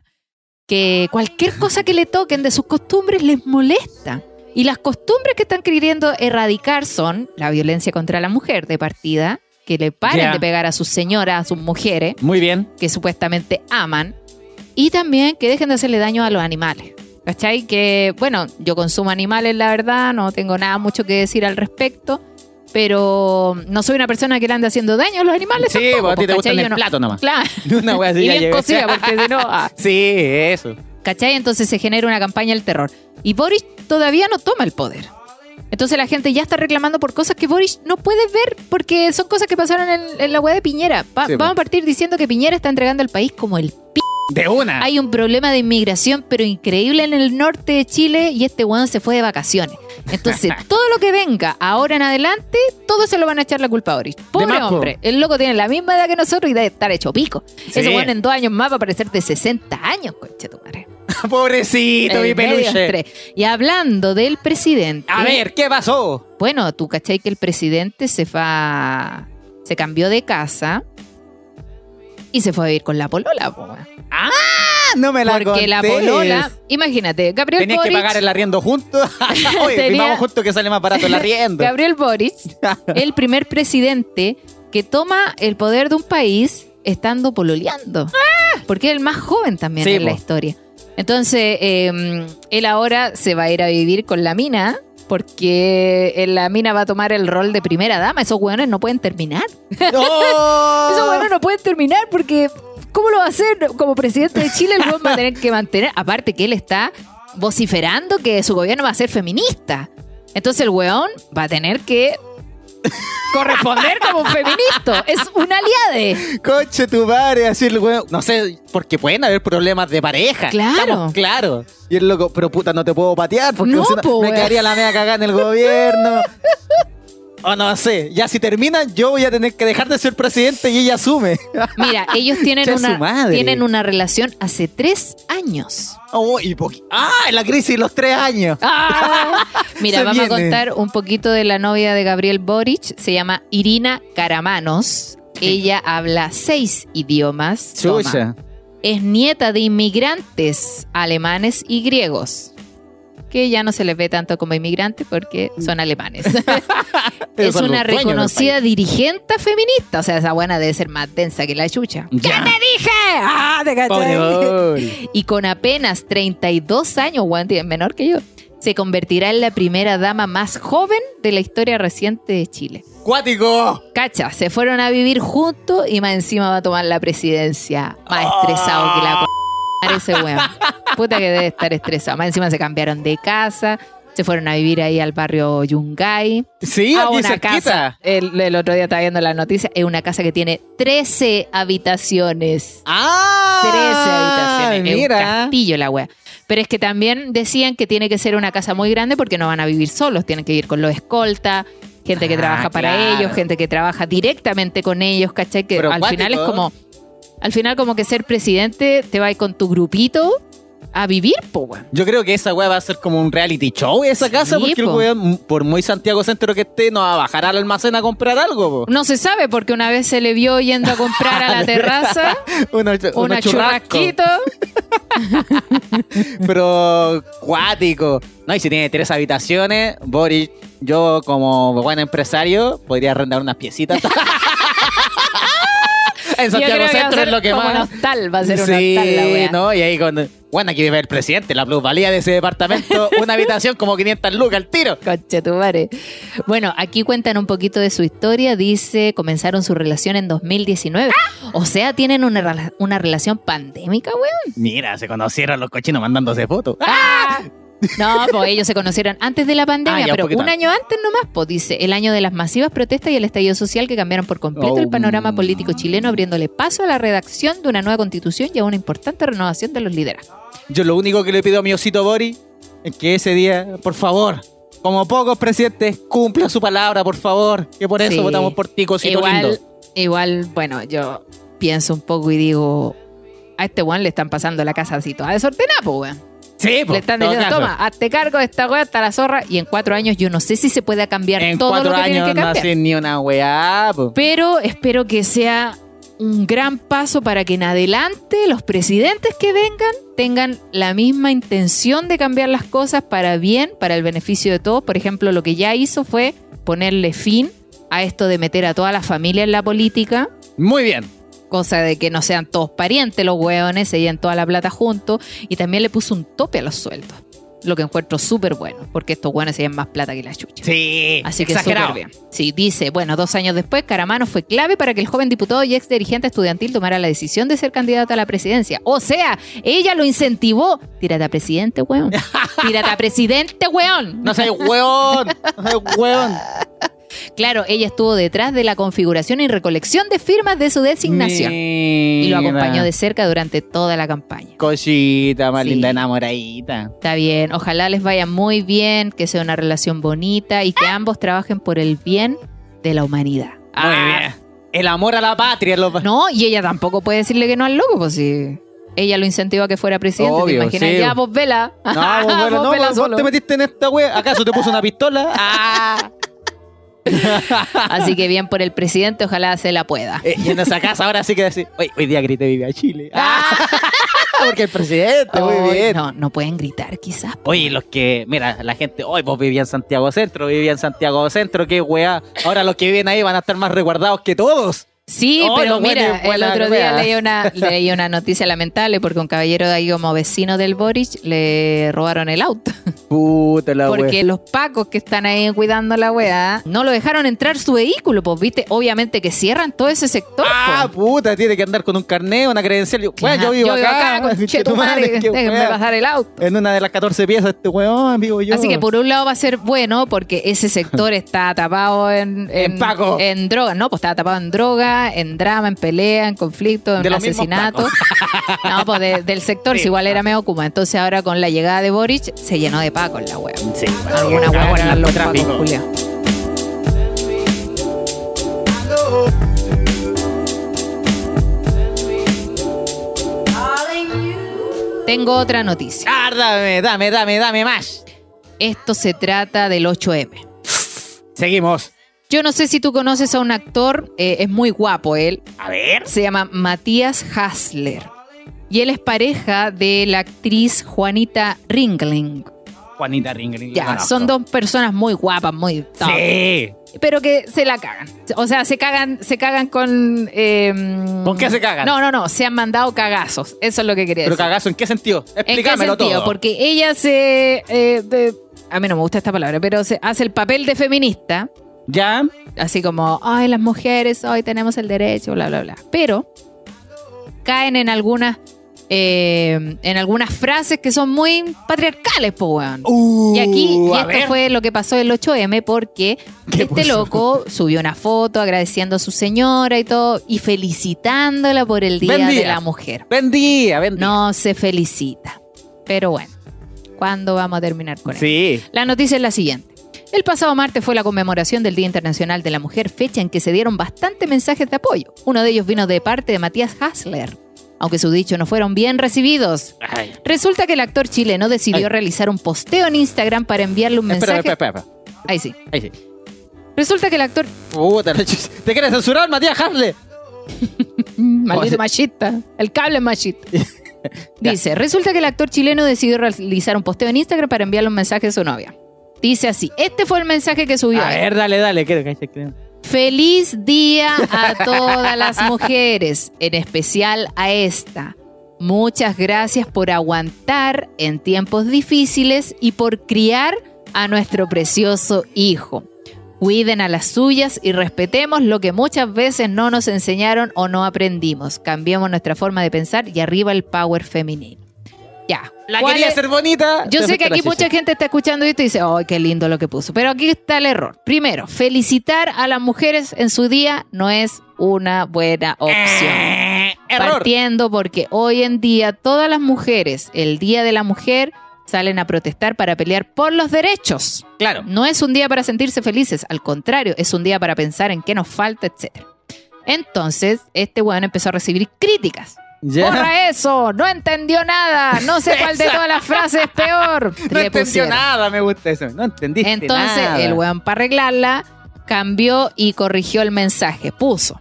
[SPEAKER 4] que cualquier cosa que le toquen de sus costumbres les molesta. Y las costumbres que están queriendo erradicar son la violencia contra la mujer de partida, que le paren
[SPEAKER 1] Ya.
[SPEAKER 4] de pegar a sus señoras, a sus mujeres,
[SPEAKER 1] Muy bien.
[SPEAKER 4] que supuestamente aman, y también que dejen de hacerle daño a los animales. ¿Cachai? Que, bueno, yo consumo animales, la verdad, no tengo nada mucho que decir al respecto, pero no soy una persona que le ande haciendo daño a los animales.
[SPEAKER 1] Sí,
[SPEAKER 4] tampoco,
[SPEAKER 1] pues, a ti te
[SPEAKER 4] ¿cachai?
[SPEAKER 1] gustan
[SPEAKER 4] Yo
[SPEAKER 1] el
[SPEAKER 4] no-
[SPEAKER 1] plato nomás.
[SPEAKER 4] Claro,
[SPEAKER 1] Una wea así
[SPEAKER 4] y
[SPEAKER 1] ya
[SPEAKER 4] bien
[SPEAKER 1] llegué.
[SPEAKER 4] cocida, porque si no, ah,
[SPEAKER 1] Sí, eso.
[SPEAKER 4] ¿Cachai? Entonces se genera una campaña del terror. Y Boris todavía no toma el poder. Entonces la gente ya está reclamando por cosas que Boris no puede ver porque son cosas que pasaron en, en la web de Piñera. Va-
[SPEAKER 1] Sí, po.
[SPEAKER 4] vamos a partir diciendo que Piñera está entregando el país como el p.
[SPEAKER 1] De una.
[SPEAKER 4] Hay un problema de inmigración, pero increíble en el norte de Chile y este weón se fue de vacaciones. Entonces, todo lo que venga ahora en adelante, todos se lo van a echar la culpa a Boris. Pobre
[SPEAKER 1] más, po.
[SPEAKER 4] hombre, el loco tiene la misma edad que nosotros y debe estar hecho pico.
[SPEAKER 1] Sí.
[SPEAKER 4] Ese weón en dos años más va a parecer de 60 años, concha tu madre.
[SPEAKER 1] Pobrecito, mi
[SPEAKER 4] El medio
[SPEAKER 1] peluche.
[SPEAKER 4] estrés. Y hablando del presidente.
[SPEAKER 1] A ver, ¿qué pasó?
[SPEAKER 4] Bueno, tú cachai que el presidente se fue. a- Se cambió de casa. Y se fue a vivir con la polola, po, weón.
[SPEAKER 1] Ah, no me la
[SPEAKER 4] Porque la
[SPEAKER 1] contés.
[SPEAKER 4] polola. Imagínate, Gabriel
[SPEAKER 1] Tenías
[SPEAKER 4] Boric.
[SPEAKER 1] que pagar el arriendo juntos. Oye,
[SPEAKER 4] Tenía-
[SPEAKER 1] vivamos juntos que sale más barato el arriendo.
[SPEAKER 4] Gabriel Boric, el primer presidente que toma el poder de un país estando pololeando. Porque es el más joven también
[SPEAKER 1] ¡Ah! Sí,
[SPEAKER 4] en la
[SPEAKER 1] po.
[SPEAKER 4] historia. Entonces, eh, él ahora se va a ir a vivir con la mina. Porque eh, la mina va a tomar el rol de primera dama. Esos hueones no pueden terminar.
[SPEAKER 1] ¡Oh!
[SPEAKER 4] Esos hueones no pueden terminar porque ¿cómo lo va a hacer? Como presidente de Chile, el hueón va a tener que mantener. Aparte que él está vociferando que su gobierno va a ser feminista. Entonces el hueón va a tener que corresponder como un feminista. Es un aliade.
[SPEAKER 1] Coche tu madre, así el weón. No sé, porque pueden haber problemas de pareja.
[SPEAKER 4] Claro.
[SPEAKER 1] Estamos claros. Y el loco, pero puta, no te puedo patear porque
[SPEAKER 4] No,
[SPEAKER 1] si no,
[SPEAKER 4] po,
[SPEAKER 1] me
[SPEAKER 4] weón.
[SPEAKER 1] quedaría la media cagada en el gobierno. o no sé, ya si termina, yo voy a tener que dejar de ser presidente y ella asume.
[SPEAKER 4] Mira, ellos tienen
[SPEAKER 1] Che, su
[SPEAKER 4] una,
[SPEAKER 1] madre.
[SPEAKER 4] tienen una relación hace tres años.
[SPEAKER 1] Oh, y po- ah, la crisis, los tres años.
[SPEAKER 4] Mira,
[SPEAKER 1] Ah. Se
[SPEAKER 4] vamos a
[SPEAKER 1] viene.
[SPEAKER 4] contar un poquito de la novia de Gabriel Boric. Se llama Irina Caramanos. Ella habla seis idiomas. Toma.
[SPEAKER 1] Chucha.
[SPEAKER 4] Es nieta de inmigrantes alemanes y griegos. Que ya no se les ve tanto como inmigrantes porque son alemanes. es
[SPEAKER 1] Mm. son
[SPEAKER 4] una
[SPEAKER 1] los dueños del
[SPEAKER 4] reconocida dirigente feminista. O sea, esa buena debe ser más densa que la chucha.
[SPEAKER 1] Ya.
[SPEAKER 4] ¿Qué te dije? ¡Ah, te cachai!
[SPEAKER 1] Pobre Boric.
[SPEAKER 4] y con apenas 32 años, Wandy es menor que yo, se convertirá en la primera dama más joven de la historia reciente de Chile.
[SPEAKER 1] ¡Cuático!
[SPEAKER 4] Cacha, se fueron a vivir juntos y más encima va a tomar la presidencia. Más estresado que la c- ese weón. Puta que debe estar estresado. Más encima se cambiaron de casa, Se fueron a vivir ahí al barrio Yungay.
[SPEAKER 1] Sí,
[SPEAKER 4] a
[SPEAKER 1] aquí
[SPEAKER 4] una casa.
[SPEAKER 1] cerquita.
[SPEAKER 4] El, el otro día estaba viendo la noticia. Es una casa que tiene 13 habitaciones.
[SPEAKER 1] Ah,
[SPEAKER 4] 13 habitaciones. Es un
[SPEAKER 1] Mira.
[SPEAKER 4] castillo la wea. Pero es que también decían que tiene que ser una casa muy grande porque no van a vivir solos. Tienen que ir con los escolta, gente que
[SPEAKER 1] Ah,
[SPEAKER 4] trabaja para
[SPEAKER 1] claro.
[SPEAKER 4] ellos, gente que trabaja directamente con ellos, ¿cachai? Que
[SPEAKER 1] Pero
[SPEAKER 4] al final es
[SPEAKER 1] cuático.
[SPEAKER 4] como. Al final, como que ser presidente te va con tu grupito a vivir, po, weón.
[SPEAKER 1] Yo creo que esa weá va a ser como un reality show esa casa,
[SPEAKER 4] Sí,
[SPEAKER 1] porque el
[SPEAKER 4] po.
[SPEAKER 1] weón, por muy Santiago Centro que esté, no va a bajar al almacén a comprar algo. po.
[SPEAKER 4] No se sabe porque una vez se le vio yendo a comprar a la terraza
[SPEAKER 1] Unos ch- unos
[SPEAKER 4] una
[SPEAKER 1] churrascos.
[SPEAKER 4] churrasquito.
[SPEAKER 1] Pero cuático. No, y si tiene tres habitaciones, Boris, yo como buen empresario, podría arrendar unas piecitas. en
[SPEAKER 4] Yo
[SPEAKER 1] Santiago
[SPEAKER 4] creo que va a
[SPEAKER 1] Centro
[SPEAKER 4] ser
[SPEAKER 1] es lo que
[SPEAKER 4] como
[SPEAKER 1] más.
[SPEAKER 4] un hostal, va a ser un
[SPEAKER 1] sí,
[SPEAKER 4] hostal la wea.
[SPEAKER 1] ¿no? Y ahí con. Bueno, aquí vive el presidente, la plusvalía de ese departamento. Una habitación como 500 lucas al tiro.
[SPEAKER 4] Conchetumare. Bueno, aquí cuentan un poquito de su historia. Dice, comenzaron su relación en 2019. O sea, tienen una, rela- una relación pandémica, weón. Ah.
[SPEAKER 1] Mira, se conocieron los cochinos mandándose fotos.
[SPEAKER 4] No, pues ellos se conocieron antes de la pandemia,
[SPEAKER 1] Ah, ya, un
[SPEAKER 4] pero
[SPEAKER 1] poquito
[SPEAKER 4] un año antes nomás, pues dice, el año de las masivas protestas y el estallido social que cambiaron por completo
[SPEAKER 1] Oh.
[SPEAKER 4] el panorama político chileno, abriéndole paso a la redacción de una nueva constitución y a una importante renovación de los líderes.
[SPEAKER 1] Yo lo único que le pido a mi osito Boris es que ese día, por favor, como pocos presidentes, cumpla su palabra, por favor. Que por eso
[SPEAKER 4] Sí.
[SPEAKER 1] votamos por ti, cosito
[SPEAKER 4] Igual,
[SPEAKER 1] lindo.
[SPEAKER 4] igual, bueno, yo pienso un poco y digo, a este weón le están pasando la casa así toda desordenada, pues weón.
[SPEAKER 1] Sí, po,
[SPEAKER 4] Le están
[SPEAKER 1] todo
[SPEAKER 4] diciendo,
[SPEAKER 1] caso.
[SPEAKER 4] toma, hazte cargo de esta weá hasta la zorra. Y en cuatro años yo no sé si se puede cambiar
[SPEAKER 1] En
[SPEAKER 4] todo
[SPEAKER 1] cuatro
[SPEAKER 4] lo que tienen
[SPEAKER 1] años
[SPEAKER 4] que
[SPEAKER 1] no
[SPEAKER 4] cambiar.
[SPEAKER 1] hacen ni una weá, po.
[SPEAKER 4] Pero espero que sea un gran paso para que en adelante los presidentes que vengan tengan la misma intención de cambiar las cosas para bien, para el beneficio de todos. Por ejemplo, lo que ya hizo fue ponerle fin a esto de meter a toda la familia en la política
[SPEAKER 1] Muy bien.
[SPEAKER 4] cosa de que no sean todos parientes los hueones, se lleven toda la plata juntos, y también le puso un tope a los sueldos, lo que encuentro súper bueno, porque estos hueones se llevan más plata que la chucha.
[SPEAKER 1] Sí,
[SPEAKER 4] Así que
[SPEAKER 1] exagerado.
[SPEAKER 4] súper bien. Sí, dice, bueno, dos años después, Caramano fue clave para que el joven diputado y ex dirigente estudiantil tomara la decisión de ser candidata a la presidencia. O sea, ella lo incentivó. Tírate a presidente, hueón. Tírate a presidente, hueón.
[SPEAKER 1] No seas weón, no seas weón.
[SPEAKER 4] Claro, ella estuvo detrás de la configuración y recolección de firmas de su designación. Y lo acompañó de cerca durante toda la campaña.
[SPEAKER 1] Cosita más
[SPEAKER 4] Sí.
[SPEAKER 1] linda, enamoradita.
[SPEAKER 4] Está bien, ojalá les vaya muy bien, que sea una relación bonita y que ambos trabajen por el bien de la humanidad.
[SPEAKER 1] Muy bien. El amor a la patria. Lo...
[SPEAKER 4] Ah. No, y ella tampoco puede decirle que no al loco, pues si ella lo incentivó a que fuera presidente,
[SPEAKER 1] Obvio,
[SPEAKER 4] te imaginas,
[SPEAKER 1] sí.
[SPEAKER 4] ya vos vela.
[SPEAKER 1] No, vos, bueno,
[SPEAKER 4] Vos
[SPEAKER 1] no,
[SPEAKER 4] vela
[SPEAKER 1] vos- vos
[SPEAKER 4] solo.
[SPEAKER 1] te metiste en esta wea. ¿Acaso te puso una pistola? Ah.
[SPEAKER 4] Así que bien por el presidente, ojalá se la pueda.
[SPEAKER 1] Eh, y en esa casa ahora sí que decir, hoy, hoy día grité vive a Chile. Ah, Porque el presidente, muy
[SPEAKER 4] Ay,
[SPEAKER 1] bien.
[SPEAKER 4] No, no pueden gritar quizás.
[SPEAKER 1] Oye, los que, mira, la gente, hoy vos vivías en Santiago Centro, vivías en Santiago Centro, qué weá. Ahora los que viven ahí van a estar más resguardados que todos.
[SPEAKER 4] Sí,
[SPEAKER 1] Oh,
[SPEAKER 4] pero
[SPEAKER 1] lo bueno
[SPEAKER 4] mira,
[SPEAKER 1] y buena
[SPEAKER 4] el otro día
[SPEAKER 1] wea.
[SPEAKER 4] leí una, leí una noticia lamentable porque un caballero de ahí como vecino del Boric le robaron el auto.
[SPEAKER 1] Puta la
[SPEAKER 4] Porque
[SPEAKER 1] weá.
[SPEAKER 4] los pacos que están ahí cuidando la weá no lo dejaron entrar su vehículo, pues viste, obviamente que cierran todo ese sector. pues.
[SPEAKER 1] Ah,
[SPEAKER 4] po.
[SPEAKER 1] puta, tiene que andar con un carnet, una credencial. Yo,
[SPEAKER 4] Claro,
[SPEAKER 1] weá, yo vivo acá.
[SPEAKER 4] conche tu
[SPEAKER 1] Chetumare,
[SPEAKER 4] madre,
[SPEAKER 1] qué
[SPEAKER 4] déjenme
[SPEAKER 1] weá.
[SPEAKER 4] bajar el auto.
[SPEAKER 1] En una de las 14 piezas, este weón, vivo yo.
[SPEAKER 4] Así que por un lado va a ser bueno porque ese sector está tapado en,
[SPEAKER 1] En paco.
[SPEAKER 4] en droga, no, pues está tapado en droga, en drama, en pelea, en conflicto, en
[SPEAKER 1] De los mismos
[SPEAKER 4] asesinato. No, pues de- del sector
[SPEAKER 1] Sí.
[SPEAKER 4] si igual era medio Kuma. Entonces ahora con la llegada de Boric se llenó de pacos la wea.
[SPEAKER 1] Sí,
[SPEAKER 4] Alguna
[SPEAKER 1] ahora
[SPEAKER 4] wea
[SPEAKER 1] el
[SPEAKER 4] harán los
[SPEAKER 1] narcotráfico.
[SPEAKER 4] pacos, Julio. Tengo otra noticia.
[SPEAKER 1] Ah, dame, dame, dame, dame más.
[SPEAKER 4] Esto se trata del 8M.
[SPEAKER 1] Seguimos.
[SPEAKER 4] Yo no sé si tú conoces a un actor, eh, es muy guapo él,
[SPEAKER 1] A ver.
[SPEAKER 4] se llama Matías Hasler. Y él es pareja de la actriz Juanita Ringling.
[SPEAKER 1] Juanita Ringling. la
[SPEAKER 4] Ya,
[SPEAKER 1] conozco.
[SPEAKER 4] son dos personas muy guapas, muy top,
[SPEAKER 1] Sí.
[SPEAKER 4] pero que se la cagan. O sea, se cagan, se cagan con. eh,
[SPEAKER 1] ¿Con qué se cagan?
[SPEAKER 4] No, no, no, se han mandado cagazos. Eso es lo que quería
[SPEAKER 1] Pero
[SPEAKER 4] decir.
[SPEAKER 1] cagazo, ¿en qué sentido?
[SPEAKER 4] ¿En qué
[SPEAKER 1] Explícamelo
[SPEAKER 4] sentido?
[SPEAKER 1] todo.
[SPEAKER 4] Porque ella se. eh, de- a mí no me gusta esta palabra, pero se hace el papel de feminista.
[SPEAKER 1] Ya.
[SPEAKER 4] así como, ay, las mujeres, hoy tenemos el derecho, bla, bla, bla. Pero caen en algunas eh, en algunas frases que son muy patriarcales, po, weón.
[SPEAKER 1] Uh,
[SPEAKER 4] Y aquí, y este
[SPEAKER 1] a
[SPEAKER 4] esto
[SPEAKER 1] ver.
[SPEAKER 4] fue lo que pasó el 8M, porque
[SPEAKER 1] ¿Qué
[SPEAKER 4] este
[SPEAKER 1] pasó?
[SPEAKER 4] loco subió una foto agradeciendo a su señora y todo, y felicitándola por el Día
[SPEAKER 1] Buen
[SPEAKER 4] de
[SPEAKER 1] día.
[SPEAKER 4] la Mujer.
[SPEAKER 1] Buen día, buen día.
[SPEAKER 4] No se felicita. Pero bueno, ¿cuándo vamos a terminar con esto?
[SPEAKER 1] Sí.
[SPEAKER 4] La noticia es la siguiente. El pasado martes fue la conmemoración del Día Internacional de la Mujer, fecha en que se dieron bastantes mensajes de apoyo. Uno de ellos vino de parte de Matías Hassler, aunque sus dichos no fueron bien recibidos.
[SPEAKER 1] Ay.
[SPEAKER 4] Resulta que el actor chileno decidió
[SPEAKER 1] Ay.
[SPEAKER 4] realizar un posteo en Instagram para enviarle un
[SPEAKER 1] Espera,
[SPEAKER 4] mensaje.
[SPEAKER 1] espera, espera. espera.
[SPEAKER 4] Ahí sí.
[SPEAKER 1] Ahí sí.
[SPEAKER 4] Resulta que el actor.
[SPEAKER 1] Puta, la chis- ¿Te quieres censurar, Matías Harle?
[SPEAKER 4] Mm,
[SPEAKER 1] Oye.
[SPEAKER 4] Maldito machista. El cable machista. Dice, resulta que el actor chileno decidió realizar un posteo en Instagram para enviarle un mensaje a su novia. Dice así, este fue el mensaje que subió.
[SPEAKER 1] A
[SPEAKER 4] él.
[SPEAKER 1] ver, dale, dale. quiero que- que-
[SPEAKER 4] Feliz día a todas las mujeres, en especial a esta. Muchas gracias por aguantar en tiempos difíciles y por criar a nuestro precioso hijo. Cuiden a las suyas y respetemos lo que muchas veces no nos enseñaron o no aprendimos. Cambiemos nuestra forma de pensar y arriba el power femenino. Ya.
[SPEAKER 1] La
[SPEAKER 4] ¿Cuál
[SPEAKER 1] quería
[SPEAKER 4] es-
[SPEAKER 1] ser bonita.
[SPEAKER 4] yo
[SPEAKER 1] te
[SPEAKER 4] sé que
[SPEAKER 1] afectó la
[SPEAKER 4] aquí
[SPEAKER 1] chicha.
[SPEAKER 4] mucha gente está escuchando esto y dice, ¡ay, qué lindo lo que puso! Pero aquí está el error. Primero, felicitar a las mujeres en su día no es una buena opción.
[SPEAKER 1] Eh, Error.
[SPEAKER 4] Partiendo porque hoy en día todas las mujeres, el Día de la Mujer, salen a protestar para pelear por los derechos.
[SPEAKER 1] Claro.
[SPEAKER 4] No es un día para sentirse felices, al contrario, es un día para pensar en qué nos falta, etc. Entonces, este weón empezó a recibir críticas.
[SPEAKER 1] Ya.
[SPEAKER 4] ¡Borra eso! ¡No entendió nada! No sé cuál de
[SPEAKER 1] Esa.
[SPEAKER 4] todas las frases es peor.
[SPEAKER 1] No
[SPEAKER 4] Le
[SPEAKER 1] entendió
[SPEAKER 4] pusieron.
[SPEAKER 1] nada, me gusta eso. No entendiste
[SPEAKER 4] Entonces,
[SPEAKER 1] nada.
[SPEAKER 4] el weón para arreglarla cambió y corrigió el mensaje. Puso.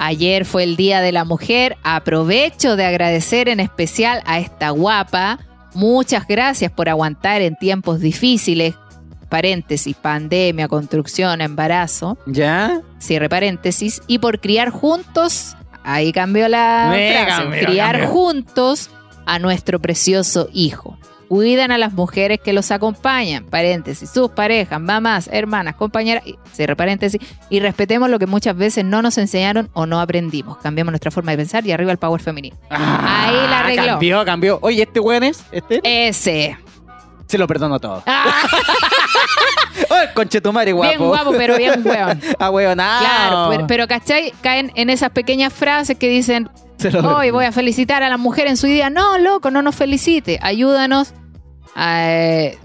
[SPEAKER 4] Ayer fue el Día de la Mujer. Aprovecho de agradecer en especial a esta guapa. Muchas gracias por aguantar en tiempos difíciles. Paréntesis, pandemia, construcción, embarazo.
[SPEAKER 1] ¿Ya?
[SPEAKER 4] Cierre paréntesis. Y por criar juntos. Ahí cambió la
[SPEAKER 1] Mega,
[SPEAKER 4] frase.
[SPEAKER 1] mega,
[SPEAKER 4] criar
[SPEAKER 1] cambió.
[SPEAKER 4] juntos a nuestro precioso hijo. Cuidan a las mujeres que los acompañan, paréntesis, sus parejas, mamás, hermanas, compañeras, y- cierre paréntesis, y respetemos lo que muchas veces no nos enseñaron o no aprendimos. Cambiamos nuestra forma de pensar y arriba el power femenino.
[SPEAKER 1] Ah,
[SPEAKER 4] Ahí la arregló. Eh.
[SPEAKER 1] Cambió, cambió. Oye, ¿este weón es? ¿Este?
[SPEAKER 4] Ese.
[SPEAKER 1] Se lo perdono todo.
[SPEAKER 4] Ah,
[SPEAKER 1] ¡Oh, conchetumare, guapo!
[SPEAKER 4] bien guapo, pero bien weón.
[SPEAKER 1] Ah, weón, ah.
[SPEAKER 4] Claro, pues, pero, pero, ¿cachai? Caen en esas pequeñas frases que dicen,
[SPEAKER 1] Se lo
[SPEAKER 4] Hoy
[SPEAKER 1] perdono.
[SPEAKER 4] voy a felicitar a la mujer en su día. No, loco, no nos felicite. Ayúdanos eh,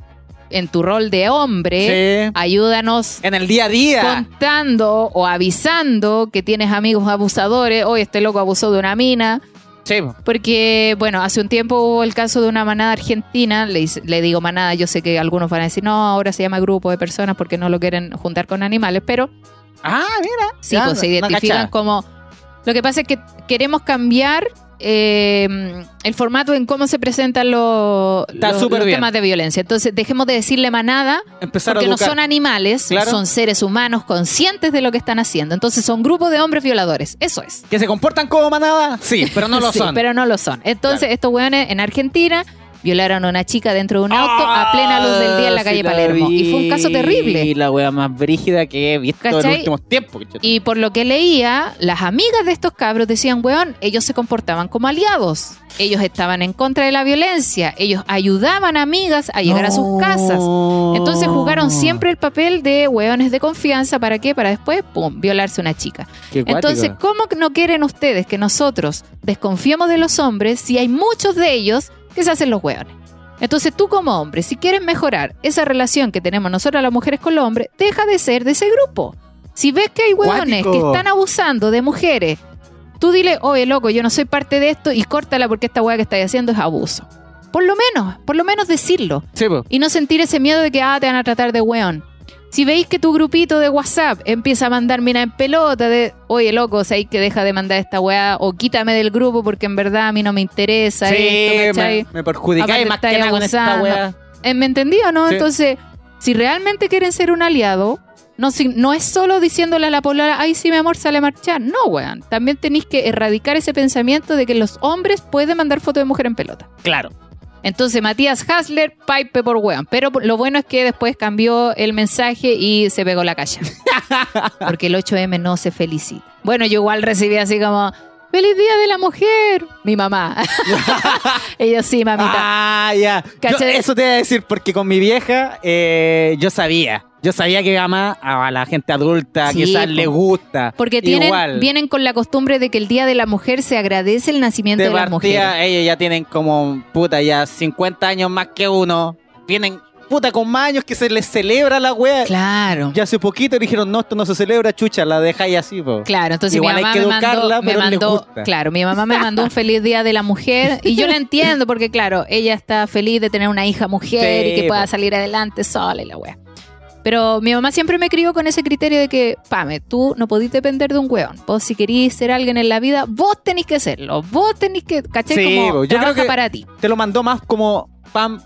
[SPEAKER 4] en tu rol de hombre.
[SPEAKER 1] Sí.
[SPEAKER 4] Ayúdanos
[SPEAKER 1] En el día a día.
[SPEAKER 4] contando o avisando que tienes amigos abusadores. Hoy este loco abusó de una mina.
[SPEAKER 1] Sí, po.
[SPEAKER 4] Porque, bueno, hace un tiempo hubo el caso de una manada argentina. Le, hice- le digo manada, yo sé que algunos van a decir, no, ahora se llama grupo de personas porque no lo quieren juntar con animales, pero
[SPEAKER 1] Ah, mira.
[SPEAKER 4] Sí,
[SPEAKER 1] Ya,
[SPEAKER 4] pues se
[SPEAKER 1] no- no
[SPEAKER 4] identifican
[SPEAKER 1] cachaba.
[SPEAKER 4] como. Lo que pasa es que queremos cambiar eh, el formato en cómo se presentan los,
[SPEAKER 1] Está
[SPEAKER 4] los-
[SPEAKER 1] súper
[SPEAKER 4] los
[SPEAKER 1] bien.
[SPEAKER 4] temas de violencia. Entonces, dejemos de decirle manada,
[SPEAKER 1] Empezar a
[SPEAKER 4] porque no
[SPEAKER 1] educar.
[SPEAKER 4] son animales,
[SPEAKER 1] Claro.
[SPEAKER 4] son seres humanos conscientes de lo que están haciendo. Entonces, son grupos de hombres violadores. Eso es.
[SPEAKER 1] ¿Que se comportan como manada? Sí, pero no lo
[SPEAKER 4] Sí,
[SPEAKER 1] son.
[SPEAKER 4] Pero no lo son. Entonces,
[SPEAKER 1] Claro.
[SPEAKER 4] estos weones en Argentina violaron a una chica dentro de un auto
[SPEAKER 1] Ah,
[SPEAKER 4] a plena luz del día en la
[SPEAKER 1] sí
[SPEAKER 4] calle
[SPEAKER 1] la
[SPEAKER 4] Palermo. Y fue un
[SPEAKER 1] vi.
[SPEAKER 4] caso terrible.
[SPEAKER 1] Y la wea más brígida que he visto en los
[SPEAKER 4] ¿Cachai?
[SPEAKER 1] últimos tiempos. conchetumare.
[SPEAKER 4] Y por lo que leía, las amigas de estos cabros decían, weón, ellos se comportaban como aliados. Ellos estaban en contra de la violencia. Ellos ayudaban a amigas a llegar a sus casas. Entonces jugaron siempre el papel de weones de confianza. ¿Para qué? Para después, pum, violarse una chica.
[SPEAKER 1] Qué cuático.
[SPEAKER 4] Entonces, ¿cómo no quieren ustedes que nosotros desconfiemos de los hombres si hay muchos de ellos que se hacen los hueones? Entonces, tú como hombre, si quieres mejorar esa relación que tenemos nosotras las mujeres con los hombres, deja de ser de ese grupo. Si ves que hay hueones
[SPEAKER 1] Cuático.
[SPEAKER 4] que están abusando de mujeres, tú dile, oye, loco, yo no soy parte de esto y córtala porque esta hueá que estáis haciendo es abuso. Por lo menos, por lo menos decirlo
[SPEAKER 1] Sí, po.
[SPEAKER 4] y no sentir ese miedo de que ah, te van a tratar de weón. Si veis que tu grupito de WhatsApp empieza a mandar mina en pelota de, oye loco, o sea, hay que deja de mandar esta weá o quítame del grupo porque en verdad a mí no me interesa.
[SPEAKER 1] Sí,
[SPEAKER 4] esto, ¿cachai?
[SPEAKER 1] me, me perjudicáis
[SPEAKER 4] Aparte
[SPEAKER 1] más que
[SPEAKER 4] estáis
[SPEAKER 1] nada con esta
[SPEAKER 4] abusando.
[SPEAKER 1] wea.
[SPEAKER 4] Eh, ¿Me entendí o no?
[SPEAKER 1] Sí.
[SPEAKER 4] Entonces, si realmente quieren ser un aliado, no, si- no es solo diciéndole a la poblada, ay sí mi amor, sale a marchar. No, weón. También tenéis que erradicar ese pensamiento de que los hombres pueden mandar fotos de mujer en pelota.
[SPEAKER 1] Claro.
[SPEAKER 4] Entonces Matías Hasler, pipe por weón. Pero lo bueno es que después cambió el mensaje y se pegó la calle. Porque el 8M no se felicita. Bueno, yo igual recibí así como, ¡Feliz Día de la Mujer! Mi mamá. Ella sí, mamita.
[SPEAKER 1] Ah, ya. Yo
[SPEAKER 4] ¿Cachai?
[SPEAKER 1] eso te iba a decir, porque con mi vieja eh, yo sabía. Yo sabía que mamá a la gente adulta
[SPEAKER 4] Sí,
[SPEAKER 1] quizás
[SPEAKER 4] po.
[SPEAKER 1] le gusta.
[SPEAKER 4] Porque tienen,
[SPEAKER 1] Igual,
[SPEAKER 4] vienen con la costumbre de que el Día de la Mujer se agradece el nacimiento
[SPEAKER 1] de
[SPEAKER 4] de, la mujer.
[SPEAKER 1] partida, ellos ya tienen como, puta, ya 50 años más que uno. Vienen, puta, con más años que se les celebra la wea.
[SPEAKER 4] Claro.
[SPEAKER 1] Ya hace poquito dijeron, no, esto no se celebra, chucha, la dejáis así, po.
[SPEAKER 4] Claro, entonces
[SPEAKER 1] Igual
[SPEAKER 4] mi
[SPEAKER 1] hay
[SPEAKER 4] mamá
[SPEAKER 1] que
[SPEAKER 4] me mandó,
[SPEAKER 1] educarla,
[SPEAKER 4] me
[SPEAKER 1] pero les
[SPEAKER 4] mandó-
[SPEAKER 1] gusta.
[SPEAKER 4] claro, mi mamá me mandó un feliz día de la mujer y yo la entiendo porque claro, ella está feliz de tener una hija mujer y
[SPEAKER 1] Sí,
[SPEAKER 4] que pueda
[SPEAKER 1] po.
[SPEAKER 4] salir adelante sola y la wea. Pero mi mamá siempre me crió con ese criterio de que, Pame, tú no podís depender de un weón. Vos si querís ser alguien en la vida, vos tenés que serlo. Vos tenés que, ¿cachai?
[SPEAKER 1] Sí,
[SPEAKER 4] como
[SPEAKER 1] po, yo creo
[SPEAKER 4] trabaja
[SPEAKER 1] que-
[SPEAKER 4] para ti.
[SPEAKER 1] Te lo mandó más como, pam,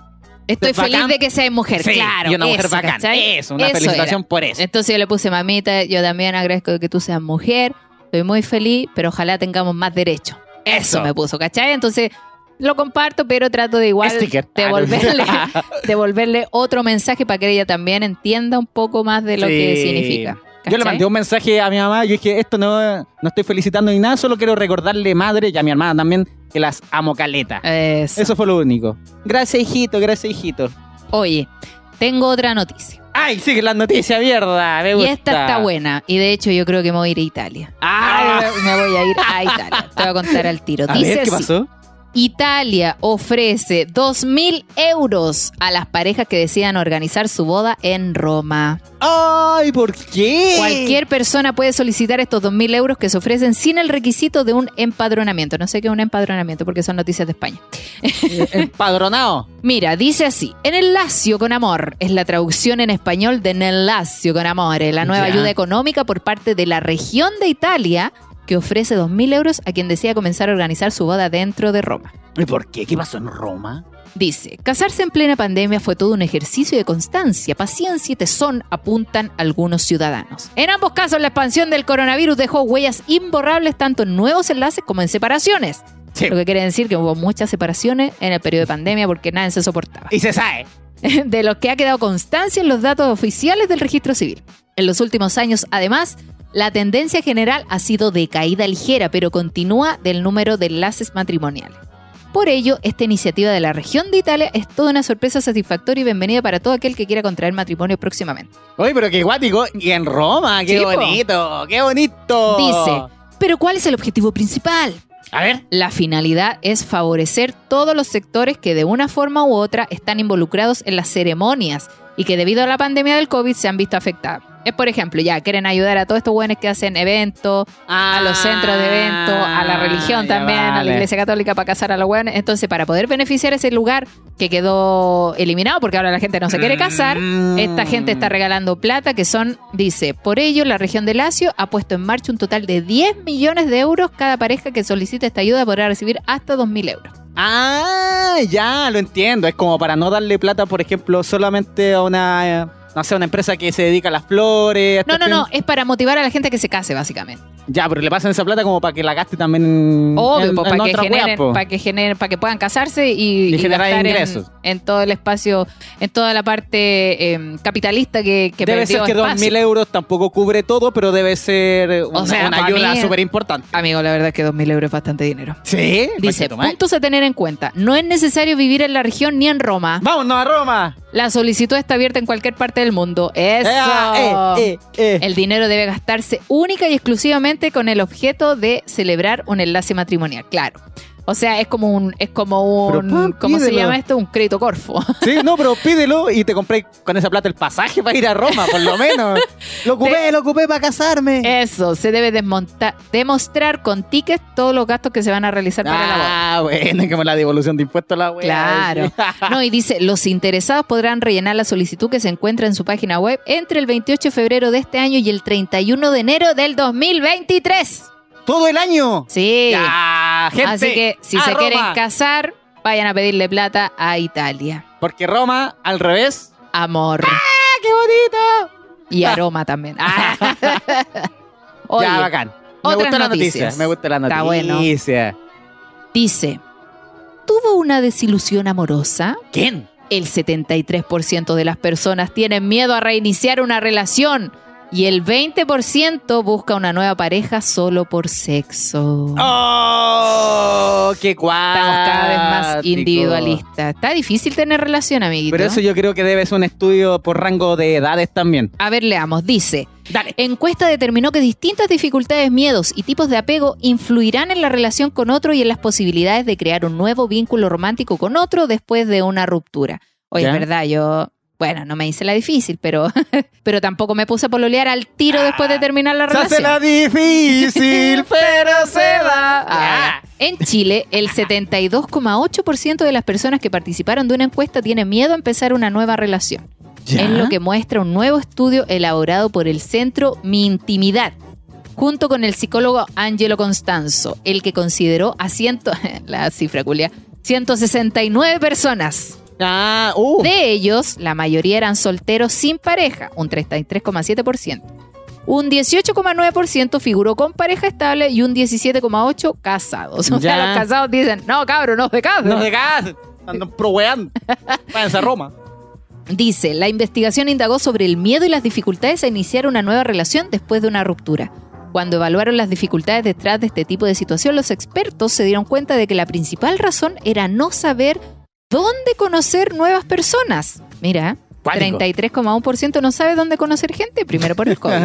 [SPEAKER 4] Estoy
[SPEAKER 1] bacán.
[SPEAKER 4] feliz de que seas mujer,
[SPEAKER 1] sí,
[SPEAKER 4] claro.
[SPEAKER 1] y una mujer
[SPEAKER 4] eso,
[SPEAKER 1] bacán.
[SPEAKER 4] ¿cachai?
[SPEAKER 1] Eso, una
[SPEAKER 4] Eso era.
[SPEAKER 1] felicitación por eso.
[SPEAKER 4] Entonces yo le puse, mamita, yo también agradezco que tú seas mujer, estoy muy feliz, pero ojalá tengamos más derechos. Eso
[SPEAKER 1] Eso.
[SPEAKER 4] me puso, ¿cachai? Entonces lo comparto, pero trato de igual
[SPEAKER 1] Sticker. Ah,
[SPEAKER 4] devolverle, devolverle otro mensaje para que ella también entienda un poco más de lo que
[SPEAKER 1] Sí.
[SPEAKER 4] significa.
[SPEAKER 1] Yo le
[SPEAKER 4] ¿cachai?
[SPEAKER 1] mandé un mensaje a mi mamá, yo dije, esto no, no estoy felicitando ni nada, solo quiero recordarle madre y a mi hermana también que las amo caleta.
[SPEAKER 4] Eso.
[SPEAKER 1] Eso fue lo único. Gracias, hijito, gracias, hijito.
[SPEAKER 4] Oye, tengo otra noticia.
[SPEAKER 1] Ay, sí, que la noticia, mierda, me
[SPEAKER 4] Y
[SPEAKER 1] gusta.
[SPEAKER 4] esta está buena. Y de hecho yo creo que me voy a ir a Italia.
[SPEAKER 1] Ah,
[SPEAKER 4] Ay, me voy a ir a Italia. Te voy a contar al tiro.
[SPEAKER 1] a
[SPEAKER 4] Dice
[SPEAKER 1] ver, ¿qué
[SPEAKER 4] así.
[SPEAKER 1] pasó?
[SPEAKER 4] Italia ofrece 2.000 euros a las parejas que decidan organizar su boda en Roma.
[SPEAKER 1] Ay, ¿por qué?
[SPEAKER 4] Cualquier persona puede solicitar estos 2.000 euros que se ofrecen sin el requisito de un empadronamiento. No sé qué es un empadronamiento porque son noticias de España.
[SPEAKER 1] Eh, Empadronado.
[SPEAKER 4] Mira, dice así, en el Lacio con Amor, es la traducción en español de En el Lacio con Amor, eh, la nueva
[SPEAKER 1] Ya.
[SPEAKER 4] ayuda económica por parte de la región de Italia que ofrece 2.000 euros a quien decida comenzar a organizar su boda dentro de Roma.
[SPEAKER 1] ¿Y por qué? ¿Qué pasó en Roma?
[SPEAKER 4] Dice, casarse en plena pandemia fue todo un ejercicio de constancia, paciencia y tesón, apuntan algunos ciudadanos. En ambos casos, la expansión del coronavirus dejó huellas imborrables tanto en nuevos enlaces como en separaciones.
[SPEAKER 1] Sí.
[SPEAKER 4] Lo que quiere decir que hubo muchas separaciones en el periodo de pandemia porque nadie se soportaba.
[SPEAKER 1] Y se sabe.
[SPEAKER 4] De los que ha quedado constancia en los datos oficiales del registro civil. En los últimos años, además, la tendencia general ha sido de caída ligera, pero continúa del número de enlaces matrimoniales. Por ello, esta iniciativa de la región de Italia es toda una sorpresa satisfactoria y bienvenida para todo aquel que quiera contraer matrimonio próximamente.
[SPEAKER 1] Oye, pero qué guático. Y en Roma, qué
[SPEAKER 4] Sí, po.
[SPEAKER 1] bonito, qué bonito.
[SPEAKER 4] Dice, pero ¿cuál es el objetivo principal?
[SPEAKER 1] A ver.
[SPEAKER 4] La finalidad es favorecer todos los sectores que de una forma u otra están involucrados en las ceremonias y que debido a la pandemia del COVID se han visto afectados. Es por ejemplo, ya quieren ayudar a todos estos buenos que hacen eventos, a los centros de eventos, a la religión
[SPEAKER 1] Ah, Ya
[SPEAKER 4] también, a
[SPEAKER 1] vale.
[SPEAKER 4] la iglesia católica para casar a los buenos. Entonces, para poder beneficiar ese lugar que quedó eliminado porque ahora la gente no se quiere casar,
[SPEAKER 1] Mm.
[SPEAKER 4] esta gente está regalando plata que son, dice, por ello la región de Lacio ha puesto en marcha un total de 10 millones de euros. Cada pareja que solicite esta ayuda podrá recibir hasta 2.000 euros.
[SPEAKER 1] Ah, ya, lo entiendo. Es como para no darle plata, por ejemplo, solamente a una, eh, no sé, una empresa que se dedica a las flores. a
[SPEAKER 4] No, no,
[SPEAKER 1] estas
[SPEAKER 4] no,
[SPEAKER 1] cosas.
[SPEAKER 4] es para motivar a la gente que se case, básicamente.
[SPEAKER 1] Ya, pero le pasan esa plata como para que la gaste también en,
[SPEAKER 4] Obvio,
[SPEAKER 1] en-
[SPEAKER 4] po,
[SPEAKER 1] en
[SPEAKER 4] para, que
[SPEAKER 1] otra wea,
[SPEAKER 4] generen,
[SPEAKER 1] po.
[SPEAKER 4] para que generen, para que puedan casarse y,
[SPEAKER 1] Y generar
[SPEAKER 4] gastar en-
[SPEAKER 1] ingresos.
[SPEAKER 4] En, todo el espacio, en toda la parte em, capitalista que, que
[SPEAKER 1] Debe
[SPEAKER 4] perdió
[SPEAKER 1] ser que
[SPEAKER 4] espacio.
[SPEAKER 1] 2.000 euros tampoco cubre todo, pero debe ser una,
[SPEAKER 4] sea,
[SPEAKER 1] una
[SPEAKER 4] pa'
[SPEAKER 1] ayuda
[SPEAKER 4] mí- eh.
[SPEAKER 1] súper importante.
[SPEAKER 4] Amigo, la verdad es que 2.000 euros es bastante dinero.
[SPEAKER 1] Sí,
[SPEAKER 4] Dice,
[SPEAKER 1] conchetumare.
[SPEAKER 4] puntos a tener en cuenta. No es necesario vivir en la región ni en Roma.
[SPEAKER 1] Vámonos a Roma.
[SPEAKER 4] La solicitud está abierta en cualquier parte del mundo. ¡Eso!
[SPEAKER 1] Eh, eh, eh, eh.
[SPEAKER 4] El dinero debe gastarse única y exclusivamente con el objeto de celebrar un enlace matrimonial, claro. O sea, es como un, es como
[SPEAKER 1] Pero,
[SPEAKER 4] un,
[SPEAKER 1] pa,
[SPEAKER 4] ¿cómo se
[SPEAKER 1] pídelo.
[SPEAKER 4] llama esto? Un crédito corfo.
[SPEAKER 1] Sí, no, pero pídelo y te compré con esa plata el pasaje para ir a Roma, por lo menos. lo ocupé, lo ocupé para casarme.
[SPEAKER 4] Eso, se debe desmonta- demostrar con tickets todos los gastos que se van a realizar para la boda.
[SPEAKER 1] Ah, bueno, como la devolución de impuestos a la wea.
[SPEAKER 4] Claro. No, y dice, los interesados podrán rellenar la solicitud que se encuentra en su página web entre el 28 de febrero de este año y el 31 de enero del 2023.
[SPEAKER 1] Todo el año.
[SPEAKER 4] Sí.
[SPEAKER 1] Ya, gente.
[SPEAKER 4] Así que si
[SPEAKER 1] a
[SPEAKER 4] se
[SPEAKER 1] Roma.
[SPEAKER 4] quieren casar, vayan a pedirle plata a Italia.
[SPEAKER 1] Porque Roma, al revés.
[SPEAKER 4] Amor.
[SPEAKER 1] ¡Ah, qué bonito!
[SPEAKER 4] Y aroma también. Ah. Oye,
[SPEAKER 1] ya, bacán. Me
[SPEAKER 4] otras
[SPEAKER 1] gusta la noticia.
[SPEAKER 4] noticias.
[SPEAKER 1] Me gusta la
[SPEAKER 4] Está
[SPEAKER 1] noticia.
[SPEAKER 4] dice, ¿tuvo una desilusión amorosa?
[SPEAKER 1] ¿Quién?
[SPEAKER 4] El 73% de las personas tienen miedo a reiniciar una relación Y el 20% busca una nueva pareja solo por sexo.
[SPEAKER 1] ¡Oh! ¡Qué cuático!
[SPEAKER 4] Mm. Estamos cada vez más individualistas. Está difícil tener relación, amiguito.
[SPEAKER 1] Ah, Pero eso yo creo que debe ser un estudio por rango de edades también.
[SPEAKER 4] A ver, leamos. Dice,
[SPEAKER 1] Dale.
[SPEAKER 4] encuesta determinó que distintas dificultades, miedos y tipos de apego influirán en la relación con otro y en las posibilidades de crear un nuevo vínculo romántico con otro después de una ruptura. Oye,
[SPEAKER 1] ¿Ya?
[SPEAKER 4] es verdad, yo... Bueno, no me hice la difícil, pero, pero tampoco me puse a pololear al tiro después de terminar la
[SPEAKER 1] Se
[SPEAKER 4] relación.
[SPEAKER 1] hace la difícil, pero se da.
[SPEAKER 4] Ah. En Chile, el 72,8% de las personas que participaron de una encuesta tienen miedo a empezar una nueva relación.
[SPEAKER 1] ¿Ya?
[SPEAKER 4] Es lo que muestra un nuevo estudio elaborado por el centro Mi Intimidad, junto con el psicólogo Angelo Constanzo, el que consideró a ciento, la cifra culia, 169 personas.
[SPEAKER 1] Ah, uh.
[SPEAKER 4] De ellos, la mayoría eran solteros sin pareja, un 33,7%. Un 18,9% figuró con pareja estable y un 17,8% casados. O sea,
[SPEAKER 1] Ya.
[SPEAKER 4] los casados dicen, no, cabrón, no, de cabrón.
[SPEAKER 1] No dejas. Andan proweando. Váyanse a Roma.
[SPEAKER 4] Dice, la investigación indagó sobre el miedo y las dificultades a iniciar una nueva relación después de una ruptura. Cuando evaluaron las dificultades detrás de este tipo de situación, los expertos se dieron cuenta de que la principal razón era no saber dónde conocer nuevas personas. Mira,
[SPEAKER 1] Cuático.
[SPEAKER 4] 33,1% no sabe dónde conocer gente, primero por el COVID.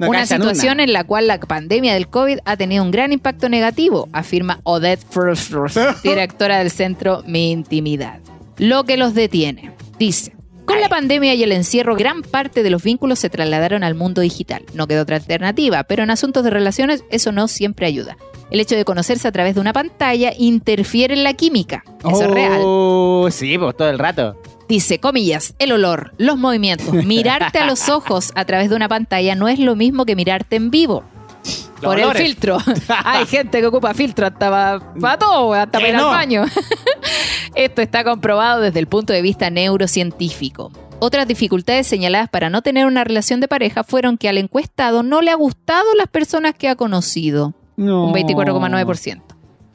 [SPEAKER 1] No
[SPEAKER 4] una
[SPEAKER 1] cachan
[SPEAKER 4] situación en la cual la pandemia del COVID ha tenido un gran impacto negativo, afirma Odette Frostros, directora del centro Mi Intimidad. Lo que los detiene, dice. Con la pandemia y el encierro, gran parte de los vínculos se trasladaron al mundo digital. No quedó otra alternativa, pero en asuntos de relaciones eso no siempre ayuda. El hecho de conocerse a través de una pantalla interfiere en la química. Eso es real.
[SPEAKER 1] Oh, Sí, pues todo el rato.
[SPEAKER 4] Dice, comillas, el olor, los movimientos, mirarte a los ojos a través de una pantalla no es lo mismo que mirarte en vivo.
[SPEAKER 1] Los
[SPEAKER 4] Por
[SPEAKER 1] olores. Mm.
[SPEAKER 4] el filtro. Hay gente que ocupa filtro hasta para todo, güey, hasta
[SPEAKER 1] Que
[SPEAKER 4] para ir
[SPEAKER 1] no.
[SPEAKER 4] al baño. Esto está comprobado desde el punto de vista neurocientífico. Otras dificultades señaladas para no tener una relación de pareja fueron que al encuestado no le ha gustado las personas que ha conocido
[SPEAKER 1] No.
[SPEAKER 4] un 24,9%.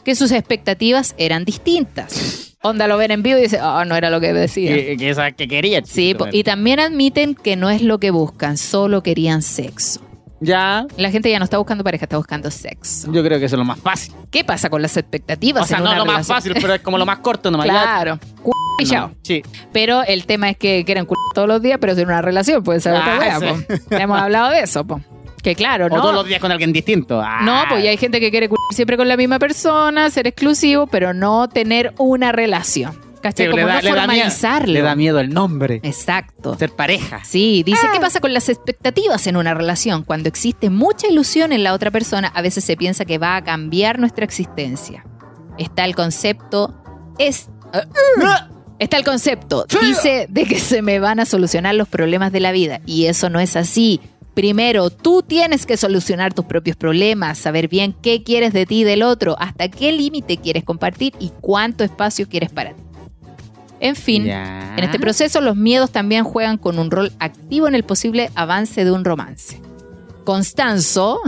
[SPEAKER 4] Que sus expectativas eran distintas. Onda lo ven en vivo y dice, oh, no era lo que decía.
[SPEAKER 1] Que, que esa que quería.
[SPEAKER 4] Sí, po- y también admiten que no es lo que buscan, solo querían sexo.
[SPEAKER 1] Ya,
[SPEAKER 4] La gente ya no está buscando pareja, está buscando sexo.
[SPEAKER 1] yo creo que eso es lo más fácil.
[SPEAKER 4] ¿Qué pasa con las expectativas?
[SPEAKER 1] O sea,
[SPEAKER 4] en
[SPEAKER 1] no
[SPEAKER 4] una
[SPEAKER 1] lo más
[SPEAKER 4] relación?
[SPEAKER 1] fácil, pero es como lo más corto nomás. ya.
[SPEAKER 4] Claro. Cu- y
[SPEAKER 1] No,
[SPEAKER 4] chao.
[SPEAKER 1] Sí.
[SPEAKER 4] Pero el tema es que quieren cu- todos los días, pero sin una relación, puede ser otra
[SPEAKER 1] Ah,
[SPEAKER 4] wea,
[SPEAKER 1] sí.
[SPEAKER 4] po. Ya Hemos hablado de eso, po. Que claro,
[SPEAKER 1] O
[SPEAKER 4] ¿no?
[SPEAKER 1] todos los días con alguien distinto. Ah.
[SPEAKER 4] No, pues ya hay gente que quiere cu- siempre con la misma persona, ser exclusivo, pero no tener una relación.
[SPEAKER 1] Sí,
[SPEAKER 4] ¿Cachai?
[SPEAKER 1] le
[SPEAKER 4] Como
[SPEAKER 1] da-
[SPEAKER 4] no
[SPEAKER 1] le da miedo-
[SPEAKER 4] formalizarlo.
[SPEAKER 1] le da miedo el nombre.
[SPEAKER 4] Eh. Exacto.
[SPEAKER 1] Ser pareja.
[SPEAKER 4] Sí, dice, ¿qué pasa con las expectativas en una relación? Cuando existe mucha ilusión en la otra persona, a veces se piensa que va a cambiar nuestra existencia. Está el concepto, es... Está el concepto, dice, de que se me van a solucionar los problemas de la vida. Y eso no es así. Primero, tú tienes que solucionar tus propios problemas, saber bien qué quieres de ti y del otro, hasta qué límite quieres compartir y cuánto espacio quieres para ti. En fin,
[SPEAKER 1] Ya.
[SPEAKER 4] en este proceso, los miedos también juegan con un rol activo en el posible avance de un romance. Constanzo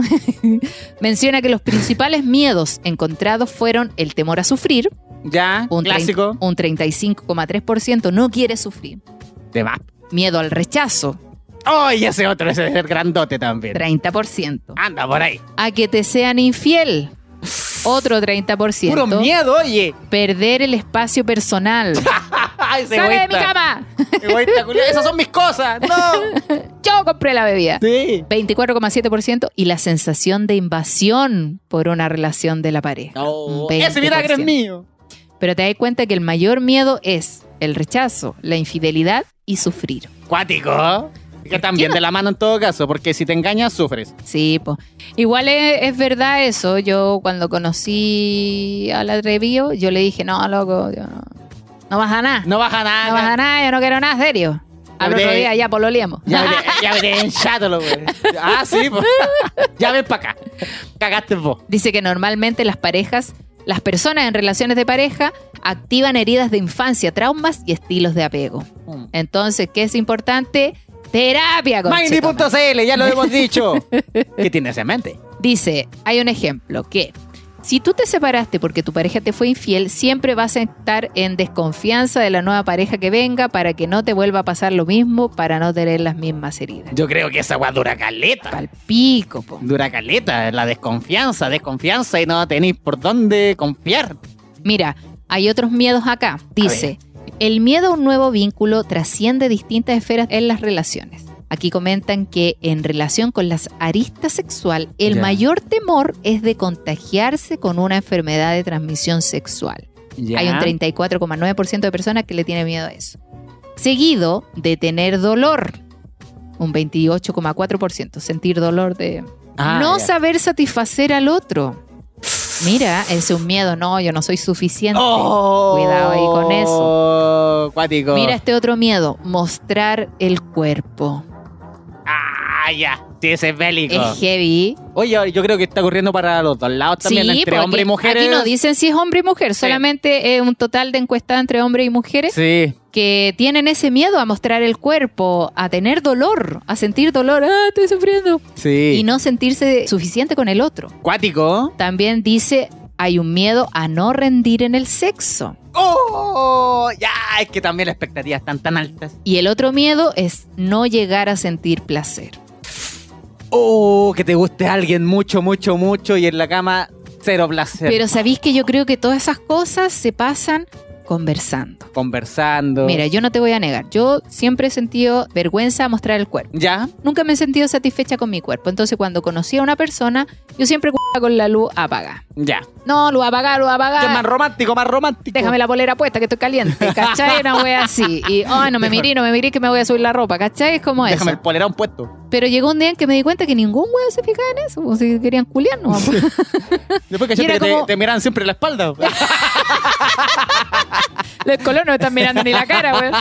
[SPEAKER 4] menciona que los principales miedos encontrados fueron el temor a sufrir,
[SPEAKER 1] Ya,
[SPEAKER 4] un, trein-
[SPEAKER 1] clásico.
[SPEAKER 4] un 35,3% no quiere sufrir,
[SPEAKER 1] De más.
[SPEAKER 4] miedo al rechazo,
[SPEAKER 1] ¡Oh, y ese otro! Ese es el grandote también.
[SPEAKER 4] 30%,
[SPEAKER 1] Anda por ahí.
[SPEAKER 4] a que te sean infiel, otro 30%,
[SPEAKER 1] Puro miedo, oye.
[SPEAKER 4] perder el espacio personal,
[SPEAKER 1] ¡Ay, se
[SPEAKER 4] ¡Sale de mi cama!
[SPEAKER 1] Esas son mis cosas. ¡No!
[SPEAKER 4] Yo compré la bebida.
[SPEAKER 1] Sí.
[SPEAKER 4] 24,7% y la sensación de invasión por una relación de la pareja.
[SPEAKER 1] No.
[SPEAKER 4] Un
[SPEAKER 1] Oh, Ese vinagre es
[SPEAKER 4] 20%.
[SPEAKER 1] mío.
[SPEAKER 4] Pero te das cuenta que el mayor miedo es el rechazo, la infidelidad y sufrir.
[SPEAKER 1] Cuático. Que también de la mano en todo caso, porque si te engañas, sufres.
[SPEAKER 4] Sí, po. Igual es, es verdad eso. Yo cuando conocí a la Trevío, yo le dije, no, loco, yo no, no vas a nada. No,
[SPEAKER 1] No baja nada.
[SPEAKER 4] vas a nada, yo no quiero nada, serio. Al
[SPEAKER 1] Hablé-
[SPEAKER 4] otro día ya pues, pololeamos.
[SPEAKER 1] Ya me, ya me tienen chato, lo güey. Ah, sí, pues. Ya ven para acá. Cagaste vos.
[SPEAKER 4] Dice que normalmente las parejas, las personas en relaciones de pareja, activan heridas de infancia, traumas y estilos de apego. Entonces, ¿qué es importante? Terapia, conchetumare.
[SPEAKER 1] Mindy.cl, ya lo hemos dicho. ¿Qué tienes en mente?
[SPEAKER 4] Dice, hay un ejemplo que Si tú te separaste porque tu pareja te fue infiel, siempre vas a estar en desconfianza de la nueva pareja que venga para que no te vuelva a pasar lo mismo, para no tener las mismas heridas.
[SPEAKER 1] Yo creo que esa weá dura caleta.
[SPEAKER 4] Palpico, po.
[SPEAKER 1] Dura caleta, la desconfianza, desconfianza y no tenéis por dónde confiar.
[SPEAKER 4] Mira, hay otros miedos acá. Dice, el miedo a un nuevo vínculo trasciende distintas esferas en las relaciones. Aquí comentan que en relación con las aristas sexual, el
[SPEAKER 1] Ya.
[SPEAKER 4] mayor temor es de contagiarse con una enfermedad de transmisión sexual.
[SPEAKER 1] Ya.
[SPEAKER 4] Hay un 34,9% de personas que le tiene miedo a eso. Seguido de tener dolor, un 28,4%, sentir dolor de
[SPEAKER 1] Ah,
[SPEAKER 4] no
[SPEAKER 1] ya.
[SPEAKER 4] saber satisfacer al otro. Mira, es un miedo, no, yo no soy suficiente.
[SPEAKER 1] Oh,
[SPEAKER 4] Cuidado ahí con
[SPEAKER 1] Cuático.
[SPEAKER 4] Mira este otro miedo, mostrar el cuerpo.
[SPEAKER 1] Ah, ya. Sí, ese es bélico.
[SPEAKER 4] Es heavy.
[SPEAKER 1] Oye, yo creo que está ocurriendo para los dos lados también,
[SPEAKER 4] sí,
[SPEAKER 1] entre
[SPEAKER 4] porque
[SPEAKER 1] hombre y mujer.
[SPEAKER 4] Aquí no dicen si es hombre y mujer, solamente es un total de encuestas entre hombres y mujeres
[SPEAKER 1] Sí.
[SPEAKER 4] que tienen ese miedo a mostrar el cuerpo, a tener dolor, a sentir dolor, ah, estoy sufriendo,
[SPEAKER 1] Sí.
[SPEAKER 4] y no sentirse suficiente con el otro.
[SPEAKER 1] Cuático.
[SPEAKER 4] También dice, hay un miedo a no rendir en el sexo.
[SPEAKER 1] ¡Oh! Ya, es que también las expectativas están tan altas.
[SPEAKER 4] Y el otro miedo es no llegar a sentir placer.
[SPEAKER 1] ¡Oh! Que te guste alguien mucho, mucho, mucho y en la cama cero placer.
[SPEAKER 4] Pero sabéis que yo creo que todas esas cosas se pasan conversando.
[SPEAKER 1] Conversando.
[SPEAKER 4] Mira, yo no te voy a negar, yo siempre he sentido vergüenza a mostrar el cuerpo.
[SPEAKER 1] ¿Ya?
[SPEAKER 4] Nunca me he sentido satisfecha con mi cuerpo. Entonces, cuando conocí a una persona, yo siempre c***a con la luz apagada.
[SPEAKER 1] Ya.
[SPEAKER 4] No, luz apagada, luz
[SPEAKER 1] Yo es más
[SPEAKER 4] apagada.
[SPEAKER 1] romántico, más romántico.
[SPEAKER 4] Ah, Déjame la polera puesta, que estoy caliente. ¿Cachai? Una wea así. Y, ay, no me mirí, no me mirí, que me voy a subir la ropa. ¿Cachai? Es como
[SPEAKER 1] Déjame el
[SPEAKER 4] eso.
[SPEAKER 1] polerón puesto.
[SPEAKER 4] Pero llegó un día en que me di cuenta que ningún wea se fijaba en eso. Como si querían culiar, no.
[SPEAKER 1] Después cachaste
[SPEAKER 4] Y era
[SPEAKER 1] que te-
[SPEAKER 4] como-
[SPEAKER 1] te, miran siempre la espalda.
[SPEAKER 4] Los colonos no me están mirando ni la cara, weón.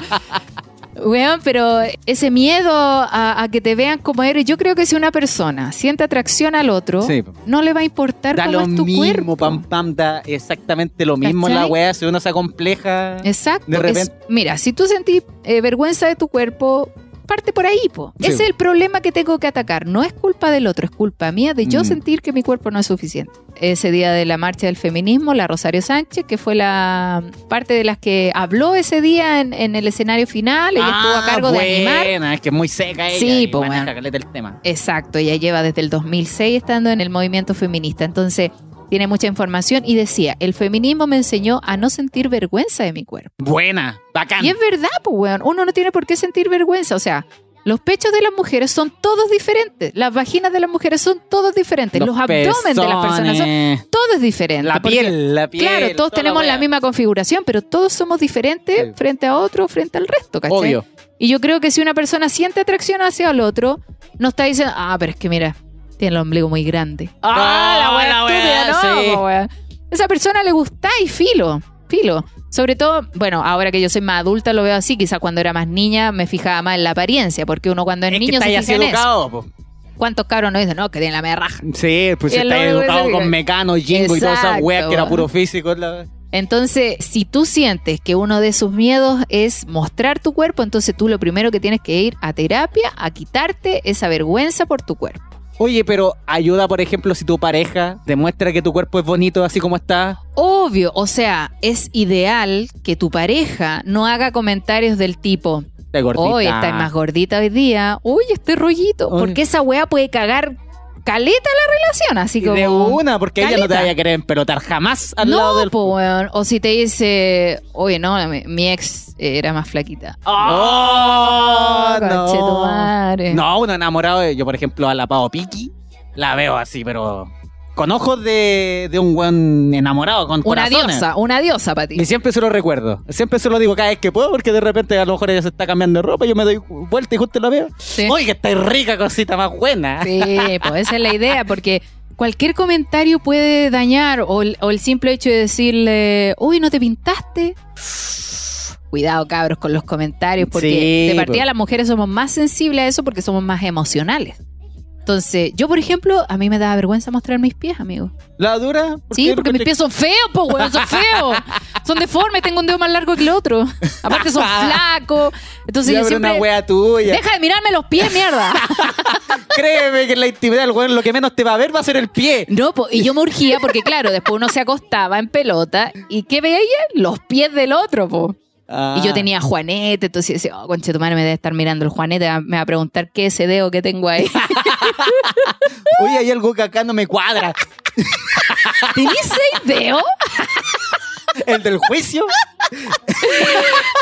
[SPEAKER 4] Weón, pero ese miedo a, a que te vean como eres, yo creo que si una persona siente atracción al otro,
[SPEAKER 1] Sí.
[SPEAKER 4] no le va a importar
[SPEAKER 1] da
[SPEAKER 4] cómo
[SPEAKER 1] lo
[SPEAKER 4] es tu
[SPEAKER 1] mismo,
[SPEAKER 4] cuerpo.
[SPEAKER 1] pam, pam, da exactamente lo mismo la
[SPEAKER 4] ¿Cachai?
[SPEAKER 1] weá, si uno se acompleja.
[SPEAKER 4] Exacto.
[SPEAKER 1] De
[SPEAKER 4] es-
[SPEAKER 1] repente-
[SPEAKER 4] mira, si tú sentís eh, vergüenza de tu cuerpo, parte por ahí, po.
[SPEAKER 1] Sí.
[SPEAKER 4] Ese es el problema que tengo que atacar. No es culpa del otro, es culpa mía de yo
[SPEAKER 1] Mm.
[SPEAKER 4] sentir que mi cuerpo no es suficiente. Ese día de la marcha del feminismo, la Rosario Sánchez, que fue la parte de las que habló ese día en, en el escenario final, ella estuvo a cargo de animar.
[SPEAKER 1] Ah, buena, es que es muy seca ella.
[SPEAKER 4] Sí,
[SPEAKER 1] y
[SPEAKER 4] po,
[SPEAKER 1] maneja
[SPEAKER 4] weón.
[SPEAKER 1] caleta el tema.
[SPEAKER 4] Exacto, ella lleva desde el 2006 estando en el movimiento feminista. Entonces, tiene mucha información y decía, el feminismo me enseñó a no sentir vergüenza de mi cuerpo.
[SPEAKER 1] Buena, bacán.
[SPEAKER 4] Y es verdad, pues, weón. Uno no tiene por qué sentir vergüenza. O sea, los pechos de las mujeres son todos diferentes. Las vaginas de las mujeres son todos diferentes. Los, abdomen de las personas son
[SPEAKER 1] pezones,
[SPEAKER 4] todos diferentes.
[SPEAKER 1] La
[SPEAKER 4] Porque,
[SPEAKER 1] piel, la piel.
[SPEAKER 4] claro, todos
[SPEAKER 1] toda
[SPEAKER 4] tenemos la,
[SPEAKER 1] weá.
[SPEAKER 4] misma configuración, pero todos somos diferentes
[SPEAKER 1] Sí.
[SPEAKER 4] frente a otro, frente al resto, ¿cachai?
[SPEAKER 1] Obvio.
[SPEAKER 4] Y yo creo que si una persona siente atracción hacia el otro, no está diciendo, ah, pero es que mira, tiene el ombligo muy grande.
[SPEAKER 1] Ah, la wea,
[SPEAKER 4] estúpida, no,
[SPEAKER 1] sí.
[SPEAKER 4] po, wea. Esa persona le gusta y filo, filo. Sobre todo, bueno, ahora que yo soy más adulta lo veo así, quizás cuando era más niña me fijaba más en la apariencia, porque uno cuando es,
[SPEAKER 1] Es que
[SPEAKER 4] niño
[SPEAKER 1] está
[SPEAKER 4] se
[SPEAKER 1] ya
[SPEAKER 4] fija en eso.
[SPEAKER 1] educado, po.
[SPEAKER 4] ¿Cuántos cabros no dicen, no, que tiene la media raja?
[SPEAKER 1] Sí, pues
[SPEAKER 4] Y es lo
[SPEAKER 1] está
[SPEAKER 4] único que
[SPEAKER 1] educado
[SPEAKER 4] se
[SPEAKER 1] con
[SPEAKER 4] fija.
[SPEAKER 1] Mecano, Jingo y todas esas
[SPEAKER 4] Exacto,
[SPEAKER 1] weas que era
[SPEAKER 4] weón.
[SPEAKER 1] puro físico. la-
[SPEAKER 4] Entonces, si tú sientes que uno de sus miedos es mostrar tu cuerpo, entonces tú lo primero que tienes que ir a terapia, a quitarte esa vergüenza por tu cuerpo.
[SPEAKER 1] Oye, pero ayuda, por ejemplo, si tu pareja demuestra que tu cuerpo es bonito así como está.
[SPEAKER 4] Obvio, o sea, es ideal que tu pareja no haga comentarios del tipo,
[SPEAKER 1] Está gordita.
[SPEAKER 4] hoy estás más gordita hoy día, uy, este rollito,
[SPEAKER 1] Uy.
[SPEAKER 4] porque esa weá puede cagar caleta la relación, así
[SPEAKER 1] Y de
[SPEAKER 4] como...
[SPEAKER 1] una, porque ella no te
[SPEAKER 4] Caleta.
[SPEAKER 1] vaya a querer empelotar jamás al
[SPEAKER 4] no,
[SPEAKER 1] lado del...
[SPEAKER 4] po, weón. o si te dice, oye, no, mi, mi ex era más flaquita.
[SPEAKER 1] ¡Oh, no!
[SPEAKER 4] Conchetumare.
[SPEAKER 1] No, un enamorado, de- yo por ejemplo a la Pao Piki, la veo así, pero con ojos de, de un buen enamorado, con
[SPEAKER 4] Una
[SPEAKER 1] corazones.
[SPEAKER 4] diosa, una diosa para ti.
[SPEAKER 1] Y siempre se lo recuerdo, siempre se lo digo cada vez que puedo, porque de repente a lo mejor ella se está cambiando de ropa, yo me doy vuelta y justo la veo.
[SPEAKER 4] Sí.
[SPEAKER 1] ¡Uy, que está rica cosita más buena!
[SPEAKER 4] Sí, pues esa es la idea, porque cualquier comentario puede dañar o el, o el simple hecho de decirle, uy, no te pintaste. Cuidado, cabros, con los comentarios, porque
[SPEAKER 1] Sí,
[SPEAKER 4] de partida
[SPEAKER 1] pues.
[SPEAKER 4] las mujeres somos más sensibles a eso porque somos más emocionales. Entonces, yo, por ejemplo, a mí me da vergüenza mostrar mis pies, amigo.
[SPEAKER 1] ¿La dura? ¿Por
[SPEAKER 4] sí,
[SPEAKER 1] qué?
[SPEAKER 4] porque mis pies son feos, po, weón, son feos. Son deformes, tengo un dedo más largo que el otro. Aparte son flacos. Entonces
[SPEAKER 1] Ya,
[SPEAKER 4] yo
[SPEAKER 1] pero
[SPEAKER 4] siempre...
[SPEAKER 1] una wea tuya.
[SPEAKER 4] Deja de mirarme los pies, mierda.
[SPEAKER 1] Créeme que en la intimidad el weón lo que menos te va a ver va a ser el pie.
[SPEAKER 4] No, po, y yo me urgía porque, claro, después uno se acostaba en pelota y ¿qué veía ella? Los pies del otro, po.
[SPEAKER 1] Ah.
[SPEAKER 4] Y yo tenía Juanete, entonces decía, oh, conche, tu madre me debe estar mirando el Juanete, me va a preguntar qué ese dedo que tengo ahí.
[SPEAKER 1] Oye, hay algo que acá no me cuadra.
[SPEAKER 4] ¿Tenís seis dedos?
[SPEAKER 1] El del juicio.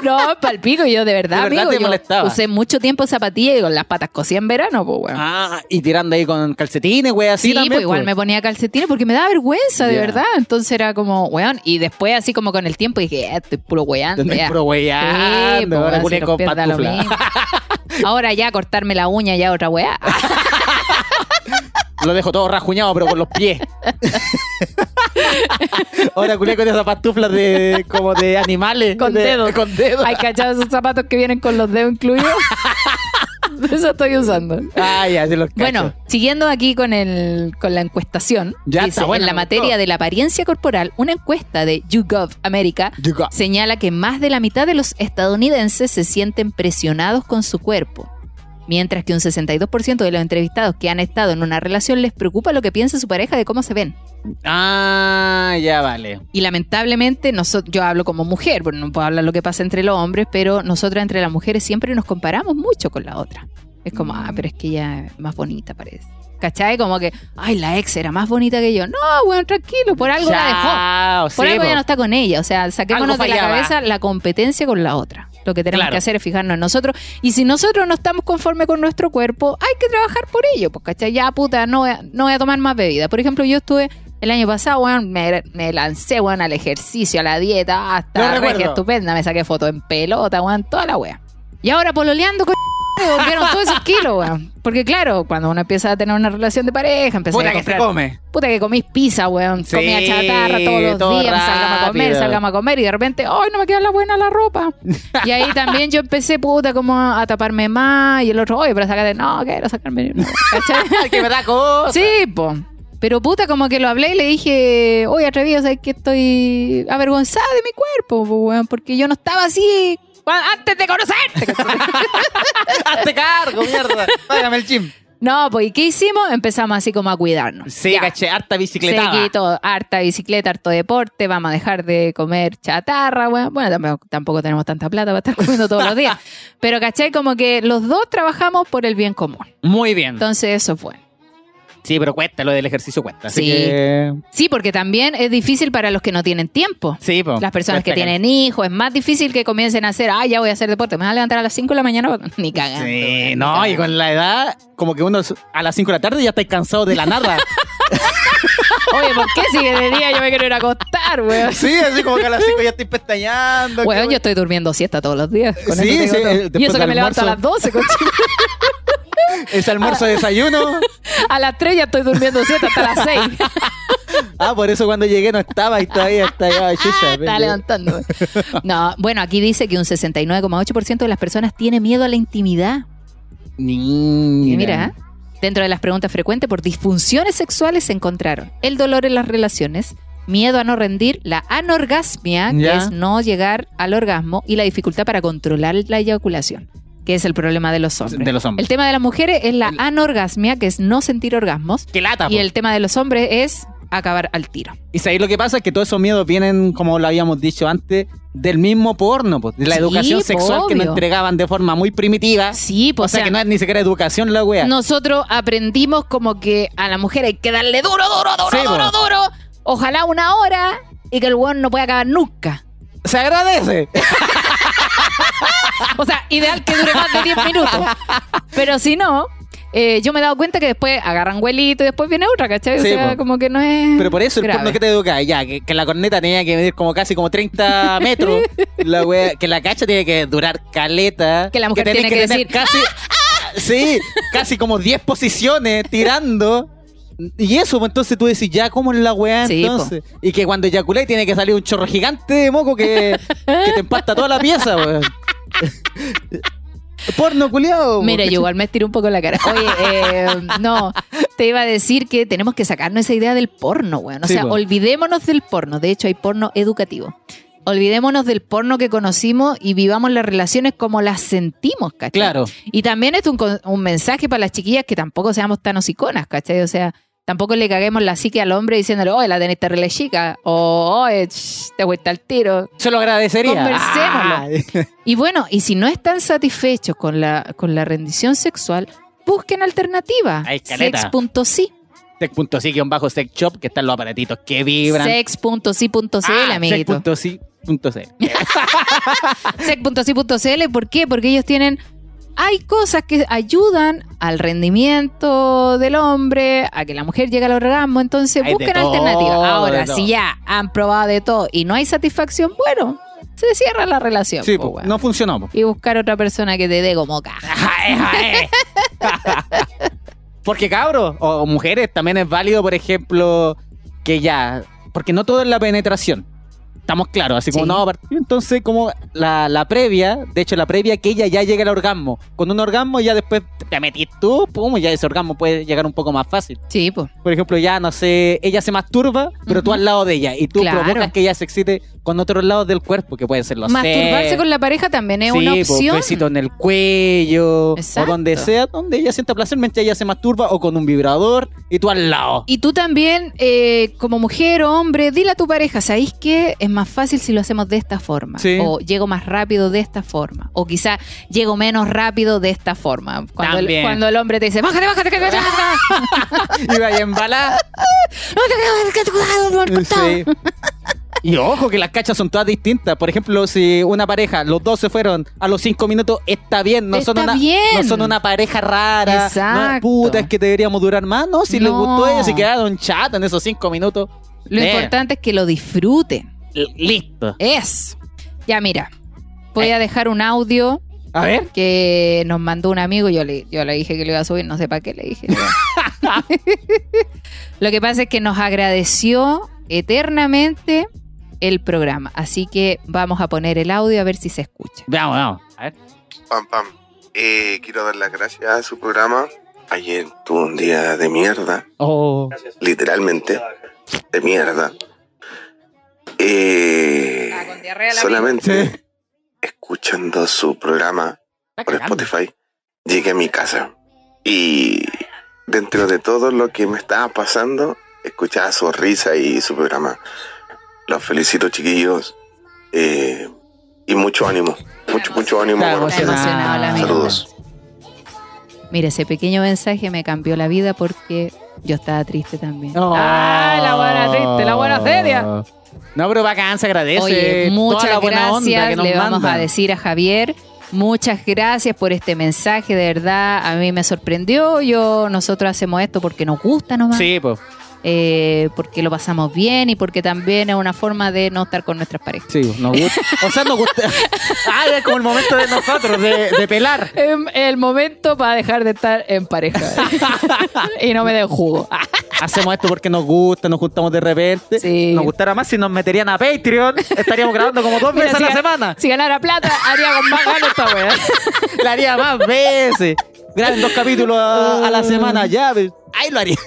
[SPEAKER 4] No, palpico, yo de verdad,
[SPEAKER 1] De verdad
[SPEAKER 4] amigo,
[SPEAKER 1] te
[SPEAKER 4] yo
[SPEAKER 1] molestaba.
[SPEAKER 4] usé mucho tiempo zapatillas y con las patas cosí en verano, pues, weón.
[SPEAKER 1] Ah, y tirando ahí con calcetines, güey, así
[SPEAKER 4] Sí,
[SPEAKER 1] también.
[SPEAKER 4] pues igual
[SPEAKER 1] po.
[SPEAKER 4] me ponía calcetines porque me daba vergüenza, de
[SPEAKER 1] Ya.
[SPEAKER 4] verdad. Entonces era como, weón. Y después, así como con el tiempo, dije, "Eh, estoy puro weando.
[SPEAKER 1] Estoy
[SPEAKER 4] ya".
[SPEAKER 1] puro weando,
[SPEAKER 4] Sí, pues,
[SPEAKER 1] ahora
[SPEAKER 4] si
[SPEAKER 1] culé
[SPEAKER 4] los
[SPEAKER 1] con
[SPEAKER 4] pies da lo
[SPEAKER 1] pantufla.
[SPEAKER 4] mismo. Ahora ya cortarme la uña, ya otra weá.
[SPEAKER 1] Lo dejo todo rajuñado, pero con los pies. Ahora culé con esas pantuflas de, como de animales.
[SPEAKER 4] Con
[SPEAKER 1] De-
[SPEAKER 4] dedos.
[SPEAKER 1] Con dedos.
[SPEAKER 4] Hay cachado esos zapatos que vienen con los dedos incluidos. Eso estoy usando.
[SPEAKER 1] Ay, ya se los cacho.
[SPEAKER 4] Bueno, siguiendo aquí con el con la encuestación,
[SPEAKER 1] Ya
[SPEAKER 4] dice,
[SPEAKER 1] está, bueno,
[SPEAKER 4] en la
[SPEAKER 1] me gustó.
[SPEAKER 4] materia de la apariencia corporal, una encuesta de YouGov América
[SPEAKER 1] Digo,
[SPEAKER 4] señala que más de la mitad de los estadounidenses se sienten presionados con su cuerpo, mientras que un 62% de los entrevistados que han estado en una relación les preocupa lo que piensa su pareja de cómo se ven.
[SPEAKER 1] Ah, ya vale.
[SPEAKER 4] Y lamentablemente, noso- yo hablo como mujer, porque no puedo hablar lo que pasa entre los hombres, pero nosotras entre las mujeres siempre nos comparamos mucho con la otra. Es como, ah, pero es que ella es más bonita, parece. ¿Cachai? Como que, ay, la ex era más bonita que yo. No, bueno, tranquilo, por algo la dejó.
[SPEAKER 1] Chao,
[SPEAKER 4] Por
[SPEAKER 1] sí,
[SPEAKER 4] algo
[SPEAKER 1] po.
[SPEAKER 4] ya no está con ella. O sea, saquémonos
[SPEAKER 1] Algo
[SPEAKER 4] de la
[SPEAKER 1] fallaba.
[SPEAKER 4] cabeza la competencia con la otra. Lo que tenemos
[SPEAKER 1] Claro.
[SPEAKER 4] que hacer es fijarnos en nosotros. Y si nosotros no estamos conformes con nuestro cuerpo, hay que trabajar por ello. Pues, ¿cachai? Ya, puta, no voy a, no voy a tomar más bebida. Por ejemplo, yo estuve el año pasado, weón, me, me lancé, weón, al ejercicio, a la dieta,
[SPEAKER 1] Lo
[SPEAKER 4] hasta
[SPEAKER 1] recuerdo.
[SPEAKER 4] regia estupenda. Me saqué fotos en pelota, weón, toda la wea. Y ahora pololeando con me volvieron todos esos kilos, weón. Porque claro, cuando uno empieza a tener una relación de pareja, empieza
[SPEAKER 1] Puta
[SPEAKER 4] a
[SPEAKER 1] que se
[SPEAKER 4] comprar
[SPEAKER 1] come.
[SPEAKER 4] Puta que comís pizza, weón.
[SPEAKER 1] Sí,
[SPEAKER 4] Comía chatarra todos los
[SPEAKER 1] todo
[SPEAKER 4] días. Salgamos a comer,
[SPEAKER 1] rápido.
[SPEAKER 4] salgamos a comer. Y de repente, ¡ay, no me queda la buena la ropa! Y ahí también yo empecé, puta, como a a taparme más. Y el otro, oye, pero sácate, no, quiero sacarme. ¿Cachai?
[SPEAKER 1] que me da cosa.
[SPEAKER 4] sí, po. Pero puta, como que lo hablé y le dije, oye, atrevido, ¿sabes que estoy avergonzada de mi cuerpo, po, weón? Porque yo no estaba así cua- antes de conocerte. ¿cachai?
[SPEAKER 1] Hazte cargo, mierda. Págame el gym.
[SPEAKER 4] no, pues, ¿y qué hicimos? Empezamos así como a cuidarnos.
[SPEAKER 1] Sí, caché, harta bicicleta.
[SPEAKER 4] Se quitó harta bicicleta, harto deporte, vamos a dejar de comer chatarra, weón. Bueno, tampoco, tampoco tenemos tanta plata para estar comiendo todos los días. Pero, ¿cachai? Como que los dos trabajamos por el bien común.
[SPEAKER 1] Muy bien.
[SPEAKER 4] Entonces, eso fue.
[SPEAKER 1] Sí, pero cuesta, lo del ejercicio cuesta. Así
[SPEAKER 4] Sí.
[SPEAKER 1] que-
[SPEAKER 4] Sí, porque también es difícil para los que no tienen tiempo.
[SPEAKER 1] Sí, po.
[SPEAKER 4] Las personas que
[SPEAKER 1] Cuesta
[SPEAKER 4] tienen hijos, es más difícil que comiencen a hacer, ah, ya voy a hacer deporte, me vas a levantar a las 5 de la mañana, ni
[SPEAKER 1] Sí,
[SPEAKER 4] cagando. weón, ni
[SPEAKER 1] no, y
[SPEAKER 4] cagando.
[SPEAKER 1] con la edad, como que uno a las 5 de la tarde ya estáis cansado de la nada.
[SPEAKER 4] Oye, ¿por qué si de día yo me quiero ir a acostar, weón?
[SPEAKER 1] sí, así como que a las 5 ya estoy pestañando.
[SPEAKER 4] Weón, yo estoy durmiendo siesta todos los días. con
[SPEAKER 1] Sí,
[SPEAKER 4] eso
[SPEAKER 1] sí,
[SPEAKER 4] te digo todo.
[SPEAKER 1] eh,
[SPEAKER 4] y
[SPEAKER 1] después
[SPEAKER 4] eso que
[SPEAKER 1] del
[SPEAKER 4] me levanto a las 12, coche.
[SPEAKER 1] Es
[SPEAKER 4] Ah.
[SPEAKER 1] almuerzo, desayuno.
[SPEAKER 4] A las 3 ya estoy durmiendo 7 hasta las 6.
[SPEAKER 1] Ah, por eso cuando llegué no estaba y todavía está ya. chucha,
[SPEAKER 4] Estaba
[SPEAKER 1] pendejo.
[SPEAKER 4] levantando. No, bueno, aquí dice que un 69,8% de las personas tiene miedo a la intimidad. Y
[SPEAKER 1] Mira.
[SPEAKER 4] mira, ¿eh? dentro de las preguntas frecuentes por disfunciones sexuales se encontraron el dolor en las relaciones, miedo a no rendir, la anorgasmia,
[SPEAKER 1] Ya.
[SPEAKER 4] que es no llegar al orgasmo, y la dificultad para controlar la eyaculación, que es el problema de los hombres.
[SPEAKER 1] De los hombres.
[SPEAKER 4] El tema de las mujeres es la anorgasmia, que es no sentir orgasmos,
[SPEAKER 1] Qué lata,
[SPEAKER 4] y
[SPEAKER 1] po.
[SPEAKER 4] el tema de los hombres es acabar al tiro.
[SPEAKER 1] Y sabéis lo que pasa es que todos esos miedos vienen, como lo habíamos dicho antes, del mismo porno, pues, de la
[SPEAKER 4] Sí,
[SPEAKER 1] educación
[SPEAKER 4] po,
[SPEAKER 1] sexual que nos
[SPEAKER 4] obvio.
[SPEAKER 1] entregaban de forma muy primitiva.
[SPEAKER 4] Sí,
[SPEAKER 1] o
[SPEAKER 4] pues
[SPEAKER 1] sea, que no es ni siquiera educación la wea.
[SPEAKER 4] nosotros aprendimos como que a la mujer hay que darle duro, duro, duro,
[SPEAKER 1] Sí,
[SPEAKER 4] duro,
[SPEAKER 1] po.
[SPEAKER 4] duro. Ojalá una hora y que el weón no pueda acabar nunca.
[SPEAKER 1] Se agradece.
[SPEAKER 4] O sea, ideal que dure más de 10 minutos. Pero si no, eh, yo me he dado cuenta que después agarran huelito y después viene otra, ¿cachai? O
[SPEAKER 1] Sí,
[SPEAKER 4] sea,
[SPEAKER 1] po.
[SPEAKER 4] como que no es.
[SPEAKER 1] Pero por eso el
[SPEAKER 4] grave.
[SPEAKER 1] porno que te educa, ya, que, que la corneta tenía que medir como casi como 30 metros. la wea, que la cacha tiene que durar caleta.
[SPEAKER 4] Que la mujer
[SPEAKER 1] tenés
[SPEAKER 4] tiene que
[SPEAKER 1] tener
[SPEAKER 4] decir, "Ah,
[SPEAKER 1] casi. Sí, casi como 10 posiciones tirando. Y eso, pues, entonces tú decís, ya, ¿cómo es la weá
[SPEAKER 4] Sí, po.
[SPEAKER 1] entonces? Y que cuando eyaculáis tiene que salir un chorro gigante de moco que, que te empasta toda la pieza, weón. Porno culiado.
[SPEAKER 4] Mira, yo igual me estiro un poco la cara. Oye, eh, no, te iba a decir que tenemos que sacarnos esa idea del porno, weón. O
[SPEAKER 1] Sí,
[SPEAKER 4] sea,
[SPEAKER 1] po.
[SPEAKER 4] olvidémonos del porno. De hecho, hay porno educativo. olvidémonos del porno que conocimos y vivamos las relaciones como las sentimos, ¿cachai?
[SPEAKER 1] Claro.
[SPEAKER 4] Y también es un, con- un mensaje para las chiquillas que tampoco seamos tan hociconas, ¿cachai? O sea, tampoco le caguemos la psique al hombre diciéndole, oye, la tenés terrible chica, o oye, ch, te vuelta al tiro.
[SPEAKER 1] Se lo agradecería.
[SPEAKER 4] Conversémoslo.
[SPEAKER 1] Ah.
[SPEAKER 4] Y bueno, y si no están satisfechos con la, con la rendición sexual, busquen alternativas.
[SPEAKER 1] Hay caleta.
[SPEAKER 4] Sex.si.
[SPEAKER 1] Sex.si guión bajo sex shop, que están los aparatitos que vibran.
[SPEAKER 4] Sex.si.cl,
[SPEAKER 1] Ah,
[SPEAKER 4] amiguito.
[SPEAKER 1] sex.si.cl.
[SPEAKER 4] sec.si.cl. ¿Por qué? Porque ellos tienen. Hay cosas que ayudan al rendimiento del hombre, a que la mujer llegue al orgasmo, entonces
[SPEAKER 1] Hay de
[SPEAKER 4] busquen
[SPEAKER 1] todo,
[SPEAKER 4] alternativas.
[SPEAKER 1] de
[SPEAKER 4] Ahora,
[SPEAKER 1] todo.
[SPEAKER 4] si ya han probado de todo y no hay satisfacción, bueno, se cierra la relación.
[SPEAKER 1] Sí,
[SPEAKER 4] po,
[SPEAKER 1] po,
[SPEAKER 4] pues, weón.
[SPEAKER 1] no funcionó. po.
[SPEAKER 4] Y buscar otra persona que te dé como caja.
[SPEAKER 1] Jae, jae. eh, Porque cabros o, o mujeres también es válido, por ejemplo, que ya, porque no todo es la penetración. Estamos claros, así como
[SPEAKER 4] Sí.
[SPEAKER 1] no, part- entonces como la, la previa, de hecho la previa que ella ya llega al orgasmo. Con un orgasmo ya después te metís tú, pum, ya ese orgasmo puede llegar un poco más fácil.
[SPEAKER 4] Sí, pues.
[SPEAKER 1] Por ejemplo, ya no sé, ella se masturba, pero tú
[SPEAKER 4] Ujú.
[SPEAKER 1] al lado de ella y tú
[SPEAKER 4] Claro.
[SPEAKER 1] provocas que ella se excite con otros lados del cuerpo, que pueden ser los
[SPEAKER 4] Masturbarse
[SPEAKER 1] senos,
[SPEAKER 4] con la pareja también es
[SPEAKER 1] Sí, pues,
[SPEAKER 4] una
[SPEAKER 1] po,
[SPEAKER 4] opción.
[SPEAKER 1] besito en el cuello.
[SPEAKER 4] Exacto.
[SPEAKER 1] O donde sea, donde ella sienta placer, mientras ella se masturba o con un vibrador y tú al lado.
[SPEAKER 4] Y tú también, eh, como mujer o hombre, dile a tu pareja, ¿sabéis qué? Es más fácil si lo hacemos de esta forma.
[SPEAKER 1] Sí.
[SPEAKER 4] O llego más rápido de esta forma. O quizá llego menos rápido de esta forma. Cuando, el,
[SPEAKER 1] También.
[SPEAKER 4] cuando el hombre te dice, bájate, bájate, que- que- que- que- que-
[SPEAKER 1] Y vaya embalada.
[SPEAKER 4] que- que- que- que- que- que- que-
[SPEAKER 1] Sí. Y ojo que las cachas son todas distintas. Por ejemplo, si una pareja, los dos se fueron a los cinco minutos, está bien. No, son,
[SPEAKER 4] Está
[SPEAKER 1] una,
[SPEAKER 4] bien.
[SPEAKER 1] no son una pareja rara. No,
[SPEAKER 4] Exacto.
[SPEAKER 1] puta, es que deberíamos durar más. No, si les
[SPEAKER 4] No.
[SPEAKER 1] gustó ellos, se quedaron chatos en esos cinco minutos.
[SPEAKER 4] Lo
[SPEAKER 1] Bien.
[SPEAKER 4] importante es que lo disfruten.
[SPEAKER 1] L- Listo.
[SPEAKER 4] Es. Ya, mira. Voy
[SPEAKER 1] Eh.
[SPEAKER 4] a dejar un audio
[SPEAKER 1] A ver.
[SPEAKER 4] que nos mandó un amigo. Yo le, yo le dije que le iba a subir, no sé para qué le dije. Lo que pasa es que nos agradeció eternamente el programa. Así que vamos a poner el audio a ver si se escucha.
[SPEAKER 1] Vamos, vamos. A ver.
[SPEAKER 5] Pam, pam. Eh, quiero dar las gracias a su programa. Ayer tuve un día de mierda,
[SPEAKER 1] Oh.
[SPEAKER 5] literalmente, de mierda. Eh, solamente escuchando su programa
[SPEAKER 1] Está
[SPEAKER 5] por
[SPEAKER 1] cagando.
[SPEAKER 5] Spotify, llegué a mi casa. Y dentro de todo lo que me estaba pasando, escuchaba su risa y su programa. Los felicito, chiquillos. Eh, y mucho ánimo. Mucho, mucho ánimo.
[SPEAKER 1] Está
[SPEAKER 5] para ustedes.
[SPEAKER 4] emocionado la amiga.
[SPEAKER 5] Saludos.
[SPEAKER 4] Mira, ese pequeño mensaje me cambió la vida porque yo estaba triste también.
[SPEAKER 1] Oh.
[SPEAKER 4] ¡Ah, la buena triste, la buena seria!
[SPEAKER 1] No, pero bacán, se agradece.
[SPEAKER 4] Oye,
[SPEAKER 1] toda la
[SPEAKER 4] muchas
[SPEAKER 1] buena onda que
[SPEAKER 4] gracias.
[SPEAKER 1] nos
[SPEAKER 4] Le vamos
[SPEAKER 1] mandan.
[SPEAKER 4] a decir a Javier. Muchas gracias por este mensaje, de verdad. A mí me sorprendió. Yo, nosotros hacemos esto porque nos gusta nomás.
[SPEAKER 1] Sí, pues.
[SPEAKER 4] eh, porque lo pasamos bien y porque también es una forma de no estar con nuestras parejas.
[SPEAKER 1] Sí, nos gusta. O sea, nos gusta. ah, es como el momento de nosotros, de, de pelar.
[SPEAKER 4] Em, El momento para dejar de estar en pareja y no me den jugo.
[SPEAKER 1] Hacemos esto porque nos gusta, nos juntamos de repente.
[SPEAKER 4] Sí.
[SPEAKER 1] Nos gustara más si nos meterían a Patreon. Estaríamos grabando como dos veces a la semana.
[SPEAKER 4] Si ganara plata, haría con más ganas esta weá.
[SPEAKER 1] La haría más veces. Graben dos capítulos a, a la semana ya. pues. Ahí lo haría.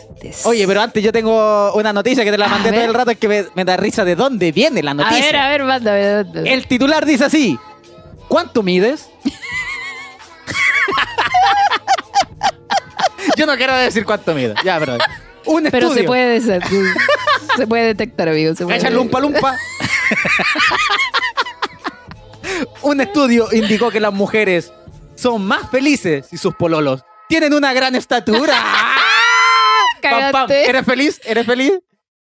[SPEAKER 1] Oye, pero antes yo tengo una noticia que te la
[SPEAKER 4] A
[SPEAKER 1] mandé todo
[SPEAKER 4] ver.
[SPEAKER 1] el rato, es que me, me da risa de dónde viene la
[SPEAKER 4] A
[SPEAKER 1] noticia.
[SPEAKER 4] ver, a ver, mándame. mándame.
[SPEAKER 1] El titular dice así: ¿Cuánto mides? Yo no quiero decir cuánto mido. Ya, pero. Un estudio.
[SPEAKER 4] Pero se puede, desa- se puede detectar, amigo. Se puede
[SPEAKER 1] Cáchalo, un palumpa. un estudio indicó que las mujeres son más felices si sus pololos tienen una gran estatura. Pam, pam.
[SPEAKER 4] Cagaste.
[SPEAKER 1] ¿Eres feliz? ¿Eres feliz?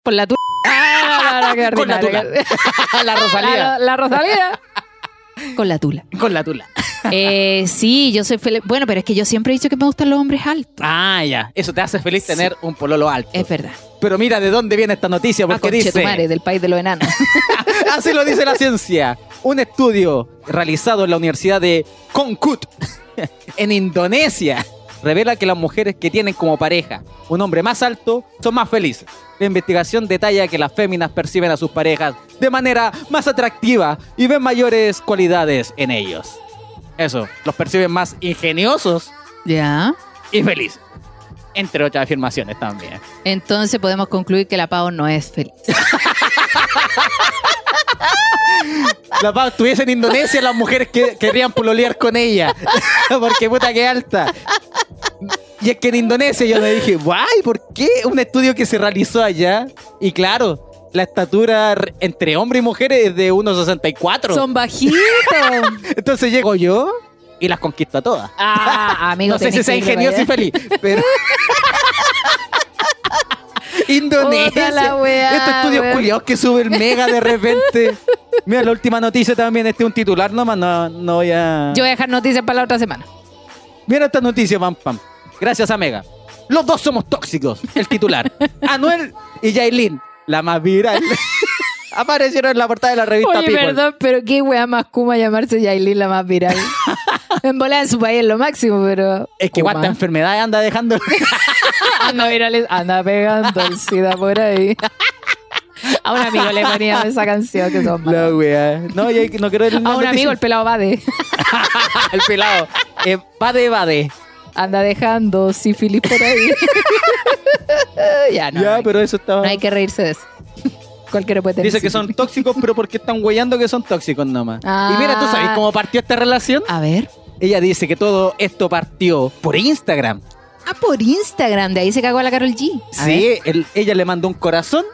[SPEAKER 4] Por la tu... Ah, no, no, qué
[SPEAKER 1] Con la tula.
[SPEAKER 4] ordinario. Ah,
[SPEAKER 1] la Rosalía.
[SPEAKER 4] La, la Rosalía. Con la tula.
[SPEAKER 1] Con la tula.
[SPEAKER 4] Eh, sí, yo soy feliz. Bueno, pero es que yo siempre he dicho que me gustan los hombres altos.
[SPEAKER 1] Ah, ya. Eso te hace feliz tener un pololo alto.
[SPEAKER 4] Es verdad.
[SPEAKER 1] Pero mira de dónde viene esta noticia,
[SPEAKER 4] Ah,
[SPEAKER 1] porque dice.
[SPEAKER 4] conchetumare, del país de los enanos.
[SPEAKER 1] Así lo dice la ciencia. Un estudio realizado en la Universidad de Konkut, en Indonesia, revela que las mujeres que tienen como pareja un hombre más alto son más felices. La investigación detalla que las féminas perciben a sus parejas de manera más atractiva y ven mayores cualidades en ellos. Eso, los perciben más ingeniosos
[SPEAKER 4] ya.
[SPEAKER 1] y felices. Entre otras afirmaciones también.
[SPEAKER 4] Entonces podemos concluir que la Pau no es feliz.
[SPEAKER 1] La Pau estuviese en Indonesia, las mujeres que querrían pulolear con ella. Porque puta que alta. Y es que en Indonesia yo me dije, guay, ¿por qué? Un estudio que se realizó allá. Y claro, la estatura re- entre hombre y mujer es de 1,64.
[SPEAKER 4] Son bajitos.
[SPEAKER 1] Entonces llego yo y las conquisto a todas.
[SPEAKER 4] Ah, amigo.
[SPEAKER 1] no sé
[SPEAKER 4] tenés
[SPEAKER 1] si
[SPEAKER 4] que
[SPEAKER 1] sea
[SPEAKER 4] ir para
[SPEAKER 1] ingenioso
[SPEAKER 4] allá.
[SPEAKER 1] y feliz, pero.
[SPEAKER 4] Puta
[SPEAKER 1] Indonesia.
[SPEAKER 4] la weá,
[SPEAKER 1] Estos estudios
[SPEAKER 4] weón.
[SPEAKER 1] culiados que sube el mega de repente. Mira, la última noticia también. Este es un titular nomás. No, no voy a.
[SPEAKER 4] Yo voy a dejar noticias para la otra semana.
[SPEAKER 1] Mira esta noticia, pam, pam. Gracias a Mega. Los dos somos tóxicos. El titular. Anuel y Jailin, la más viral. Aparecieron en la portada de la revista
[SPEAKER 4] Oye,
[SPEAKER 1] People.
[SPEAKER 4] perdón, pero qué wea más kuma llamarse Yailin la más viral. en bola en su país es lo máximo, pero.
[SPEAKER 1] Es que
[SPEAKER 4] Kuma.
[SPEAKER 1] cuánta enfermedad anda dejando.
[SPEAKER 4] Anda virales, anda pegando el SIDA por ahí. A un amigo le ponía esa canción que son malas.
[SPEAKER 1] la wea. No, y ahí no quiero decir
[SPEAKER 4] A un amigo, el pelado Bade,
[SPEAKER 1] el pelado. Eh, vade, vade.
[SPEAKER 4] anda dejando sífilis por ahí. ya, no. no
[SPEAKER 1] ya,
[SPEAKER 4] hay-
[SPEAKER 1] pero eso estaba.
[SPEAKER 4] No hay que reírse de eso. Cualquiera puede tener.
[SPEAKER 1] Dice que son
[SPEAKER 4] sífilis.
[SPEAKER 1] tóxicos, pero porque están huellando que son tóxicos nomás.
[SPEAKER 4] Ah.
[SPEAKER 1] Y mira, ¿tú sabes cómo partió esta relación?
[SPEAKER 4] A ver.
[SPEAKER 1] Ella dice que todo esto partió por Instagram.
[SPEAKER 4] Ah, por Instagram, de ahí se cagó la Carol G. A ver.
[SPEAKER 1] sí, él- ella le mandó un corazón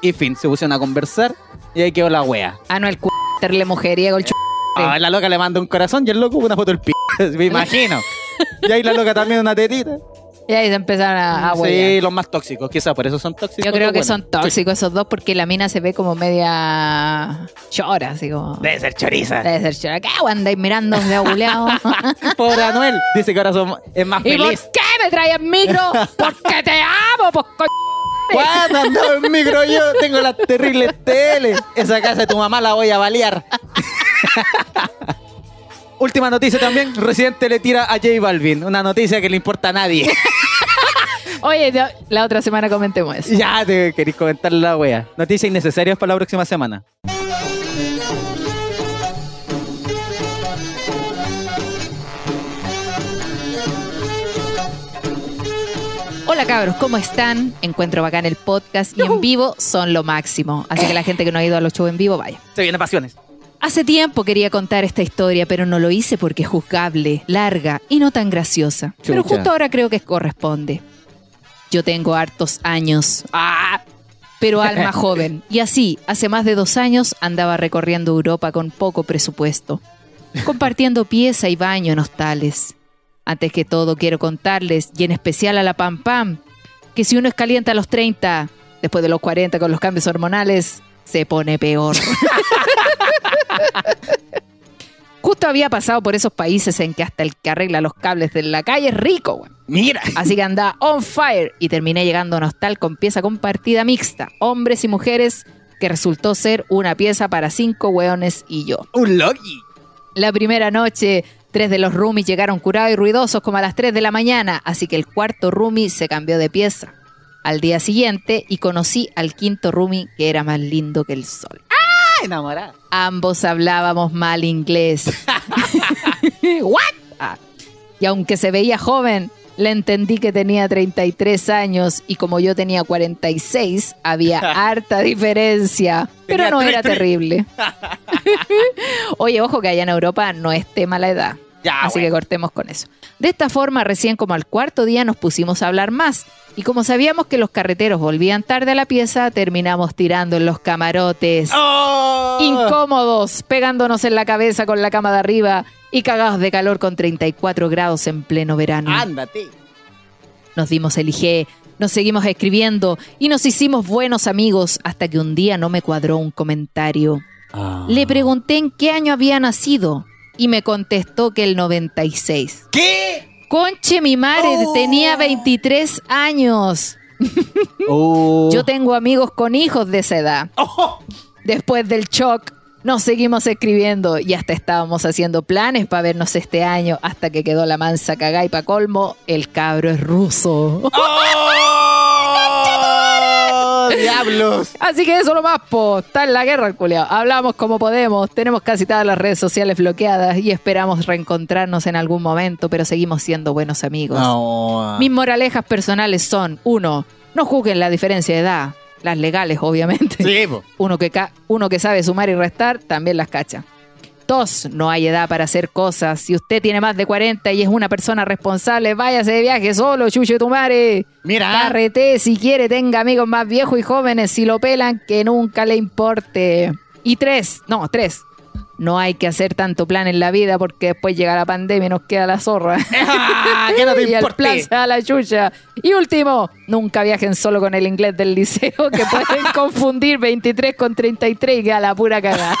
[SPEAKER 1] y fin, se pusieron a conversar y ahí quedó la wea.
[SPEAKER 4] Ah, no, el c le mujeriego, el ch.
[SPEAKER 1] Ah, la loca le mandó un corazón y el loco una foto del p. Me imagino. y ahí la loca también una tetita.
[SPEAKER 4] Y ahí se empezaron a, a huevear.
[SPEAKER 1] sí, los más tóxicos, quizás por eso son tóxicos.
[SPEAKER 4] Ah, Yo creo
[SPEAKER 1] los
[SPEAKER 4] que
[SPEAKER 1] buenos.
[SPEAKER 4] son tóxicos esos dos porque la mina se ve como media chora, así como.
[SPEAKER 1] Debe ser choriza.
[SPEAKER 4] Debe ser chora. ¿Qué hago? Andáis mirando de abuleado.
[SPEAKER 1] Pobre Anuel. Dice que ahora son, es más
[SPEAKER 4] ¿Y por
[SPEAKER 1] feliz.
[SPEAKER 4] qué me traes micro? Porque te amo, pues co-
[SPEAKER 1] ¿Cuándo andaba en micro yo? Tengo las terribles teles. Esa casa de tu mamá la voy a balear. Última noticia también. Residente le tira a J Balvin. Una noticia que le importa a nadie.
[SPEAKER 4] Oye, ya- la otra semana comentemos eso.
[SPEAKER 1] ya te querís comentar la wea. Noticias innecesarias para la próxima semana.
[SPEAKER 4] Hola cabros, ¿cómo están? Encuentro bacán el podcast y en vivo son lo máximo. Así que la gente que no ha ido a los shows en vivo, vaya.
[SPEAKER 1] Se vienen pasiones.
[SPEAKER 4] Hace tiempo quería contar esta historia, pero no lo hice porque es juzgable, larga y no tan graciosa. Pero
[SPEAKER 1] Chucha.
[SPEAKER 4] justo ahora creo que corresponde. Yo tengo hartos años. ¡Ah! Pero alma joven. Y así, hace más de dos años andaba recorriendo Europa con poco presupuesto, compartiendo pieza y baño en hostales. Antes que todo, quiero contarles, y en especial a la Pam Pam, que si uno es caliente a los 30, después de los 40 con los cambios hormonales, se pone peor. Justo había pasado por esos países en que hasta el que arregla los cables de la calle es rico, güey.
[SPEAKER 1] Mira.
[SPEAKER 4] Así que andaba on fire y terminé llegando a un hostal con pieza compartida mixta, hombres y mujeres, que resultó ser una pieza para cinco hueones y yo.
[SPEAKER 1] Un logi.
[SPEAKER 4] La primera noche, tres de los roomies llegaron curados y ruidosos como a las 3 de la mañana, así que el cuarto roomie se cambió de pieza. Al día siguiente, y conocí al quinto roomie que era más lindo que el sol.
[SPEAKER 1] Ah, enamorada.
[SPEAKER 4] Ambos hablábamos mal inglés. ¿What? Ah. Y aunque se veía joven, le entendí que tenía 33 años y como yo tenía 46, había harta diferencia. Pero
[SPEAKER 1] Tenía
[SPEAKER 4] no
[SPEAKER 1] tres,
[SPEAKER 4] era
[SPEAKER 1] tres.
[SPEAKER 4] terrible. Oye, ojo que allá en Europa no es tema la edad.
[SPEAKER 1] Ya,
[SPEAKER 4] Así que cortemos con eso. De esta forma, recién como al cuarto día nos pusimos a hablar más. Y como sabíamos que los carreteros volvían tarde a la pieza, terminamos tirando en los camarotes
[SPEAKER 1] ¡Oh!
[SPEAKER 4] incómodos, pegándonos en la cabeza con la cama de arriba y cagados de calor con 34 grados en pleno verano.
[SPEAKER 1] Ándate.
[SPEAKER 4] Nos dimos el IG, nos seguimos escribiendo y nos hicimos buenos amigos hasta que un día no me cuadró un comentario. Le pregunté en qué año había nacido y me contestó que el 96.
[SPEAKER 1] ¿Qué?
[SPEAKER 4] Conche mi madre, tenía 23 años.
[SPEAKER 1] Oh.
[SPEAKER 4] Yo tengo amigos con hijos de esa edad.
[SPEAKER 1] Ojo.
[SPEAKER 4] Después del shock, nos seguimos escribiendo y hasta estábamos haciendo planes para vernos este año, hasta que quedó la mansa cagá y pa' colmo, el cabro es ruso.
[SPEAKER 1] Ah. ¡Oh! ¡Diablos!
[SPEAKER 4] Así que eso lo más, po. Está en la guerra el culiao. Hablamos como podemos, tenemos casi todas las redes sociales bloqueadas y esperamos reencontrarnos en algún momento, pero seguimos siendo buenos amigos.
[SPEAKER 1] No.
[SPEAKER 4] Mis moralejas personales son, uno, no juzguen la diferencia de edad. Las legales, obviamente.
[SPEAKER 1] Sí, po.
[SPEAKER 4] Uno que, ca- uno que sabe sumar y restar también las cacha. Dos, no hay edad para hacer cosas. Si usted tiene más de 40 y es una persona responsable, váyase de viaje solo, chuche tu madre.
[SPEAKER 1] Mira,
[SPEAKER 4] Carrete, si quiere, tenga amigos más viejos y jóvenes. Si lo pelan, que nunca le importe. Y tres, no, tres. No hay que hacer tanto plan en la vida porque después llega la pandemia y nos queda la zorra.
[SPEAKER 1] ¡Ah! que no te
[SPEAKER 4] y el plan
[SPEAKER 1] importe.
[SPEAKER 4] se da la chucha. Y último, nunca viajen solo con el inglés del liceo que pueden confundir 23 con 33 y queda la pura cagada.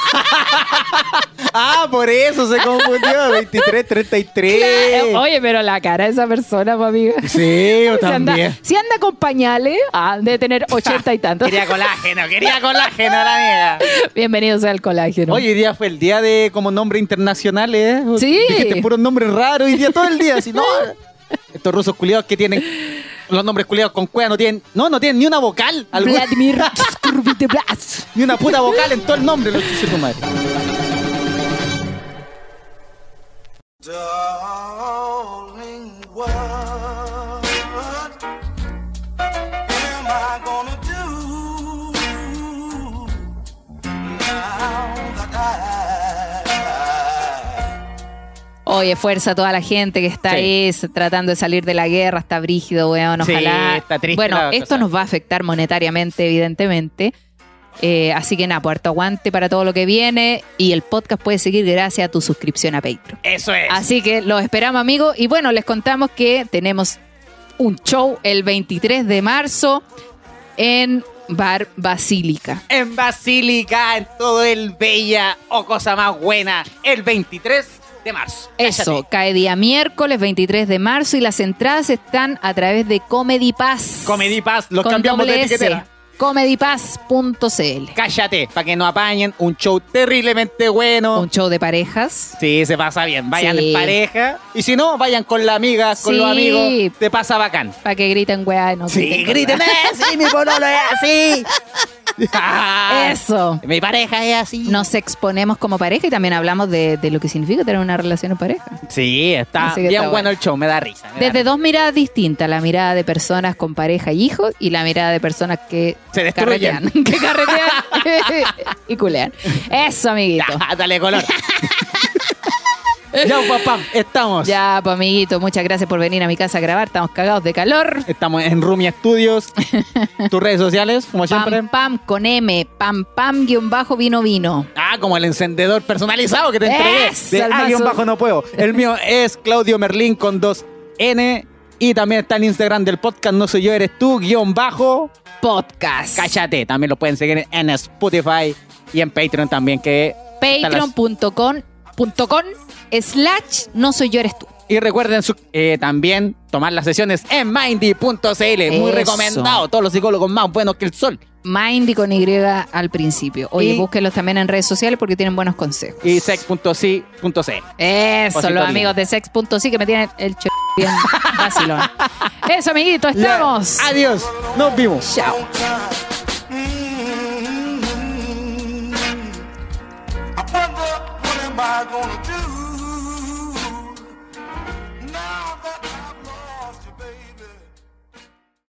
[SPEAKER 1] Ah, por eso se confundió. 23, 33.
[SPEAKER 4] Oye, pero la cara de esa persona, pues, amiga.
[SPEAKER 1] Sí, yo
[SPEAKER 4] Si anda,
[SPEAKER 1] también.
[SPEAKER 4] si anda con pañales, ah, debe tener 80 y tantos.
[SPEAKER 1] Quería colágeno, quería colágeno la mía.
[SPEAKER 4] Bienvenidos al colágeno.
[SPEAKER 1] Oye, hoy día fue el día de como nombres internacionales, ¿eh?
[SPEAKER 4] Sí.
[SPEAKER 1] Dijiste puros nombres raros hoy día, todo el día. Si no, estos rusos culiados que tienen los nombres culiados con cueva no tienen, no, no tienen ni una vocal, alguna,
[SPEAKER 4] Vladimir Skrubiteblas.
[SPEAKER 1] ni una puta vocal en todo el nombre, lo que hizo tu madre.
[SPEAKER 3] Darling, what am I gonna do now that I
[SPEAKER 4] Oye, fuerza a toda la gente que está
[SPEAKER 1] Sí.
[SPEAKER 4] ahí s- tratando de salir de la guerra, está brígido, weón,
[SPEAKER 1] Sí,
[SPEAKER 4] ojalá.
[SPEAKER 1] está triste
[SPEAKER 4] bueno,
[SPEAKER 1] la
[SPEAKER 4] esto
[SPEAKER 1] cosa.
[SPEAKER 4] nos va a afectar monetariamente, evidentemente. Eh, así que nada, puerto aguante para todo lo que viene y el podcast puede seguir gracias a tu suscripción a Patreon.
[SPEAKER 1] Eso es.
[SPEAKER 4] Así que los esperamos, amigos. Y bueno, les contamos que tenemos un show el 23 de marzo en Bar Basílica.
[SPEAKER 1] En Basílica, en todo el Bella, o cosa más buena, el 23 de marzo.
[SPEAKER 4] Eso,
[SPEAKER 1] Cállate.
[SPEAKER 4] cae día miércoles 23 de marzo y las entradas están a través de Comedy Pass.
[SPEAKER 1] Comedy Pass, los
[SPEAKER 4] Con
[SPEAKER 1] cambiamos de
[SPEAKER 4] doble S,
[SPEAKER 1] etiquetera.
[SPEAKER 4] Comedypass.cl.
[SPEAKER 1] Cállate, para que no apañen un show terriblemente bueno.
[SPEAKER 4] Un show de parejas.
[SPEAKER 1] Sí, se pasa bien. Vayan
[SPEAKER 4] Sí.
[SPEAKER 1] en pareja. Y si no, vayan con las amigas, con
[SPEAKER 4] Sí.
[SPEAKER 1] los amigos. Te pasa bacán.
[SPEAKER 4] Para que griten, weá, y no
[SPEAKER 1] Sí,
[SPEAKER 4] griten,
[SPEAKER 1] griten,
[SPEAKER 4] weá.
[SPEAKER 1] "Eh, sí, mi pololo es así. Ah,
[SPEAKER 4] Eso.
[SPEAKER 1] Mi pareja es así.
[SPEAKER 4] Nos exponemos como pareja y también hablamos de, de lo que significa tener una relación en pareja.
[SPEAKER 1] Sí, está
[SPEAKER 4] Así que
[SPEAKER 1] bien
[SPEAKER 4] está
[SPEAKER 1] bueno.
[SPEAKER 4] bueno.
[SPEAKER 1] el show, me da risa. me da
[SPEAKER 4] Desde
[SPEAKER 1] risa.
[SPEAKER 4] dos miradas distintas, la mirada de personas con pareja y hijos y la mirada de personas que
[SPEAKER 1] Se destruyen.
[SPEAKER 4] carretean, que carretean y culean. Eso,
[SPEAKER 1] Ah,
[SPEAKER 4] amiguito.
[SPEAKER 1] Dale color. ya, papá, estamos.
[SPEAKER 4] Ya, pues amiguito, muchas gracias por venir a mi casa a grabar. Estamos cagados de calor.
[SPEAKER 1] Estamos en Rumi Studios. Tus redes sociales, como siempre.
[SPEAKER 4] Pam pam con M, pam pam guión bajo vino vino.
[SPEAKER 1] Ah, como el encendedor personalizado que te entregué.
[SPEAKER 4] Eso,
[SPEAKER 1] de
[SPEAKER 4] el
[SPEAKER 1] ah,
[SPEAKER 4] mazo.
[SPEAKER 1] guión bajo no puedo. El mío es Claudio Merlín con dos N. Y también está el Instagram del podcast No Soy Yo Eres Tú, guión bajo.
[SPEAKER 4] Podcast.
[SPEAKER 1] Cállate. También lo pueden seguir en Spotify y en Patreon también. que está las-
[SPEAKER 4] Patreon.com punto com slash no soy yo eres tú.
[SPEAKER 1] Y recuerden su- eh, también tomar las sesiones en mindy.cl. Muy
[SPEAKER 4] Eso.
[SPEAKER 1] recomendado. Todos los psicólogos más buenos que el sol.
[SPEAKER 4] Mindy con Y al principio. Oye,
[SPEAKER 1] Y-
[SPEAKER 4] búsquenlos también en redes sociales porque tienen buenos consejos.
[SPEAKER 1] Y sex.c.cl.
[SPEAKER 4] Eso,
[SPEAKER 1] Osito
[SPEAKER 4] los
[SPEAKER 1] lindo.
[SPEAKER 4] amigos de Sex.sí que me tienen el ch bien vacilón. Eso, amiguito, estamos.
[SPEAKER 1] Ya. Adiós. Nos vimos.
[SPEAKER 4] Chao.
[SPEAKER 3] own time? Mm-hmm. mm I wonder what am I gonna do?